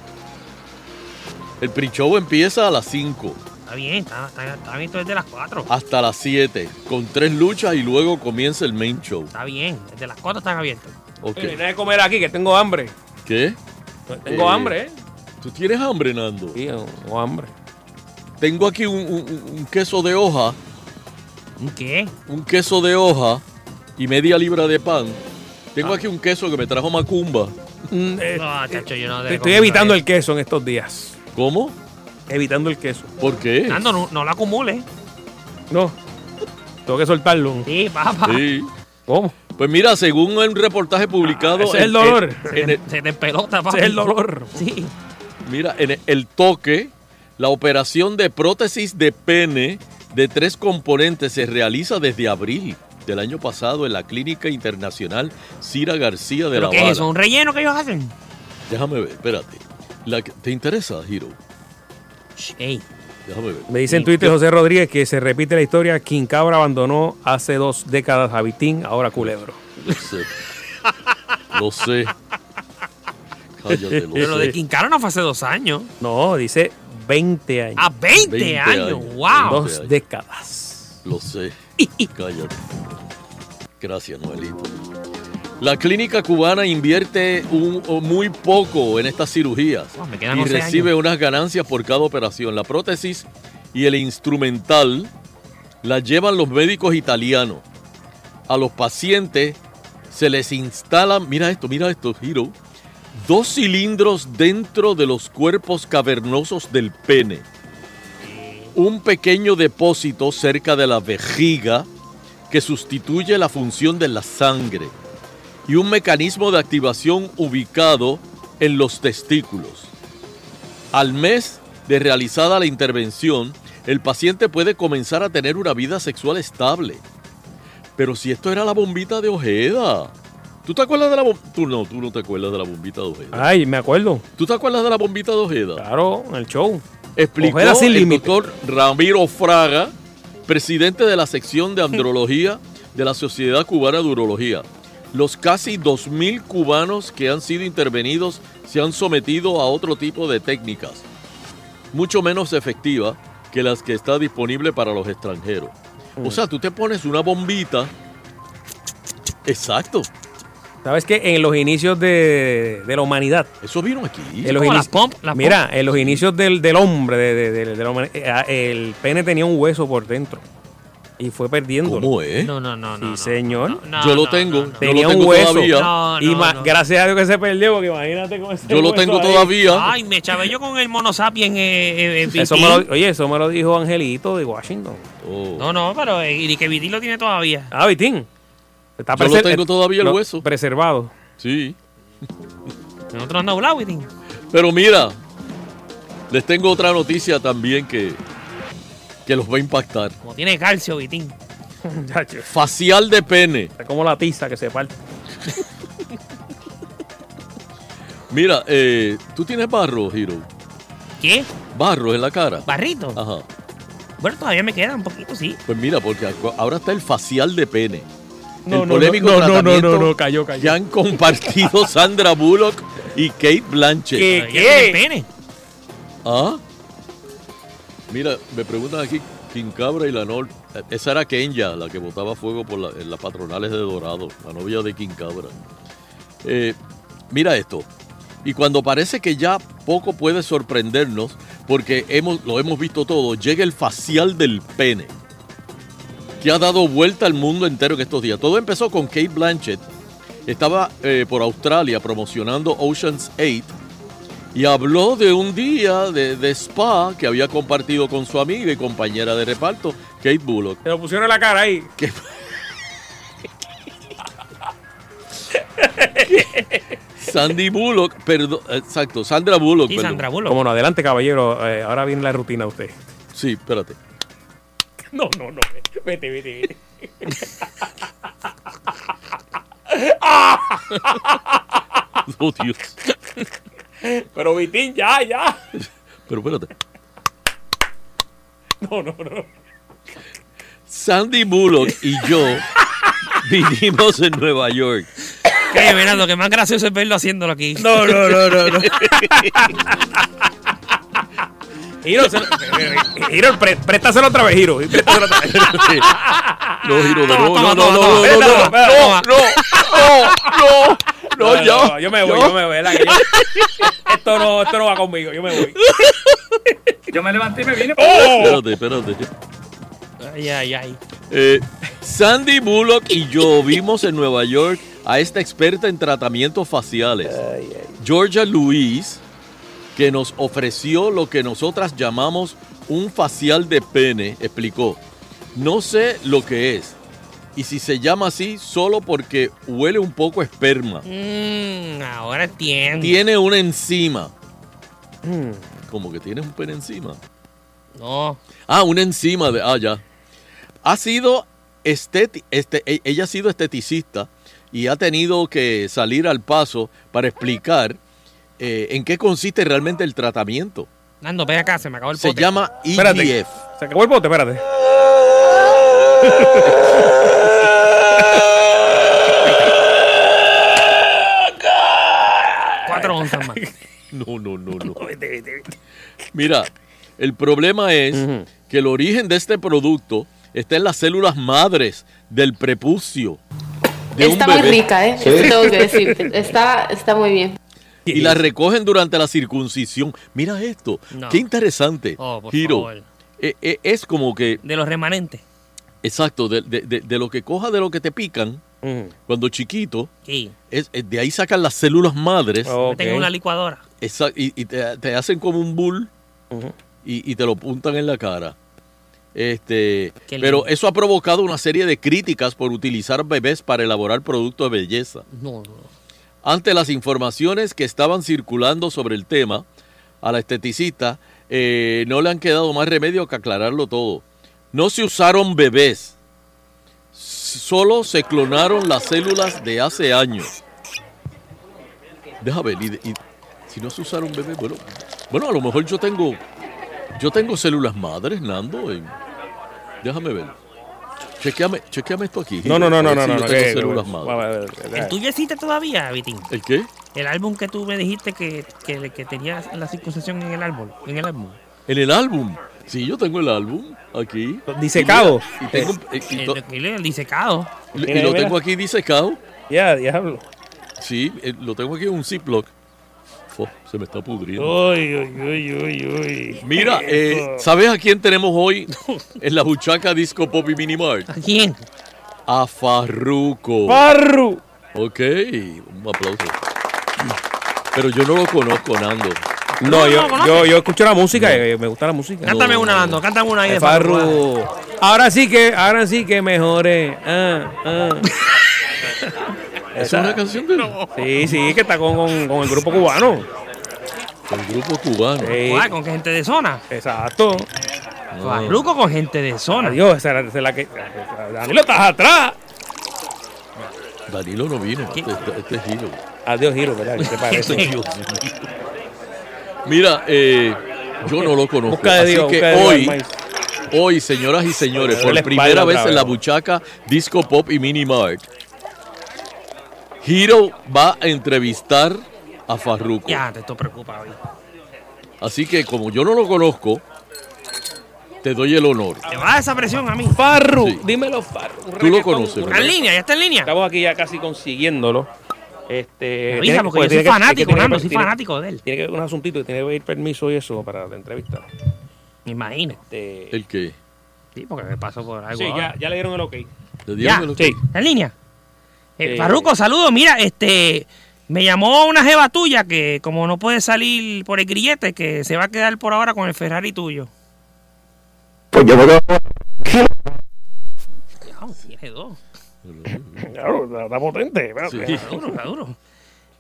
[SPEAKER 1] el pre-show empieza a las 5.
[SPEAKER 19] Está bien, está, está, está bien, esto es de las 4.
[SPEAKER 1] Hasta las 7, con tres luchas y luego comienza el main show.
[SPEAKER 19] Está bien, desde las 4 están abiertos.
[SPEAKER 1] Ok.
[SPEAKER 3] Oye, nada de comer aquí, que tengo hambre.
[SPEAKER 1] ¿Qué?
[SPEAKER 3] Tengo hambre, ¿eh?
[SPEAKER 1] ¿Tú tienes hambre, Nando?
[SPEAKER 3] Sí, tengo hambre.
[SPEAKER 1] Tengo aquí un, un- un queso de hoja.
[SPEAKER 19] ¿Un qué?
[SPEAKER 1] Un queso de hoja y media libra de pan. Tengo
[SPEAKER 19] Ah.
[SPEAKER 1] aquí un queso que me trajo Macumba.
[SPEAKER 3] Mm, eh,
[SPEAKER 19] No, chacho, yo no
[SPEAKER 3] te estoy evitando el queso en estos días.
[SPEAKER 1] ¿Cómo?
[SPEAKER 3] Evitando el queso.
[SPEAKER 1] ¿Por qué?
[SPEAKER 19] Nando, no, no lo acumules.
[SPEAKER 3] No. Tengo que soltarlo.
[SPEAKER 19] Sí, papá.
[SPEAKER 1] Sí.
[SPEAKER 3] ¿Cómo?
[SPEAKER 1] Pues mira, según un reportaje
[SPEAKER 19] Ah,
[SPEAKER 1] publicado.
[SPEAKER 3] ese es el dolor.
[SPEAKER 1] en- en el-
[SPEAKER 19] Se te pelota, papá.
[SPEAKER 3] Ese es el dolor.
[SPEAKER 19] Sí.
[SPEAKER 1] Mira, en el toque, la operación de prótesis de pene de tres componentes se realiza desde abril del año pasado en la Clínica Internacional Cira García de
[SPEAKER 19] ¿Pero
[SPEAKER 1] La
[SPEAKER 19] qué es
[SPEAKER 1] Habana.
[SPEAKER 19] eso? ¿Un relleno que ellos hacen?
[SPEAKER 1] Déjame ver, espérate. La que- ¿Te interesa, Hiro?
[SPEAKER 19] Ey.
[SPEAKER 1] Déjame ver.
[SPEAKER 3] Me dice en Twitter José Rodríguez que se repite la historia. Quincabra abandonó hace dos décadas a Vitín, ahora Culebro.
[SPEAKER 1] Lo sé. Lo sé. Cállate, lo
[SPEAKER 19] Pero lo
[SPEAKER 1] sé.
[SPEAKER 19] de Quincaro no fue hace dos años.
[SPEAKER 3] No, dice 20
[SPEAKER 1] Ah,
[SPEAKER 3] años.
[SPEAKER 19] ¡A 20,
[SPEAKER 1] 20
[SPEAKER 19] años!
[SPEAKER 1] años.
[SPEAKER 19] ¡Wow!
[SPEAKER 3] Dos
[SPEAKER 1] 20 años.
[SPEAKER 3] décadas.
[SPEAKER 1] Lo sé. Cállate. Gracias, Noelito. La clínica cubana invierte un- o muy poco en estas cirugías
[SPEAKER 19] Ah, me quedan
[SPEAKER 1] y
[SPEAKER 19] 11
[SPEAKER 1] recibe unas ganancias por cada operación. La prótesis y el instrumental la llevan los médicos italianos. A los pacientes se les instalan, mira esto, mira esto, Giro, dos cilindros dentro de los cuerpos cavernosos del pene un pequeño depósito cerca de la vejiga que sustituye la función de la sangre y un mecanismo de activación ubicado en los testículos. Al mes de realizada la intervención, el paciente puede comenzar a tener una vida sexual estable. Pero si esto era la bombita de Ojeda. ¿Tú te acuerdas de la bombita? Tú no, tú no te acuerdas de la bombita de Ojeda.
[SPEAKER 3] Ay, me acuerdo.
[SPEAKER 1] ¿Tú te acuerdas de la bombita de Ojeda?
[SPEAKER 3] Claro, en el show.
[SPEAKER 1] Explicó
[SPEAKER 3] Ojeda sin
[SPEAKER 1] el
[SPEAKER 3] límite.
[SPEAKER 1] doctor Ramiro Fraga, presidente de la sección de andrología de la Sociedad Cubana de Urología. Los casi 2.000 cubanos que han sido intervenidos se han sometido a otro tipo de técnicas, mucho menos efectivas que las que está disponible para los extranjeros. O sea, tú te pones una bombita. Exacto.
[SPEAKER 3] ¿Sabes qué? En los inicios de, de la humanidad.
[SPEAKER 1] Eso vino aquí.
[SPEAKER 3] En los
[SPEAKER 19] Como la
[SPEAKER 3] inici-
[SPEAKER 19] pump, la
[SPEAKER 3] mira,
[SPEAKER 19] pump.
[SPEAKER 3] en los inicios del, del hombre, de, de- de- de la humani- eh, ah, el pene tenía un hueso por dentro. Y fue perdiendo.
[SPEAKER 1] ¿Cómo es?
[SPEAKER 19] No, no, no,
[SPEAKER 3] Sí,
[SPEAKER 19] no. no.
[SPEAKER 3] señor.
[SPEAKER 19] No,
[SPEAKER 1] yo lo
[SPEAKER 19] no,
[SPEAKER 1] tengo.
[SPEAKER 19] no, no.
[SPEAKER 1] Yo
[SPEAKER 3] Tenía
[SPEAKER 1] lo tengo
[SPEAKER 3] un hueso.
[SPEAKER 1] todavía.
[SPEAKER 19] No,
[SPEAKER 3] y
[SPEAKER 19] no,
[SPEAKER 3] ma-
[SPEAKER 19] no.
[SPEAKER 3] gracias a Dios que se perdió, porque imagínate cómo ese
[SPEAKER 1] Yo lo
[SPEAKER 3] hueso
[SPEAKER 1] tengo
[SPEAKER 3] ahí.
[SPEAKER 1] todavía.
[SPEAKER 19] Ay, me chavé yo con el mono sapien. Eh, eh, eh,
[SPEAKER 3] Eso
[SPEAKER 19] Vitín.
[SPEAKER 3] me lo- oye, eso me lo dijo Angelito de Washington.
[SPEAKER 1] Oh.
[SPEAKER 19] No, no, pero eh, y que Vitín lo tiene todavía.
[SPEAKER 3] Ah, Vitín. Está
[SPEAKER 1] Yo lo
[SPEAKER 3] preser-
[SPEAKER 1] tengo todavía el
[SPEAKER 3] lo-
[SPEAKER 1] hueso.
[SPEAKER 3] Preservado.
[SPEAKER 1] Sí.
[SPEAKER 19] Nosotros no hablamos, Vitín.
[SPEAKER 1] Pero mira, les tengo otra noticia también que, que los va a impactar.
[SPEAKER 19] Como tiene calcio, Vitín.
[SPEAKER 3] Chacho, Está
[SPEAKER 1] Facial de pene.
[SPEAKER 3] como la tiza que se parte.
[SPEAKER 1] Mira, eh, tú tienes barro, Hiro.
[SPEAKER 19] ¿Qué?
[SPEAKER 1] Barro en la cara.
[SPEAKER 19] ¿Barrito?
[SPEAKER 1] Ajá.
[SPEAKER 19] Bueno, todavía me queda un poquito, sí.
[SPEAKER 1] Pues mira, porque acu- ahora está el facial de pene.
[SPEAKER 3] No,
[SPEAKER 1] el
[SPEAKER 3] no,
[SPEAKER 1] polémico
[SPEAKER 3] no, no, no,
[SPEAKER 1] tratamiento
[SPEAKER 3] no, no, cayó, cayó.
[SPEAKER 1] que han compartido Sandra Bullock y Kate Blanchett.
[SPEAKER 3] ¿Qué?
[SPEAKER 19] Todavía tiene pene.
[SPEAKER 1] ¿Ah? Mira, me preguntan aquí, Quincabra y la Nor. Esa era Kenya, la que botaba fuego por la- en las patronales de Dorado, la novia de Quincabra. Eh, mira esto. Y cuando parece que ya poco puede sorprendernos, porque hemos, lo hemos visto todo, llega el facial del pene, que ha dado vuelta al mundo entero en estos días. Todo empezó con Kate Blanchett. Estaba eh, por Australia promocionando Ocean's 8 y habló de un día de, de spa que había compartido con su amiga y compañera de reparto, Kate Bullock.
[SPEAKER 3] Se lo pusieron en la cara ahí.
[SPEAKER 1] Sandy Bullock, perdón, exacto, Sandra Bullock.
[SPEAKER 19] Sí,
[SPEAKER 1] perdón.
[SPEAKER 19] Sandra Bullock.
[SPEAKER 3] Como no, adelante, caballero. eh, ahora viene la rutina de usted.
[SPEAKER 1] Sí, espérate.
[SPEAKER 3] No, no, no. Vete, vete, vete.
[SPEAKER 1] Oh, Dios.
[SPEAKER 3] Pero Vitín, ya, ya.
[SPEAKER 1] Pero espérate.
[SPEAKER 3] No, no, no.
[SPEAKER 1] Sandy Bullock y yo vinimos en Nueva York.
[SPEAKER 19] Que, mira, lo que más gracioso es verlo haciéndolo aquí.
[SPEAKER 1] No, no, no, no, no.
[SPEAKER 3] Hiro, se- Hiro, pre- préstaselo otra vez, Hiro. Préstaselo otra vez.
[SPEAKER 1] No, Hiro, no, no,
[SPEAKER 3] Toma,
[SPEAKER 1] no, no,
[SPEAKER 3] toma, toma.
[SPEAKER 1] no, no, no,
[SPEAKER 3] Espera,
[SPEAKER 1] no,
[SPEAKER 3] toma.
[SPEAKER 1] no, no, no, no, yo,
[SPEAKER 3] Yo me voy, yo, me voy. ¿verdad? Que yo- esto, no, esto no va conmigo, yo me voy. ¡Oh!
[SPEAKER 4] Yo me levanté y me vine.
[SPEAKER 1] Espérate, espérate.
[SPEAKER 19] Ay, ay, ay.
[SPEAKER 1] Eh, Sandy Bullock y yo vimos en Nueva York a esta experta en tratamientos faciales, Georgia Luis, que nos ofreció lo que nosotras llamamos un facial de pene, explicó. No sé lo que es. Y si se llama así, solo porque huele un poco a esperma.
[SPEAKER 19] Mm, ahora entiendo.
[SPEAKER 1] Tiene una enzima. Como que tiene un pene encima.
[SPEAKER 19] No.
[SPEAKER 1] Ah, una enzima de. Ah, ya. Ha sido. esteti- este, e- ella ha sido esteticista y ha tenido que salir al paso para explicar eh, en qué consiste realmente el tratamiento.
[SPEAKER 19] Nando, ven acá, se me acabó el
[SPEAKER 1] Se
[SPEAKER 19] pote.
[SPEAKER 1] llama
[SPEAKER 19] Espérate.
[SPEAKER 1] IDF.
[SPEAKER 3] Se acabó el bote, espérate.
[SPEAKER 19] Cuatro onzas más.
[SPEAKER 1] No, no, no, no. Mira, el problema es que el origen de este producto está en las células madres del prepucio. de un
[SPEAKER 21] Está muy
[SPEAKER 1] bebé.
[SPEAKER 21] rica, ¿eh? Eso tengo que decirte. Está, está muy bien.
[SPEAKER 1] Y la recogen durante la circuncisión. Mira esto.
[SPEAKER 21] No.
[SPEAKER 1] Qué interesante.
[SPEAKER 19] Oh, por
[SPEAKER 1] Hiro.
[SPEAKER 19] favor.
[SPEAKER 1] Eh, eh, es como que.
[SPEAKER 19] De los remanentes.
[SPEAKER 1] Exacto, de, de- de- de lo que coja de lo que te pican
[SPEAKER 3] Mm,
[SPEAKER 1] cuando chiquito.
[SPEAKER 19] Sí.
[SPEAKER 1] Es, es- de ahí sacan las células madres.
[SPEAKER 19] Tengo una licuadora.
[SPEAKER 1] Esa- y y te, te hacen como un bull y, y te lo puntan en la cara. Este,
[SPEAKER 19] Qué
[SPEAKER 1] pero
[SPEAKER 19] lindo.
[SPEAKER 1] eso ha provocado una serie de críticas por utilizar bebés para elaborar productos de belleza.
[SPEAKER 19] No, no.
[SPEAKER 1] Ante las informaciones que estaban circulando sobre el tema, a la esteticista eh, no le han quedado más remedio que aclararlo todo. No se usaron bebés, solo se clonaron las células de hace años. Déjame ver, y- y si no se usaron bebés, bueno, bueno, a lo mejor yo tengo, yo tengo células madres, Nando. en- déjame ver. Chequeame, chequeame esto aquí.
[SPEAKER 3] No, no, no,
[SPEAKER 1] a
[SPEAKER 3] no,
[SPEAKER 1] ver
[SPEAKER 3] no,
[SPEAKER 1] si
[SPEAKER 3] no.
[SPEAKER 1] yo
[SPEAKER 3] no,
[SPEAKER 1] tengo
[SPEAKER 3] eh,
[SPEAKER 1] células
[SPEAKER 3] va,
[SPEAKER 1] madres.
[SPEAKER 3] va, va, va, va.
[SPEAKER 19] ¿El tuyo existe todavía, Vitín?
[SPEAKER 1] ¿El qué?
[SPEAKER 19] El álbum que tú me dijiste que, que, que tenías la circuncisión en el árbol. En el álbum.
[SPEAKER 1] En el álbum. Sí, yo tengo el álbum aquí.
[SPEAKER 19] Disecado.
[SPEAKER 1] Y, tengo, eh, y,
[SPEAKER 19] El,
[SPEAKER 1] to-
[SPEAKER 19] el- el disecado.
[SPEAKER 1] y lo tengo aquí disecado.
[SPEAKER 3] eh, Ya, diablo.
[SPEAKER 1] Sí, eh, lo tengo aquí en un Ziploc. Fo, se me está pudriendo.
[SPEAKER 19] Uy, uy, uy, uy, uy.
[SPEAKER 1] Mira, eh, ¿sabes a quién tenemos hoy en la Huchaca Disco Pop y Mini Mart? ¿A
[SPEAKER 19] quién?
[SPEAKER 1] A Farruco.
[SPEAKER 3] Farru.
[SPEAKER 1] Ok, un aplauso. Pero yo no lo conozco, Nando.
[SPEAKER 3] No, yo, yo, yo escucho la música y me gusta la música.
[SPEAKER 19] Cántame una, Nando. Cántame una ahí
[SPEAKER 3] Eh,
[SPEAKER 19] de
[SPEAKER 3] Farru.
[SPEAKER 19] Farru.
[SPEAKER 3] Ahora sí que, ahora sí que mejore. Ah, ah.
[SPEAKER 1] ¿Es una canción de
[SPEAKER 3] Sí, sí, que está con, con- con el grupo cubano.
[SPEAKER 1] El grupo cubano.
[SPEAKER 3] eh.
[SPEAKER 19] Ah, con gente de zona.
[SPEAKER 3] Exacto.
[SPEAKER 19] Farruco con gente de zona.
[SPEAKER 3] Dios, esa era- esa es la que. Danilo, estás atrás.
[SPEAKER 1] Danilo no vino. Este, este es Giro.
[SPEAKER 3] Adiós, Giro, ¿verdad? ¿Qué te parece?
[SPEAKER 1] Dios mío. Mira, eh, yo no lo conozco.
[SPEAKER 3] Busca de
[SPEAKER 1] así
[SPEAKER 3] Dios,
[SPEAKER 1] que
[SPEAKER 3] busca de Dios,
[SPEAKER 1] hoy,
[SPEAKER 3] Almaíz.
[SPEAKER 1] hoy, señoras y señores,
[SPEAKER 3] Oye,
[SPEAKER 1] por
[SPEAKER 3] duele la espalda
[SPEAKER 1] primera
[SPEAKER 3] otra
[SPEAKER 1] vez en
[SPEAKER 3] vez.
[SPEAKER 1] la Buchaca Disco Pop y Mini Mart, Hiro va a entrevistar a Farruko.
[SPEAKER 19] Ya, te esto preocupa hoy.
[SPEAKER 1] Así que como yo no lo conozco, te doy el honor.
[SPEAKER 19] Te va esa presión a mí.
[SPEAKER 3] Farru, dímelo, Farru. Un
[SPEAKER 1] lo
[SPEAKER 3] reggaetón,
[SPEAKER 1] conoces,
[SPEAKER 3] un
[SPEAKER 1] ¿verdad?
[SPEAKER 19] Está en línea, ya está en línea.
[SPEAKER 3] Estamos aquí ya casi consiguiéndolo. Este,
[SPEAKER 19] Avisa,
[SPEAKER 3] tiene que-
[SPEAKER 19] porque
[SPEAKER 3] pues,
[SPEAKER 19] yo soy
[SPEAKER 3] tiene que-
[SPEAKER 19] fanático,
[SPEAKER 3] es que tiene que-
[SPEAKER 19] Nando, soy
[SPEAKER 3] tiene-
[SPEAKER 19] fanático de él.
[SPEAKER 3] Tiene que haber un asuntito que tiene que pedir permiso y eso para la entrevista. Este,
[SPEAKER 19] Me imagino.
[SPEAKER 1] ¿El qué?
[SPEAKER 19] Sí, porque me pasó por algo.
[SPEAKER 3] Sí, ya,
[SPEAKER 19] ahora.
[SPEAKER 3] ya le dieron el ok.
[SPEAKER 1] ¿Le
[SPEAKER 19] Ya, sí. ¿Está en línea? Eh,
[SPEAKER 3] Eh,
[SPEAKER 19] Farruco, saludos. Mira, este. Me llamó una jeva tuya que, como no puede salir por el grillete, que se va a quedar por ahora con el Ferrari tuyo.
[SPEAKER 22] Pues yo me quedo.
[SPEAKER 19] Vamos, tiene dos.
[SPEAKER 3] Claro, está, está potente. espérate.
[SPEAKER 19] Está duro, está duro.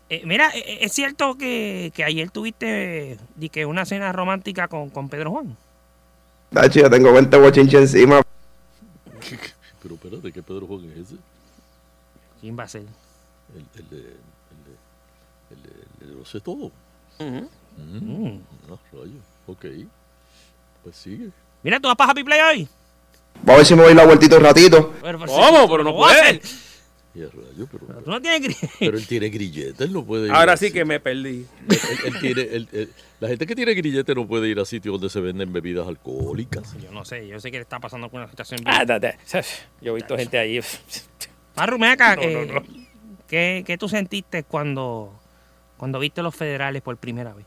[SPEAKER 19] Eh, mira, eh, eh, ¿es cierto que, que ayer tuviste eh, di que una cena romántica con, con Pedro Juan?
[SPEAKER 22] Tacho, yo Ah, tengo 20 bochinches encima.
[SPEAKER 1] Pero espérate, ¿qué Pedro Juan es ese?
[SPEAKER 19] ¿Quién va a ser?
[SPEAKER 1] El, el de. El de. El de, el de lo sé todo. Mm,
[SPEAKER 19] Mm.
[SPEAKER 1] No, rayo. Ok. Pues sigue.
[SPEAKER 19] Mira, ¿tú vas para Happy Play hoy?
[SPEAKER 22] Vamos a ver si me voy la vueltita un ratito.
[SPEAKER 19] Pero, pero
[SPEAKER 3] ¿Cómo? Pero no
[SPEAKER 19] ¿cómo va a
[SPEAKER 3] puede.
[SPEAKER 19] ser?
[SPEAKER 1] Y a rayo, pero,
[SPEAKER 19] tú no tienes grillete.
[SPEAKER 1] Pero él tiene grillete, él no puede ir.
[SPEAKER 3] Ahora
[SPEAKER 1] a
[SPEAKER 3] sí que
[SPEAKER 1] sitios.
[SPEAKER 3] me perdí.
[SPEAKER 1] Él- él tiene- él- él- la gente que tiene grillete no puede ir a sitios donde se venden bebidas alcohólicas.
[SPEAKER 7] Yo no sé, yo sé que le está pasando con una situación.
[SPEAKER 3] Ah, da, da. Yo he visto gente allí.
[SPEAKER 19] Marru, ven acá,
[SPEAKER 7] No,
[SPEAKER 19] eh,
[SPEAKER 7] no, no.
[SPEAKER 19] ¿qué, qué tú sentiste cuando, cuando viste los federales por primera vez?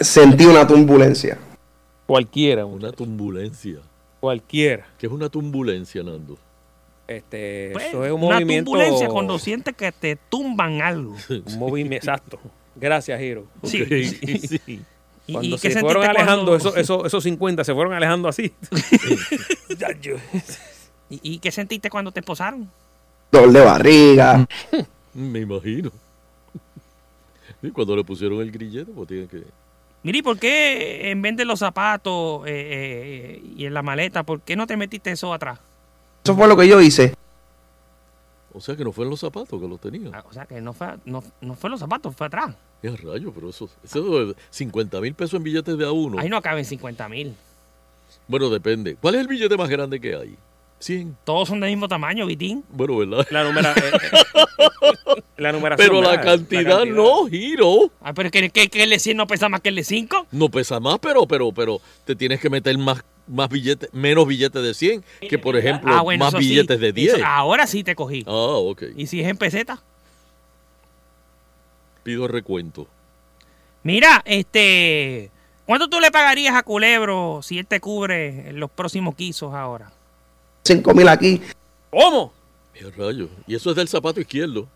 [SPEAKER 22] Sentí una turbulencia.
[SPEAKER 3] Cualquiera.
[SPEAKER 1] Una tumbulencia.
[SPEAKER 3] Cualquiera.
[SPEAKER 1] ¿Qué es una tumbulencia, Nando?
[SPEAKER 3] Este,
[SPEAKER 19] Pues,
[SPEAKER 3] eso es un
[SPEAKER 19] una
[SPEAKER 3] movimiento.
[SPEAKER 19] turbulencia cuando sientes que te tumban algo.
[SPEAKER 3] Un movimiento, exacto. Gracias, Hiro.
[SPEAKER 19] Sí, sí, ¿Y-
[SPEAKER 3] Cuando
[SPEAKER 19] y
[SPEAKER 3] se
[SPEAKER 19] qué
[SPEAKER 3] fueron
[SPEAKER 19] sentiste
[SPEAKER 3] alejando,
[SPEAKER 19] cuando-
[SPEAKER 3] esos, esos, esos 50 se fueron alejando así. Ya, yo-
[SPEAKER 19] ¿Y, y qué sentiste cuando te esposaron?
[SPEAKER 22] Dolor de barriga. Mm.
[SPEAKER 1] Me imagino. Y cuando le pusieron el grillete, pues tienen que.
[SPEAKER 19] Miri, ¿por qué en vez de los zapatos eh, eh, y en la maleta, por qué no te metiste eso atrás?
[SPEAKER 22] Eso fue lo que yo hice.
[SPEAKER 1] O sea que no fueron los zapatos que los tenían.
[SPEAKER 19] Ah, O sea, que no fue, no, no fue los zapatos, fue atrás.
[SPEAKER 1] Ya rayo, pero eso, eso es 50 mil pesos en billetes de a uno.
[SPEAKER 19] Ahí no caben 50 mil.
[SPEAKER 1] Bueno, depende. ¿Cuál es el billete más grande que hay? 100.
[SPEAKER 19] Todos son del mismo tamaño, Vitín.
[SPEAKER 1] Bueno, ¿verdad?
[SPEAKER 3] La, eh, la numeración.
[SPEAKER 1] Pero la
[SPEAKER 19] ¿verdad?
[SPEAKER 1] cantidad,
[SPEAKER 19] La cantidad.
[SPEAKER 1] no, giro.
[SPEAKER 19] Ah, pero que, que, que el de 100 no pesa más que el de 5.
[SPEAKER 1] No pesa más, pero, pero, pero te tienes que meter más, más billetes, menos billetes de 100 que, por ejemplo,
[SPEAKER 19] Ah, bueno,
[SPEAKER 1] más
[SPEAKER 19] eso sí.
[SPEAKER 1] billetes de 10.
[SPEAKER 19] Eso- ahora sí te cogí.
[SPEAKER 1] Ah, ok.
[SPEAKER 19] ¿Y si es en pesetas?
[SPEAKER 1] Pido recuento.
[SPEAKER 19] Mira, este. ¿Cuánto tú le pagarías a Culebro si él te cubre en los próximos quisos ahora?
[SPEAKER 22] 5 mil aquí.
[SPEAKER 3] ¿Cómo?
[SPEAKER 1] Ya rayo. Y eso es del zapato izquierdo.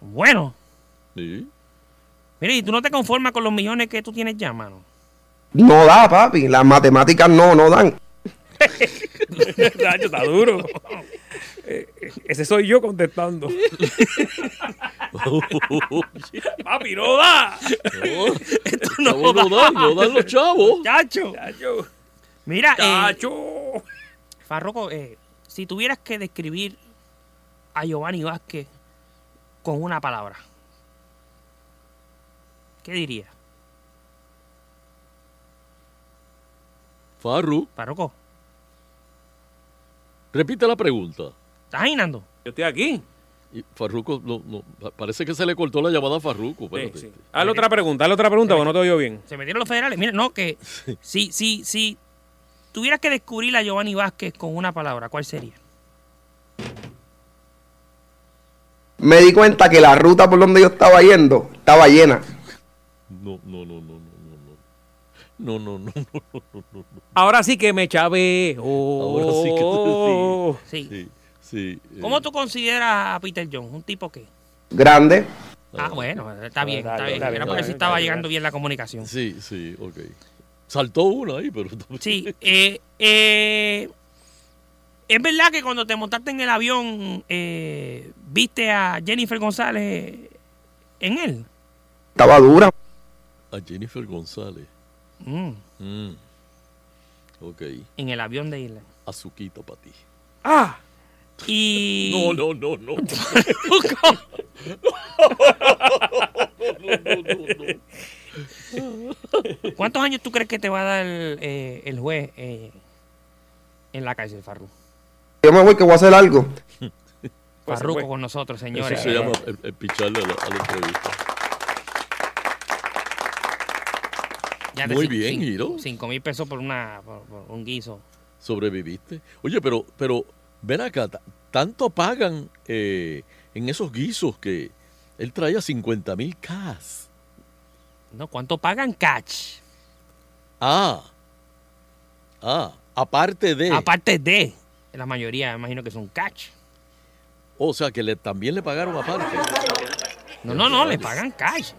[SPEAKER 19] Bueno.
[SPEAKER 1] Sí.
[SPEAKER 19] Mira, y tú no te conformas con los millones que tú tienes ya, mano.
[SPEAKER 22] No da, papi. Las matemáticas no, no dan.
[SPEAKER 3] Nacho, está duro. Eh, Ese soy yo contestando. Papi, no da.
[SPEAKER 19] Esto
[SPEAKER 1] no da. no dan los chavos.
[SPEAKER 19] Chacho. Mira, eh,
[SPEAKER 3] Chacho.
[SPEAKER 19] Farroco, eh, si tuvieras que describir a Giovanni Vázquez con una palabra, ¿qué dirías?
[SPEAKER 1] Farru.
[SPEAKER 19] Farroco.
[SPEAKER 1] Repite la pregunta.
[SPEAKER 19] ¿Estás ahí, Nando?
[SPEAKER 3] Yo estoy aquí.
[SPEAKER 1] Y Farruco, no, no, pa- parece que se le cortó la llamada a Farruco. espérate.
[SPEAKER 3] Hazle otra pregunta, hazle otra pregunta, porque no te oigo bien.
[SPEAKER 19] Se metieron los federales. Mira, no, que si, si, si tuvieras que descubrir a Giovanni Vázquez con una palabra, ¿cuál sería?
[SPEAKER 22] Me di cuenta que la ruta por donde yo estaba yendo estaba llena.
[SPEAKER 1] No, no, no, no, no, no, no. No, no, no, no, no, no, no.
[SPEAKER 3] Ahora sí que me chavé.
[SPEAKER 1] Ahora sí que
[SPEAKER 3] Oh.
[SPEAKER 19] Sí.
[SPEAKER 1] Sí, sí. eh,
[SPEAKER 19] ¿Cómo tú consideras a Peter Jones? ¿Un tipo que?
[SPEAKER 22] Grande.
[SPEAKER 19] Ah, bueno, está bien, está bien.
[SPEAKER 1] está bien,
[SPEAKER 19] Era por
[SPEAKER 1] está
[SPEAKER 19] eso
[SPEAKER 1] bien,
[SPEAKER 19] estaba
[SPEAKER 1] está bien.
[SPEAKER 19] llegando bien la comunicación.
[SPEAKER 1] Sí, sí, ok. Saltó una ahí, pero.
[SPEAKER 19] Sí, eh, eh, es verdad que cuando te montaste en el avión, eh, viste a Jennifer González en él.
[SPEAKER 22] Estaba dura.
[SPEAKER 1] A Jennifer González.
[SPEAKER 19] Mm,
[SPEAKER 1] Mm. Ok.
[SPEAKER 19] en el avión de Isla.
[SPEAKER 1] Azuquita para ti.
[SPEAKER 19] Ah. Y.
[SPEAKER 1] No, no, no, no.
[SPEAKER 19] ¿Cuántos años tú crees que te va a dar eh, el juez eh, en la cárcel, Farru?
[SPEAKER 22] Yo me voy que voy a hacer algo.
[SPEAKER 19] Farruco con nosotros,
[SPEAKER 1] Eso
[SPEAKER 19] señores.
[SPEAKER 1] se llama el, el picharle a la, a la entrevista.
[SPEAKER 19] Ya te
[SPEAKER 1] Muy
[SPEAKER 19] cin-
[SPEAKER 1] bien,
[SPEAKER 19] cin-
[SPEAKER 1] Giro.
[SPEAKER 19] Cinco mil pesos por, una, por, por un guiso.
[SPEAKER 1] Sobreviviste. Oye, pero, pero, ven acá, ta- tanto pagan eh, en esos guisos que él traía 50 mil cas.
[SPEAKER 19] No, ¿cuánto pagan catch?
[SPEAKER 1] Ah. Ah, aparte de.
[SPEAKER 19] Aparte de, la mayoría, me imagino que son catch.
[SPEAKER 1] O sea, que le, también le pagaron aparte.
[SPEAKER 19] No, no, no, le pagan cash.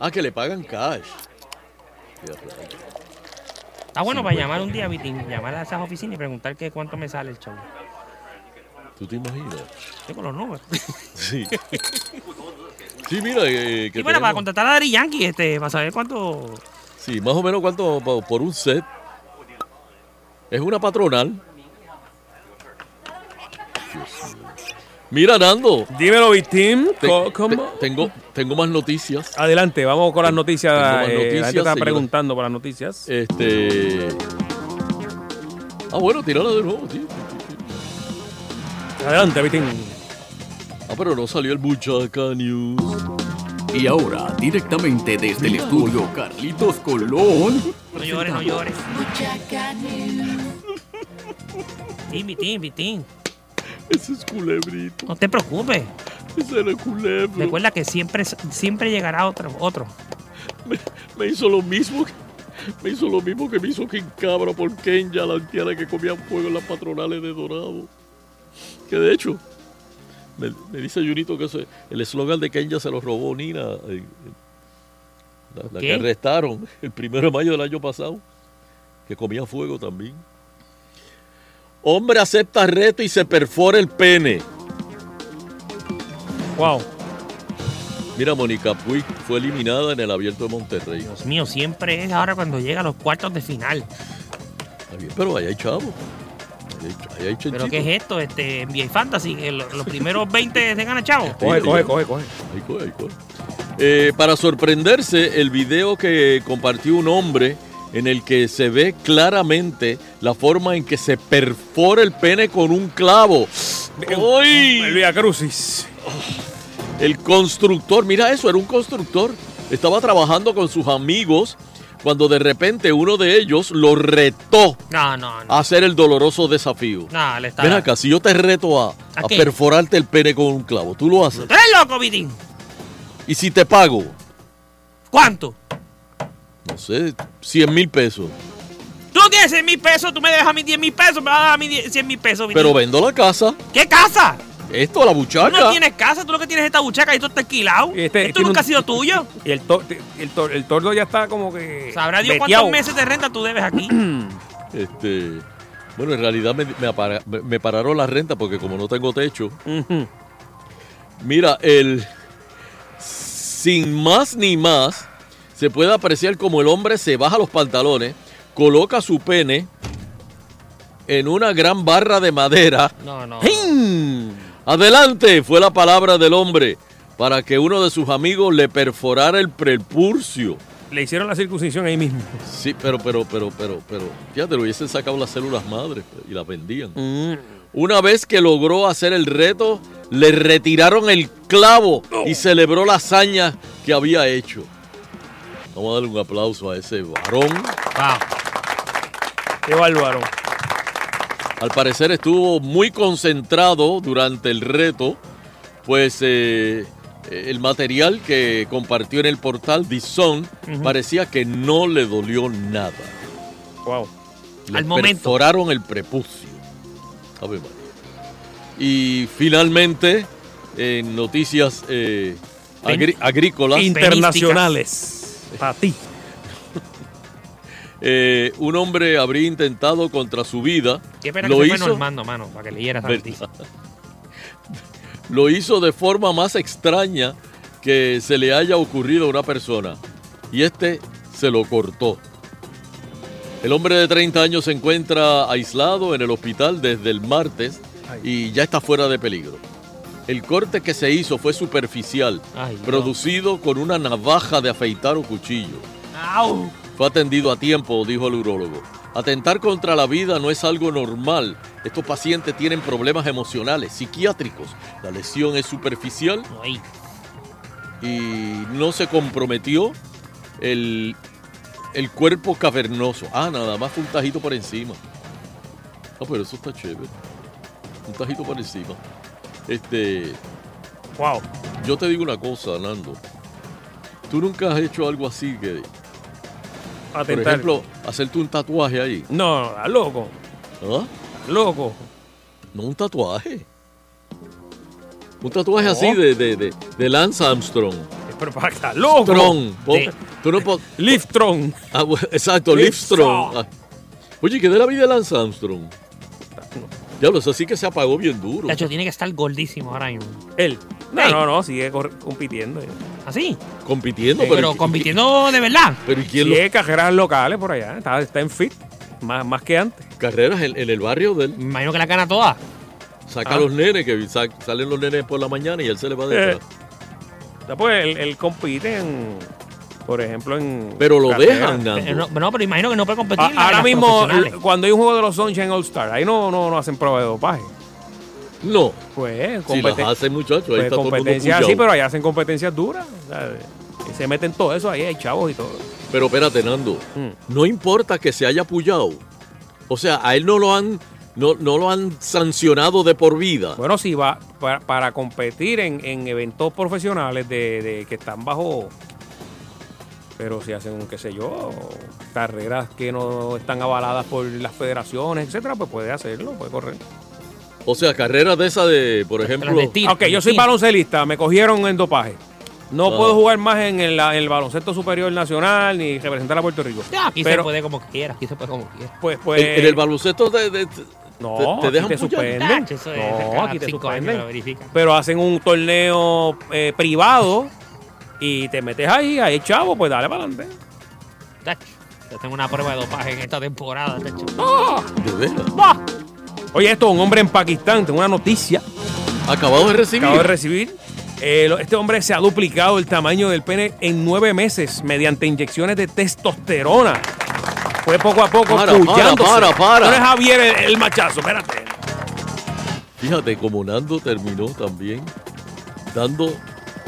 [SPEAKER 1] Ah, que le pagan cash. Qué raro.
[SPEAKER 19] Está bueno
[SPEAKER 1] 50.
[SPEAKER 19] para llamar un día, Vitín, llamar a esas oficinas y preguntar que cuánto me sale el show.
[SPEAKER 1] ¿Tú te imaginas?
[SPEAKER 19] Tengo los números.
[SPEAKER 1] Sí. Sí, mira. eh, que
[SPEAKER 19] Y bueno, para
[SPEAKER 1] tenemos-
[SPEAKER 19] contratar a Dari Yankee, este, para saber cuánto.
[SPEAKER 1] Sí, más o menos cuánto po- por un set. Es una patronal. Dios mío. Mira, Nando.
[SPEAKER 3] Dímelo, Vitín. Co- ¿Cómo?
[SPEAKER 1] tengo, tengo más noticias.
[SPEAKER 3] Adelante, vamos con las noticias.
[SPEAKER 1] Tengo más
[SPEAKER 3] eh, la
[SPEAKER 1] noticias,
[SPEAKER 3] gente está
[SPEAKER 1] señora.
[SPEAKER 3] preguntando por las noticias.
[SPEAKER 1] Este. Ah, bueno, tirala de nuevo, sí.
[SPEAKER 3] Adelante, Vitín.
[SPEAKER 1] Ah, pero no salió el Buchaca News.
[SPEAKER 20] Y ahora, directamente desde el estudio Carlitos Colón.
[SPEAKER 19] No llores, no llores. Timmy, Timmy, Timmy.
[SPEAKER 1] Ese es culebrito.
[SPEAKER 19] No te preocupes.
[SPEAKER 1] Ese era culebro.
[SPEAKER 19] Recuerda que siempre, siempre llegará otro. otro.
[SPEAKER 1] Me, me hizo lo mismo. que- Me hizo lo mismo que me hizo King Cabra por Kenya, la anciana que comía fuego en las patronales de Dorado. Que de hecho, me, me dice Junito que se- el eslogan de Kenya se lo robó Nina. eh, eh, La, la que
[SPEAKER 8] ¿Qué?
[SPEAKER 1] arrestaron el primero de mayo del año pasado. Que comía fuego también. Hombre acepta reto y se perfora el pene.
[SPEAKER 3] Wow.
[SPEAKER 1] Mira, Mónica Puig fue eliminada en el abierto de Monterrey.
[SPEAKER 19] Dios mío, siempre es ahora cuando llega a los cuartos de final.
[SPEAKER 1] Está bien, pero ahí hay chavo. Ahí hay, ch- ahí hay
[SPEAKER 19] ¿Pero
[SPEAKER 1] chanchito.
[SPEAKER 19] qué es esto? Este, NBA Fantasy, que lo- los primeros 20 se gana, chavo.
[SPEAKER 1] Coge, coge, coge,
[SPEAKER 16] coge.
[SPEAKER 1] Ahí coge, ahí coge. Eh, para sorprenderse, el video que compartió un hombre en el que se ve claramente la forma en que se perfora el pene con un clavo. ¡Ay! El Via Crucis. El constructor, mira eso, era un constructor. Estaba trabajando con sus amigos cuando de repente uno de ellos lo retó
[SPEAKER 19] No, no, no.
[SPEAKER 1] a hacer el doloroso desafío.
[SPEAKER 19] No, le está.
[SPEAKER 1] Ven acá, si yo te reto a,
[SPEAKER 19] Ah. ¿A
[SPEAKER 1] a
[SPEAKER 19] qué?
[SPEAKER 1] perforarte el pene con un clavo, tú lo haces.
[SPEAKER 19] ¡Tú eres ¡Eh, loco, Vitín!
[SPEAKER 1] Y si te pago,
[SPEAKER 19] ¿Cuánto?
[SPEAKER 1] no sé, 100 mil pesos.
[SPEAKER 19] Tú tienes 100 mil pesos, tú me dejas a mí 10 mil pesos, me vas a dar a mí 10 100 mil pesos, Vitín.
[SPEAKER 1] Pero vendo la casa.
[SPEAKER 19] ¿Qué casa?
[SPEAKER 1] Esto, la
[SPEAKER 19] Tú no
[SPEAKER 1] buchaca.
[SPEAKER 19] tienes casa, tú lo que tienes es esta buchaca y esto está alquilado. esto
[SPEAKER 3] Este, tiene
[SPEAKER 19] nunca
[SPEAKER 3] un-
[SPEAKER 19] ha sido tuyo.
[SPEAKER 3] Y el, to- el, to- el tordo ya está como que.
[SPEAKER 19] Sabrá Dios
[SPEAKER 3] veteado.
[SPEAKER 19] cuántos meses de renta tú debes aquí.
[SPEAKER 1] Este, bueno, en realidad me, me apara- me- me pararon la renta porque como no tengo techo. Mira, el sin más ni más se puede apreciar como el hombre se baja los pantalones, coloca su pene en una gran barra de madera.
[SPEAKER 19] No, no.
[SPEAKER 1] ¡Ping! Adelante fue la palabra del hombre para que uno de sus amigos le perforara el prepurcio.
[SPEAKER 3] Le hicieron la circuncisión ahí mismo.
[SPEAKER 1] Sí, pero, pero, pero, pero, pero, fíjate, le hubiesen sacado las células madres y las vendían. Una vez que logró hacer el reto, le retiraron el clavo y celebró la hazaña que había hecho. Vamos a darle un aplauso a ese varón.
[SPEAKER 3] Qué bárbaro.
[SPEAKER 1] Al parecer estuvo muy concentrado durante el reto, pues eh, el material que compartió en el portal The Sun
[SPEAKER 19] Ujú.
[SPEAKER 1] parecía que no le dolió nada.
[SPEAKER 3] Wow.
[SPEAKER 1] Le
[SPEAKER 19] Al momento.
[SPEAKER 1] perforaron el prepucio. Ave María. Y finalmente, en noticias eh, agrí- agrícolas
[SPEAKER 3] Internacionales. Para ti.
[SPEAKER 1] eh, un hombre habría intentado contra su vida.
[SPEAKER 19] Qué pena
[SPEAKER 1] lo
[SPEAKER 19] que se fue
[SPEAKER 1] hizo,
[SPEAKER 19] Normando, mano, para que leyera esa
[SPEAKER 1] Ver-
[SPEAKER 19] noticia.
[SPEAKER 1] lo hizo de forma más extraña que se le haya ocurrido a una persona. Y este se lo cortó. El hombre de 30 años se encuentra aislado en el hospital desde el martes y ya está fuera de peligro. El corte que se hizo fue superficial,
[SPEAKER 19] Ay, no.
[SPEAKER 1] producido con una navaja de afeitar o cuchillo.
[SPEAKER 19] ¡Au!
[SPEAKER 1] Fue atendido a tiempo, dijo el urólogo. Atentar contra la vida no es algo normal. Estos pacientes tienen problemas emocionales, psiquiátricos. La lesión es superficial
[SPEAKER 19] Ay.
[SPEAKER 1] y no se comprometió el, el cuerpo cavernoso. Ah, nada más fue un tajito por encima. Ah, pero eso está chévere. Un tajito por encima. Este.
[SPEAKER 3] Wow.
[SPEAKER 1] Yo te digo una cosa, Nando. Tú nunca has hecho algo así que. Por
[SPEAKER 3] Atentar.
[SPEAKER 1] ejemplo, hacerte un tatuaje ahí.
[SPEAKER 3] No, a loco.
[SPEAKER 1] ¿Ah?
[SPEAKER 3] Loco.
[SPEAKER 1] No un tatuaje. Un tatuaje así de, de, de, de Lance Armstrong.
[SPEAKER 3] Pero para acá, loco.
[SPEAKER 1] Tron. Po-
[SPEAKER 3] De-
[SPEAKER 1] Tú
[SPEAKER 19] Eh.
[SPEAKER 1] no po-
[SPEAKER 3] Liftron.
[SPEAKER 1] Ah, bueno, exacto,
[SPEAKER 3] Liftron.
[SPEAKER 1] Liftron. Ah. Oye, ¿qué de la vida de Lance Armstrong? Ya lo sé, así que se apagó bien duro.
[SPEAKER 19] De hecho, tiene que estar gordísimo ahora mismo.
[SPEAKER 3] Él. No,
[SPEAKER 19] Ey.
[SPEAKER 3] no, no, sigue cor- compitiendo.
[SPEAKER 19] ¿Así?
[SPEAKER 1] Compitiendo,
[SPEAKER 19] pero, compitiendo de verdad.
[SPEAKER 1] Pero ¿y quién lo-
[SPEAKER 3] Sigue carreras locales por allá. Está, está en fit. Más, más que antes.
[SPEAKER 1] Carreras en, en el barrio de él.
[SPEAKER 19] Imagino que la gana toda.
[SPEAKER 1] Saca
[SPEAKER 3] Ah.
[SPEAKER 1] a los nenes, que sa- salen los nenes por la mañana y él se le va detrás.
[SPEAKER 3] Ya, Eh, pues él, él compite en. Por ejemplo, en.
[SPEAKER 1] Pero lo
[SPEAKER 3] carreras.
[SPEAKER 1] dejan,
[SPEAKER 19] Eh, No, no, pero imagino que no puede competir. en
[SPEAKER 3] A-
[SPEAKER 19] la-
[SPEAKER 3] ahora
[SPEAKER 19] las
[SPEAKER 3] mismo,
[SPEAKER 19] profesionales.
[SPEAKER 3] cuando hay un juego de los Sunshine All-Star, ahí no, no, no hacen prueba de dopaje.
[SPEAKER 1] No.
[SPEAKER 3] Pues,
[SPEAKER 1] Si las hacen, muchachos, ahí
[SPEAKER 3] pues
[SPEAKER 1] está todo el mundo
[SPEAKER 3] competencias así,
[SPEAKER 1] puyao.
[SPEAKER 3] pero ahí hacen competencias duras. ¿sabes? Y se meten todo eso ahí, hay chavos y todo.
[SPEAKER 1] Pero espérate, Nando.
[SPEAKER 3] Mm.
[SPEAKER 1] No importa que se haya apoyado. O sea, a él no lo han, no, no lo han sancionado de por vida.
[SPEAKER 3] Bueno, si va para, para competir en, en eventos profesionales de, de- que están bajo. Pero si hacen, qué sé yo, carreras que no están avaladas por las federaciones, etcétera, pues puede hacerlo, puede correr.
[SPEAKER 1] O sea, carreras de esa de, por ejemplo.
[SPEAKER 3] Ah, ok, yo soy baloncelista, me cogieron en dopaje. No
[SPEAKER 1] Ah.
[SPEAKER 3] puedo jugar más en el, en el baloncesto superior nacional ni representar a Puerto Rico.
[SPEAKER 19] Ya, aquí se
[SPEAKER 3] Pero-
[SPEAKER 19] puede como quiera, aquí se puede como quiera.
[SPEAKER 3] Pues, pues.
[SPEAKER 1] En- en el baloncesto te, te-
[SPEAKER 3] No,
[SPEAKER 1] te- te dejan
[SPEAKER 3] aquí te
[SPEAKER 1] puyar.
[SPEAKER 3] suspenden.
[SPEAKER 19] Tacho, eso es de
[SPEAKER 3] No,
[SPEAKER 19] cada
[SPEAKER 3] aquí te
[SPEAKER 19] cinco años
[SPEAKER 3] suspenden.
[SPEAKER 19] lo verifican.
[SPEAKER 3] Pero hacen un torneo eh, privado y te metes ahí, ahí chavo, pues dale para adelante.
[SPEAKER 19] Tacho, Yo tengo una prueba de dopaje en esta temporada, tacho.
[SPEAKER 3] Ah,
[SPEAKER 1] ¿De veras?
[SPEAKER 19] ¡Ah!
[SPEAKER 3] Oye, esto, un hombre en Pakistán, tengo una noticia.
[SPEAKER 1] Acabado de recibir.
[SPEAKER 3] Acabo de recibir. Eh, lo- este hombre se ha duplicado el tamaño del pene en nueve meses mediante inyecciones de testosterona. Fue poco a poco
[SPEAKER 1] Para, para,
[SPEAKER 3] puyándose.
[SPEAKER 1] para, para.
[SPEAKER 3] No es Javier el, el machazo, espérate.
[SPEAKER 1] Fíjate, como Nando terminó también dando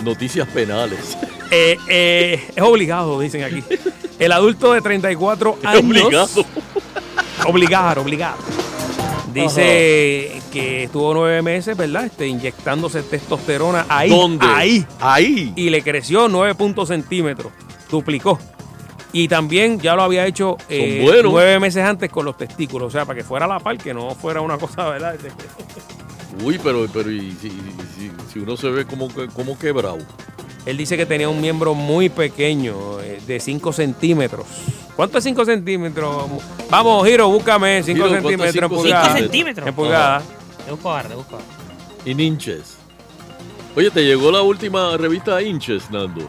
[SPEAKER 1] noticias penales.
[SPEAKER 3] Eh, eh, es obligado, dicen aquí. El adulto de 34
[SPEAKER 1] Es
[SPEAKER 3] años.
[SPEAKER 1] obligado.
[SPEAKER 3] Obligar, obligar. Dice que estuvo nueve meses, ¿verdad? Este, inyectándose testosterona ahí.
[SPEAKER 1] ¿Dónde?
[SPEAKER 3] Ahí.
[SPEAKER 1] Ahí.
[SPEAKER 3] Y le creció 9 puntos centímetros. Duplicó. Y también ya lo había hecho eh,
[SPEAKER 1] buenos.
[SPEAKER 3] nueve meses antes con los testículos. O sea, para que fuera a la par, que no fuera una cosa, ¿verdad? Este,
[SPEAKER 1] Uy, pero, pero y si, y si- si uno se ve como, que- como quebrado.
[SPEAKER 3] Él dice que tenía un miembro muy pequeño, eh, de 5 centímetros. ¿Cuánto es 5 centímetros? Vamos, Giro, búscame 5
[SPEAKER 1] Giro, ¿cuánto es
[SPEAKER 3] centímetros en
[SPEAKER 1] cinco
[SPEAKER 3] pulgada.
[SPEAKER 1] centímetros?
[SPEAKER 3] En pulgada.
[SPEAKER 19] Es un cobarde, es un cobarde.
[SPEAKER 1] Y Ninches. Oye, ¿te llegó la última revista Inches, Nando?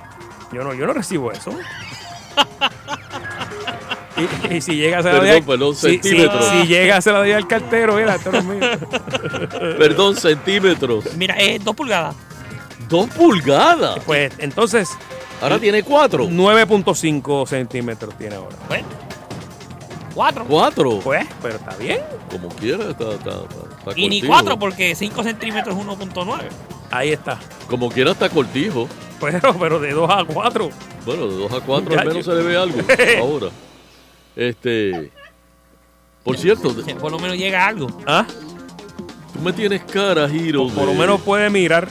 [SPEAKER 3] Yo no, yo no recibo eso. y, y si llega a ser
[SPEAKER 1] Perdón,
[SPEAKER 3] la de-
[SPEAKER 1] perdón,
[SPEAKER 3] si- si-
[SPEAKER 1] centímetros.
[SPEAKER 3] Si, llega a ser la de al cartero, mira, esto no es mío.
[SPEAKER 1] Perdón, centímetros.
[SPEAKER 19] Mira, es dos pulgadas.
[SPEAKER 1] Dos pulgadas.
[SPEAKER 3] Pues entonces.
[SPEAKER 1] Ahora tiene cuatro.
[SPEAKER 3] 9.5 centímetros tiene ahora.
[SPEAKER 19] Cuatro.
[SPEAKER 1] Cuatro.
[SPEAKER 3] Pues, pero está bien.
[SPEAKER 1] Como quiera, está, está, está- está
[SPEAKER 19] Y ni
[SPEAKER 1] cortijo.
[SPEAKER 19] cuatro porque 5 centímetros es 1.9.
[SPEAKER 3] Ahí está.
[SPEAKER 19] pues.
[SPEAKER 1] Como quiera, está cortijo.
[SPEAKER 3] Pero, pero de 2 a 4.
[SPEAKER 1] Bueno, de 2 a 4
[SPEAKER 3] Ya,
[SPEAKER 1] al menos
[SPEAKER 3] yo-
[SPEAKER 1] se le ve algo ahora. Este. Por cierto. de-
[SPEAKER 19] Por lo menos llega algo.
[SPEAKER 3] ¿Ah?
[SPEAKER 1] Tú me tienes cara, Giro.
[SPEAKER 3] Por lo menos puede mirar.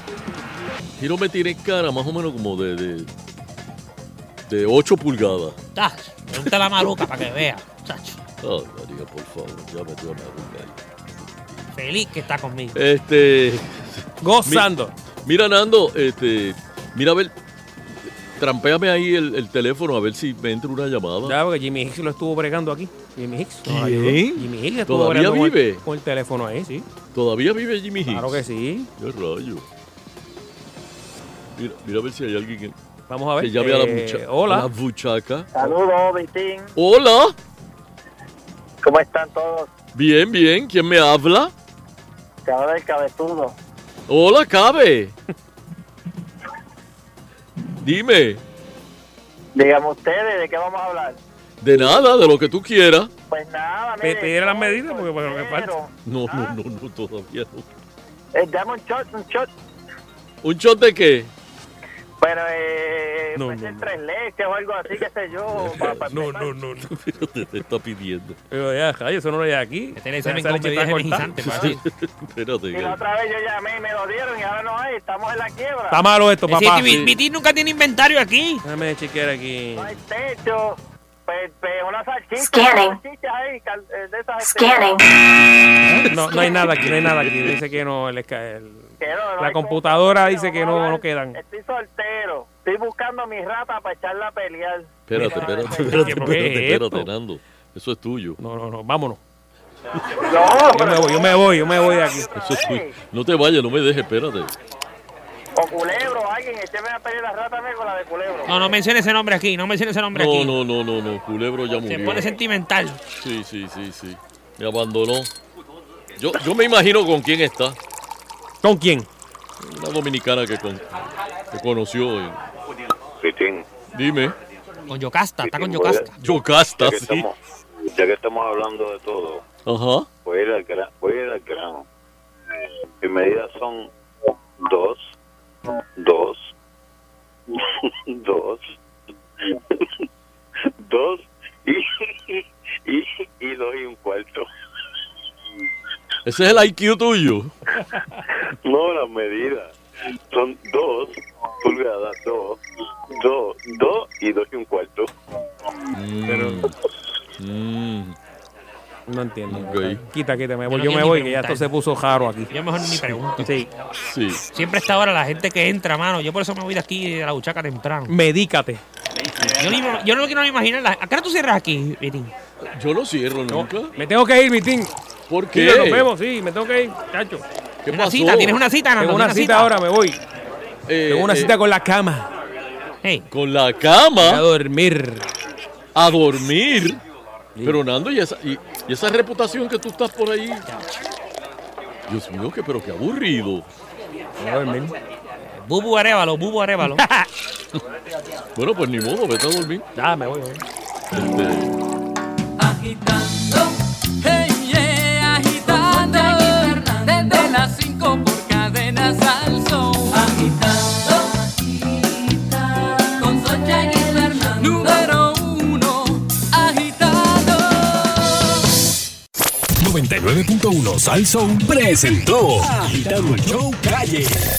[SPEAKER 1] Giro me tiene cara más o menos como de. de, de 8 pulgadas.
[SPEAKER 19] Tacho, Pregunta Ah, a la maluca para que vea. Tacho,
[SPEAKER 1] Ay, María, por favor, ya me dio la boca ahí.
[SPEAKER 19] feliz que está conmigo.
[SPEAKER 1] Este.
[SPEAKER 3] Gozando.
[SPEAKER 1] Mi- mira, Nando, este. Mira, a ver. Trampéame ahí el, el teléfono a ver si me entra una llamada.
[SPEAKER 3] Ya, porque Jimmy Hicks lo estuvo bregando aquí. Jimmy Hicks. nos
[SPEAKER 1] ¿Quién?
[SPEAKER 3] ayudó. Jimmy Hicks estuvo
[SPEAKER 1] ¿Todavía
[SPEAKER 3] bregando con el-
[SPEAKER 1] vive?
[SPEAKER 3] Con el, teléfono ahí, sí.
[SPEAKER 1] ¿Todavía vive Jimmy Hicks?
[SPEAKER 3] Claro que sí.
[SPEAKER 1] ¡Qué rayo! Mira, mira a ver si hay alguien que,
[SPEAKER 3] Vamos a ver.
[SPEAKER 1] que llame a la,
[SPEAKER 3] Eh,
[SPEAKER 1] mucha-
[SPEAKER 3] hola.
[SPEAKER 1] a la buchaca.
[SPEAKER 9] Saludos, Vitín.
[SPEAKER 1] ¡Hola!
[SPEAKER 9] ¿Cómo están todos?
[SPEAKER 1] Bien, bien. ¿Quién me habla?
[SPEAKER 9] Te habla el cabezudo.
[SPEAKER 1] ¡Hola, Cabe! Dime.
[SPEAKER 9] Dígame ustedes, ¿de qué vamos a hablar?
[SPEAKER 1] De nada, de lo que tú quieras.
[SPEAKER 9] Pues nada,
[SPEAKER 3] Pe-
[SPEAKER 9] mire,
[SPEAKER 3] pedir las medidas porque para lo que falta.
[SPEAKER 1] No, no, no, no, todavía no.
[SPEAKER 9] eh, dame un shot, un shot.
[SPEAKER 1] ¿Un shot de qué?
[SPEAKER 9] Pero eh,
[SPEAKER 1] No,
[SPEAKER 9] puede
[SPEAKER 1] no,
[SPEAKER 9] ser
[SPEAKER 1] no.
[SPEAKER 9] tres leches o algo así, qué sé yo. pa- pa-
[SPEAKER 1] No, no, no, no. te, te está pidiendo.
[SPEAKER 3] Pero ya, rayo, eso no lo hay aquí.
[SPEAKER 19] Este le dicen
[SPEAKER 3] Esa leche está cortada.
[SPEAKER 19] inconveniente, padre.
[SPEAKER 1] Espérate.
[SPEAKER 9] Y la otra vez yo llamé y me lo dieron y ahora no hay, estamos en la quiebra.
[SPEAKER 3] Está malo esto,
[SPEAKER 19] Es decir, que
[SPEAKER 3] papá.
[SPEAKER 19] Mi- Vitín nunca tiene inventario aquí.
[SPEAKER 3] Déjame chequear aquí.
[SPEAKER 9] No hay techo. Pues, pues una salchicha.
[SPEAKER 19] Scamming.
[SPEAKER 9] una salchicha ahí, cal- eh, de esas, este,
[SPEAKER 3] No, no hay nada aquí, no hay nada aquí. Dice que no, el esca- el-
[SPEAKER 9] que no, no
[SPEAKER 3] la
[SPEAKER 9] hay
[SPEAKER 3] computadora dice que no, no quedan.
[SPEAKER 9] techo. Estoy soltero. Estoy buscando a mi rata pues. para echarla a pelear.
[SPEAKER 1] Espérate,
[SPEAKER 9] Para-
[SPEAKER 1] espérate,
[SPEAKER 9] para-
[SPEAKER 1] espérate,
[SPEAKER 3] ¿Por qué
[SPEAKER 1] espérate,
[SPEAKER 3] esto?
[SPEAKER 1] espérate, Nando. Eso es tuyo.
[SPEAKER 3] No, no, no, vámonos.
[SPEAKER 9] No,
[SPEAKER 3] Yo me voy, yo me voy, yo me voy de aquí.
[SPEAKER 1] Eso es tuyo. No te vayas, no me dejes, espérate.
[SPEAKER 9] O culebro, alguien, écheme a pelear la rata me con la de culebro.
[SPEAKER 19] No, no mencione ese nombre aquí, no mencione ese nombre
[SPEAKER 1] No,
[SPEAKER 19] aquí.
[SPEAKER 1] no, no, no, no. Culebro ya murió.
[SPEAKER 19] Se pone sentimental.
[SPEAKER 1] Sí, sí, sí, sí. Me abandonó. Yo, yo me imagino con quién está.
[SPEAKER 3] ¿Con quién?
[SPEAKER 1] Una dominicana que, con, que conoció. en-
[SPEAKER 14] Vitín,
[SPEAKER 1] Dime.
[SPEAKER 19] Con Yocasta, está con
[SPEAKER 14] Sí, voy a-
[SPEAKER 19] Yocasta.
[SPEAKER 1] Yocasta,
[SPEAKER 14] ya que
[SPEAKER 1] sí.
[SPEAKER 14] estamos- ya que estamos hablando de todo,
[SPEAKER 1] Ajá.
[SPEAKER 14] voy a ir al gra- voy a ir al grano. Eh, Mis medidas son dos, dos, dos, dos y, y, y dos y un cuarto.
[SPEAKER 1] Ese es el IQ tuyo.
[SPEAKER 14] No, las medidas son dos pulgadas, dos, dos, dos y dos y un cuarto.
[SPEAKER 3] Pero-
[SPEAKER 1] Mm.
[SPEAKER 3] No entiendo.
[SPEAKER 1] Ok.
[SPEAKER 3] Quita, quita, me voy.
[SPEAKER 19] Yo no
[SPEAKER 3] Yo me
[SPEAKER 19] quiero
[SPEAKER 3] voy,
[SPEAKER 19] ni
[SPEAKER 3] que ya
[SPEAKER 19] preguntar.
[SPEAKER 3] esto se puso jaro aquí.
[SPEAKER 19] Yo mejor ni pregunto.
[SPEAKER 3] Sí.
[SPEAKER 1] Sí.
[SPEAKER 19] Siempre está ahora la gente que entra, mano. Yo por eso me voy de aquí de la buchaca temprano.
[SPEAKER 3] Medícate.
[SPEAKER 19] Yo, ni- yo no quiero ni imaginar. La, ¿A qué hora tú cierras aquí, Vitín?
[SPEAKER 1] Yo no cierro nunca.
[SPEAKER 3] Me tengo que ir, Vitín.
[SPEAKER 1] ¿Por
[SPEAKER 3] Sí,
[SPEAKER 1] qué?
[SPEAKER 3] nos vemos, sí, me tengo que ir, chacho.
[SPEAKER 1] ¿Qué
[SPEAKER 19] Una pasó? cita, tienes una cita, Nando, tienes
[SPEAKER 3] Tengo una
[SPEAKER 19] una
[SPEAKER 3] cita
[SPEAKER 19] cita.
[SPEAKER 3] ahora, me voy. Tengo una
[SPEAKER 1] eh.
[SPEAKER 3] cita con la cama.
[SPEAKER 1] Con la cama.
[SPEAKER 3] A dormir.
[SPEAKER 1] A dormir. Pero Nando, ¿y esa, y, y esa reputación que tú estás por ahí. Dios mío, que, pero qué aburrido.
[SPEAKER 19] Bubu Arevalo, Bubu Arevalo.
[SPEAKER 1] Bueno, pues ni modo, vete a dormir.
[SPEAKER 3] Ya, me voy.
[SPEAKER 2] Hey, yeah, agitando, desde las 5 por cadenas al sol. Agitando, con Soncha y Fernando, número uno, agitando.
[SPEAKER 8] 99.1 Sal Soul presentó Agitando el Show Calle.